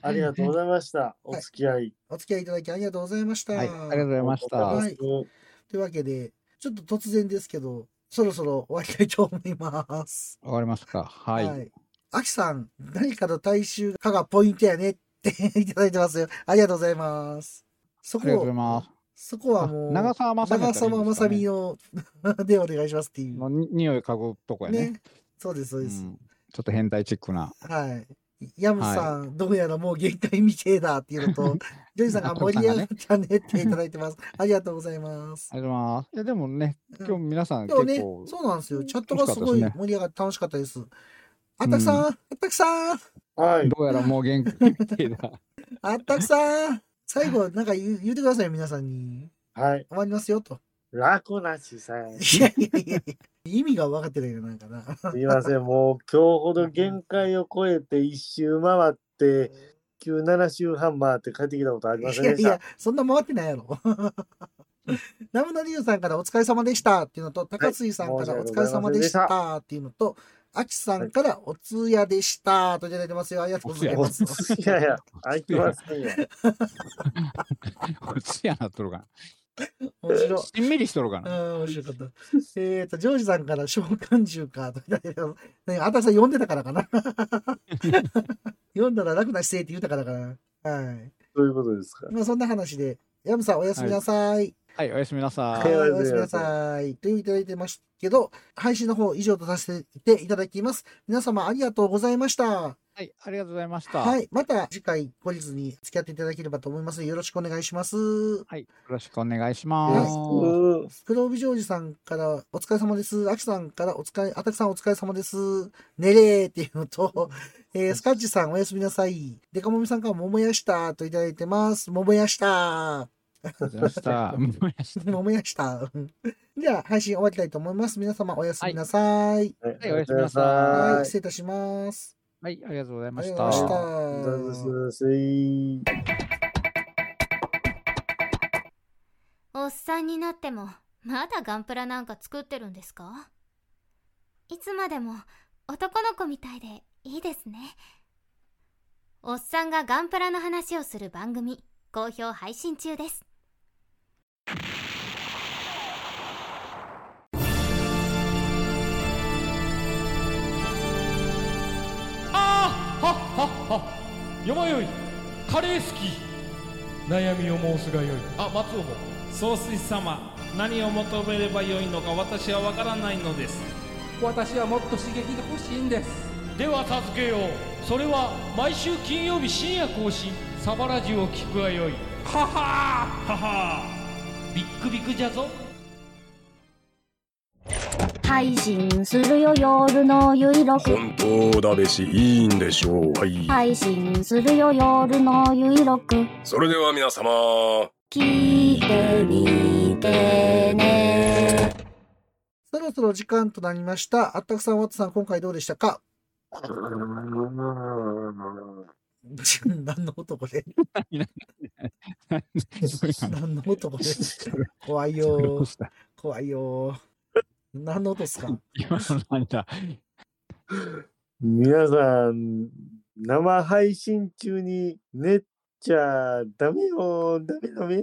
Speaker 2: ありがとうございました。お付き合い。
Speaker 1: お付き合いいただきありがとうございました。
Speaker 3: はい、ありがとうございました。
Speaker 1: は
Speaker 3: はいい、
Speaker 1: というわけで、ちょっと突然ですけど、そろそろ終わりたいと思います。
Speaker 3: わかりますか。はい。
Speaker 1: あきさん、何かの大衆化がポイントやねっていただいて *laughs* ますよ。ありがとうございます。そ
Speaker 3: ありがと
Speaker 1: こ
Speaker 3: うござい、ます。
Speaker 1: そこは
Speaker 3: あ
Speaker 1: もう、
Speaker 3: 長澤まさみだ
Speaker 1: 長
Speaker 3: ったらいい
Speaker 1: 澤
Speaker 3: んで
Speaker 1: ます
Speaker 3: か
Speaker 1: さ
Speaker 3: ね。
Speaker 1: みのでお願いしますっていう。
Speaker 3: のに匂い嗅ぐとこやね。
Speaker 1: ね。そうです、そう
Speaker 3: う
Speaker 1: です。
Speaker 3: んちょっと変態チックな。
Speaker 1: はい。ヤムさん、どうやらもう限界みてえだっていうの
Speaker 3: *laughs*
Speaker 1: と、ジョージさんが盛り上がったねっていただいてます。ありがとうございます
Speaker 3: あ。りがとうございます。いや、でもね、
Speaker 1: うん
Speaker 3: 今日皆さん
Speaker 1: で
Speaker 3: 結
Speaker 1: もね
Speaker 3: 構、、
Speaker 1: そうなんですよ。チャットがすごい
Speaker 3: 楽しかったですね
Speaker 1: 盛り上がって楽しかったです。あったくさん、あったくさん、
Speaker 2: はい。
Speaker 3: どうやらもう元気みた *laughs* いだ。
Speaker 1: あったくさん。最後、なんか言う言うてくださいよ、皆さんに。
Speaker 2: はい。
Speaker 1: 終わりますよ、
Speaker 3: *laughs*
Speaker 1: と。
Speaker 2: 楽な姿勢。
Speaker 1: いやいやいやいや意味が分かってないよ、なんかな。
Speaker 2: すいません。もう今日ほど限界を超えて一周回って、9、7周半回って帰ってきたことありません
Speaker 1: いや
Speaker 2: で
Speaker 1: い
Speaker 2: した
Speaker 1: や。、そんな回ってないやろ。 *laughs* ラムナリュウさんからお疲れ様でしたっていうのと、高杉さんからお疲れ様でしたっていうのと、アキさんからお通夜でしたといただいてますよ。ありがとうございます。
Speaker 2: いやいや、開いてませんよ。
Speaker 3: こっちやなっとるか
Speaker 1: 面白い
Speaker 3: な。。しんみりしとるか
Speaker 1: う
Speaker 3: な。
Speaker 1: ん、面白かった。えっと、ジョージさんから召喚獣かといただいてます。ね、あたくさん読んでたからかな。 *laughs* 読んだら楽な姿勢って言ったからかな。はい。
Speaker 2: どういうことですか
Speaker 1: まあ、そんな話で、ヤムさんおやすみなさい
Speaker 3: はい、おやすみなさ。
Speaker 1: はい
Speaker 2: い
Speaker 1: い、おやすみなさい。といういただいてますけど、配信の方以上とさせていただきます。皆様ありがとうございました。
Speaker 3: はい、ありがとうございました。
Speaker 1: はい、また次回懲りずに付き合っていただければと思います。よろしくお願いします。
Speaker 3: はい、よろしくお願いし
Speaker 1: は
Speaker 3: ま
Speaker 1: い
Speaker 3: す。
Speaker 2: うん
Speaker 1: 黒帯ジョージさんからお疲れ様です。アキさんからお疲れ、アタクさんお疲れ様です。ねれーっていうのと、えースカッチさんおやすみなさい。デカモミさんからももやしたといただいてます。ももやした *laughs*
Speaker 3: ありがとうございました。もうやした
Speaker 1: ももやした。では、配信終わりたいと思います。皆様おやすみなさい。
Speaker 3: はい、おやすみな
Speaker 1: はい、
Speaker 3: さ
Speaker 1: 失礼いたします。
Speaker 3: い。はい、ありがとうござい
Speaker 1: あ
Speaker 3: ま
Speaker 1: り
Speaker 3: し。
Speaker 1: がとうございました
Speaker 2: どう
Speaker 1: た。
Speaker 2: ぞすい
Speaker 8: おっさんになってもまだガンプラなんか作ってるんですかいつまでも男の子みたいでいいですねおっさんがガンプラの話をする番組好評配信中です
Speaker 6: ああはっはっはよまよいカレー好き悩みを申すがよいあ松尾も
Speaker 9: 総帥様何を求めればよいのか私は分からないのです
Speaker 6: 私はもっと刺激が欲しいんですでは助けようそれは毎週金曜日深夜更新サバラジュを聞くがよいははははビックビックじゃぞ
Speaker 10: 配信するよ夜のゆいろく
Speaker 11: 本当だべしいいんでしょうはい
Speaker 10: 配信するよ夜のゆいろく
Speaker 11: それでは皆様
Speaker 10: 聞いてみてね
Speaker 1: そろそろ時間となりました。あったくさん、わっさん、今回どうでしたか *laughs* 何の音こ *laughs* れ
Speaker 3: *laughs*
Speaker 1: 何の音 *laughs* これ怖いよー。怖いよー。何の音ですか
Speaker 2: *laughs* 皆さん、生配信中に寝ちゃダメよ、ダメダメ。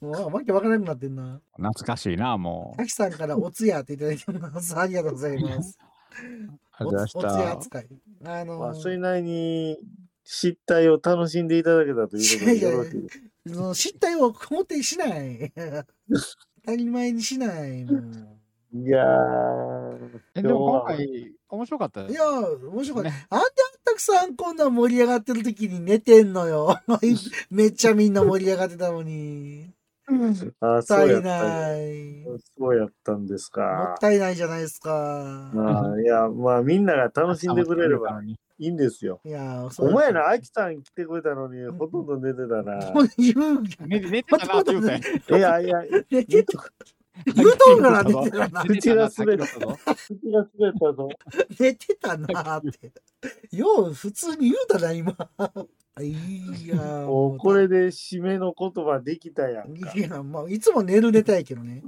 Speaker 1: もうわけわからなくなってんな。
Speaker 3: 懐かしいな、もう。
Speaker 1: あきさんからおつやっていただいてます。ありがとうございます。
Speaker 3: ありがと
Speaker 1: お
Speaker 3: うござ
Speaker 1: つ
Speaker 3: い
Speaker 1: や
Speaker 3: ました。
Speaker 1: 扱い。あ
Speaker 2: まあ、
Speaker 1: の
Speaker 2: それなりに失態を楽しんでいただけたということでよろしいです
Speaker 1: その失態を肯定しない。当たり前にしない。も
Speaker 2: いやー、
Speaker 3: えでも今回、面白かった
Speaker 1: う
Speaker 3: で
Speaker 1: い
Speaker 3: す
Speaker 1: や、面白かった。
Speaker 3: ね。
Speaker 1: あんであったくさんこんな盛り上がってる時に寝てんのよ。 *laughs* めっちゃみんな盛り上がってたのに。
Speaker 2: あ
Speaker 1: もっ
Speaker 2: そ
Speaker 1: た
Speaker 2: うや
Speaker 1: い
Speaker 2: ったん
Speaker 1: ない。も
Speaker 2: そうやったんですか
Speaker 1: っ。たいないじゃないですか。
Speaker 2: まあ、いや、まあ、みんなが楽しんでくれればいいんですよ。
Speaker 1: いやー、
Speaker 2: お前
Speaker 1: ら。 *laughs*
Speaker 2: ら、アキさん来てくれたのに、ほとんど寝てた *laughs* な。
Speaker 1: もう言う、
Speaker 3: 寝て寝てたなって言うたんや
Speaker 2: いやいや、
Speaker 1: 寝てた言うとんから寝てたな。
Speaker 2: 口が滑る
Speaker 3: たぞ。
Speaker 2: 口が滑った *laughs* ぞ。
Speaker 1: 寝てたなーって。よう、普通に言うたな、今。いやー、
Speaker 2: おこれで締めの言葉できたやんか。
Speaker 1: いや、まあ、いつも寝るネタやけどね。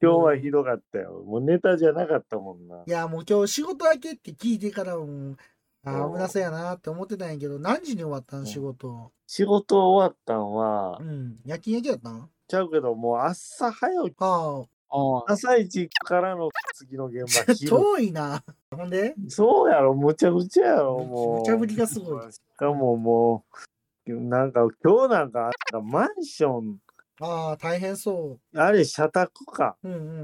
Speaker 2: 今日はひどかったよ。もうネタじゃなかったもんな。
Speaker 1: いや、もう今日仕事明けって聞いてからもう、ああ、無駄そうやなーって思ってたんやけど、何時に終わったん、仕事。
Speaker 2: 仕事終わったんは
Speaker 1: う、ん、夜勤やけやったん
Speaker 2: ちゃうけど、もう朝早起き、
Speaker 1: ああ、
Speaker 3: ああ、
Speaker 2: 朝一からの次の現
Speaker 1: *laughs*
Speaker 2: 場昼
Speaker 1: 遠いな。ほんで
Speaker 2: そうやろ、むちゃくちゃやろ、もう。
Speaker 1: むちゃぶりがすごい
Speaker 2: しかももう、なんか今日なんか、なんかマンション、
Speaker 1: ああ、大変そ
Speaker 2: あれ社宅か。
Speaker 1: う。うんうんう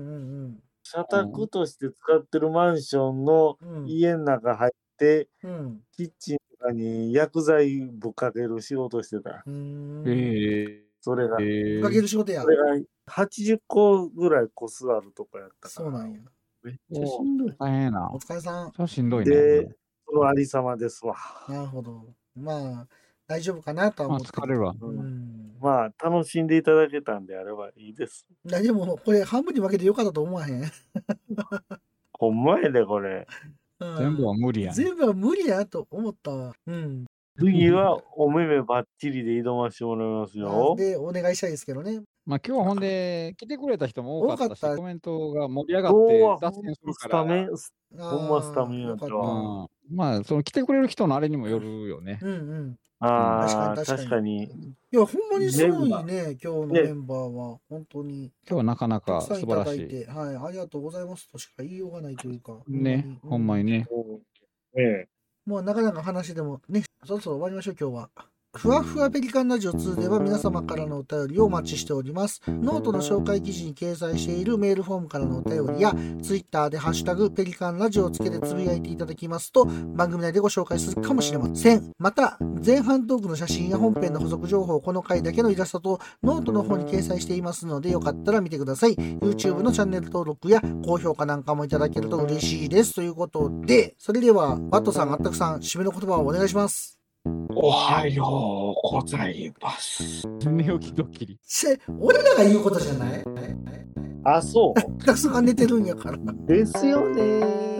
Speaker 1: ん
Speaker 2: 社宅として使ってるマンションの
Speaker 1: うん。うん。
Speaker 2: 家の中入って、
Speaker 1: うん。
Speaker 2: キッチンとかに薬剤ぶっかける仕事してた。
Speaker 1: うーん。
Speaker 3: ええ
Speaker 2: それが、
Speaker 3: ええ
Speaker 1: 追っかける仕事や
Speaker 2: そ。れが80個ぐらい個数あるとかやったか
Speaker 1: そ
Speaker 2: ら。
Speaker 1: うなんや。
Speaker 2: めっちゃしんどい。
Speaker 3: 大変やな
Speaker 1: お。疲れさん。
Speaker 3: それはしんどい
Speaker 2: で
Speaker 3: ね。
Speaker 2: そのありさまですわ。
Speaker 1: なるほど。まあ、大丈夫かなとは
Speaker 3: ま
Speaker 1: 思
Speaker 3: あ、
Speaker 1: って
Speaker 3: 疲れるわ。
Speaker 1: う
Speaker 2: うん
Speaker 1: ん。
Speaker 2: まあ、楽しんでいただけたんであればいいです。
Speaker 1: いやでも、これ半分に分けてよかったと思わへん。
Speaker 2: ほんまやで、これ。
Speaker 1: うん
Speaker 3: 全部は無理やね。
Speaker 1: 全部は無理やと思ったわ。うん。
Speaker 2: 次はお目目ばっちりで挑ませてもらいますよ。
Speaker 1: で、お願いしたいですけどね。
Speaker 3: まあ、今日はほんで、来てくれた人も多かったし、
Speaker 1: 多かった
Speaker 3: コメントが盛り上
Speaker 2: 今日
Speaker 3: が
Speaker 2: は
Speaker 3: って、脱
Speaker 2: ほん
Speaker 3: 線す
Speaker 2: と
Speaker 3: る
Speaker 2: ス
Speaker 3: か
Speaker 2: タメン
Speaker 3: ら。、
Speaker 1: あ
Speaker 2: ほんまスタミナやった
Speaker 1: よかっ
Speaker 3: うんまあ、その来てくれる人のあれにもよるよね
Speaker 1: た。うんうん。
Speaker 2: ああ、
Speaker 1: 確かに確
Speaker 2: 確
Speaker 1: か
Speaker 2: かに。
Speaker 1: いや、ほんまにすごいね、今日のメンバーは。本当に。
Speaker 3: 今日はなかな
Speaker 1: た
Speaker 3: か
Speaker 1: くさん
Speaker 3: 素
Speaker 1: い
Speaker 3: 晴
Speaker 1: た
Speaker 3: ら
Speaker 1: だ
Speaker 3: し
Speaker 1: い
Speaker 3: い。
Speaker 1: て、はい、ありがとうございますとしか言いようがないというか。
Speaker 3: ね、ほんま
Speaker 1: に。
Speaker 3: にね。
Speaker 2: え
Speaker 1: もうなかなか話でもね、そろそろ終わりましょう、今日は。ふわふわペリカンラジオ2では皆様からのお便りをお待ちしております。ノートの紹介記事に掲載しているメールフォームからのお便りや、ツイッターでハッシュタグペリカンラジオをつけてつぶやいていただきますと、番組内でご紹介するかもしれません。また、前半トークの写真や本編の補足情報、この回だけのイラストとノートの方に掲載していますので、よかったら見てください。YouTube のチャンネル登録や高評価なんかもいただけると嬉しいです。ということで、それでは、バットさん、あったくさん、締めの言葉をお願いします。
Speaker 5: おはようございます。
Speaker 3: 寝起きドッキリ。
Speaker 1: *laughs* せ俺らが言うことじゃない
Speaker 2: えあ、そう
Speaker 1: ダスが寝てるんやから。
Speaker 2: ですよねー。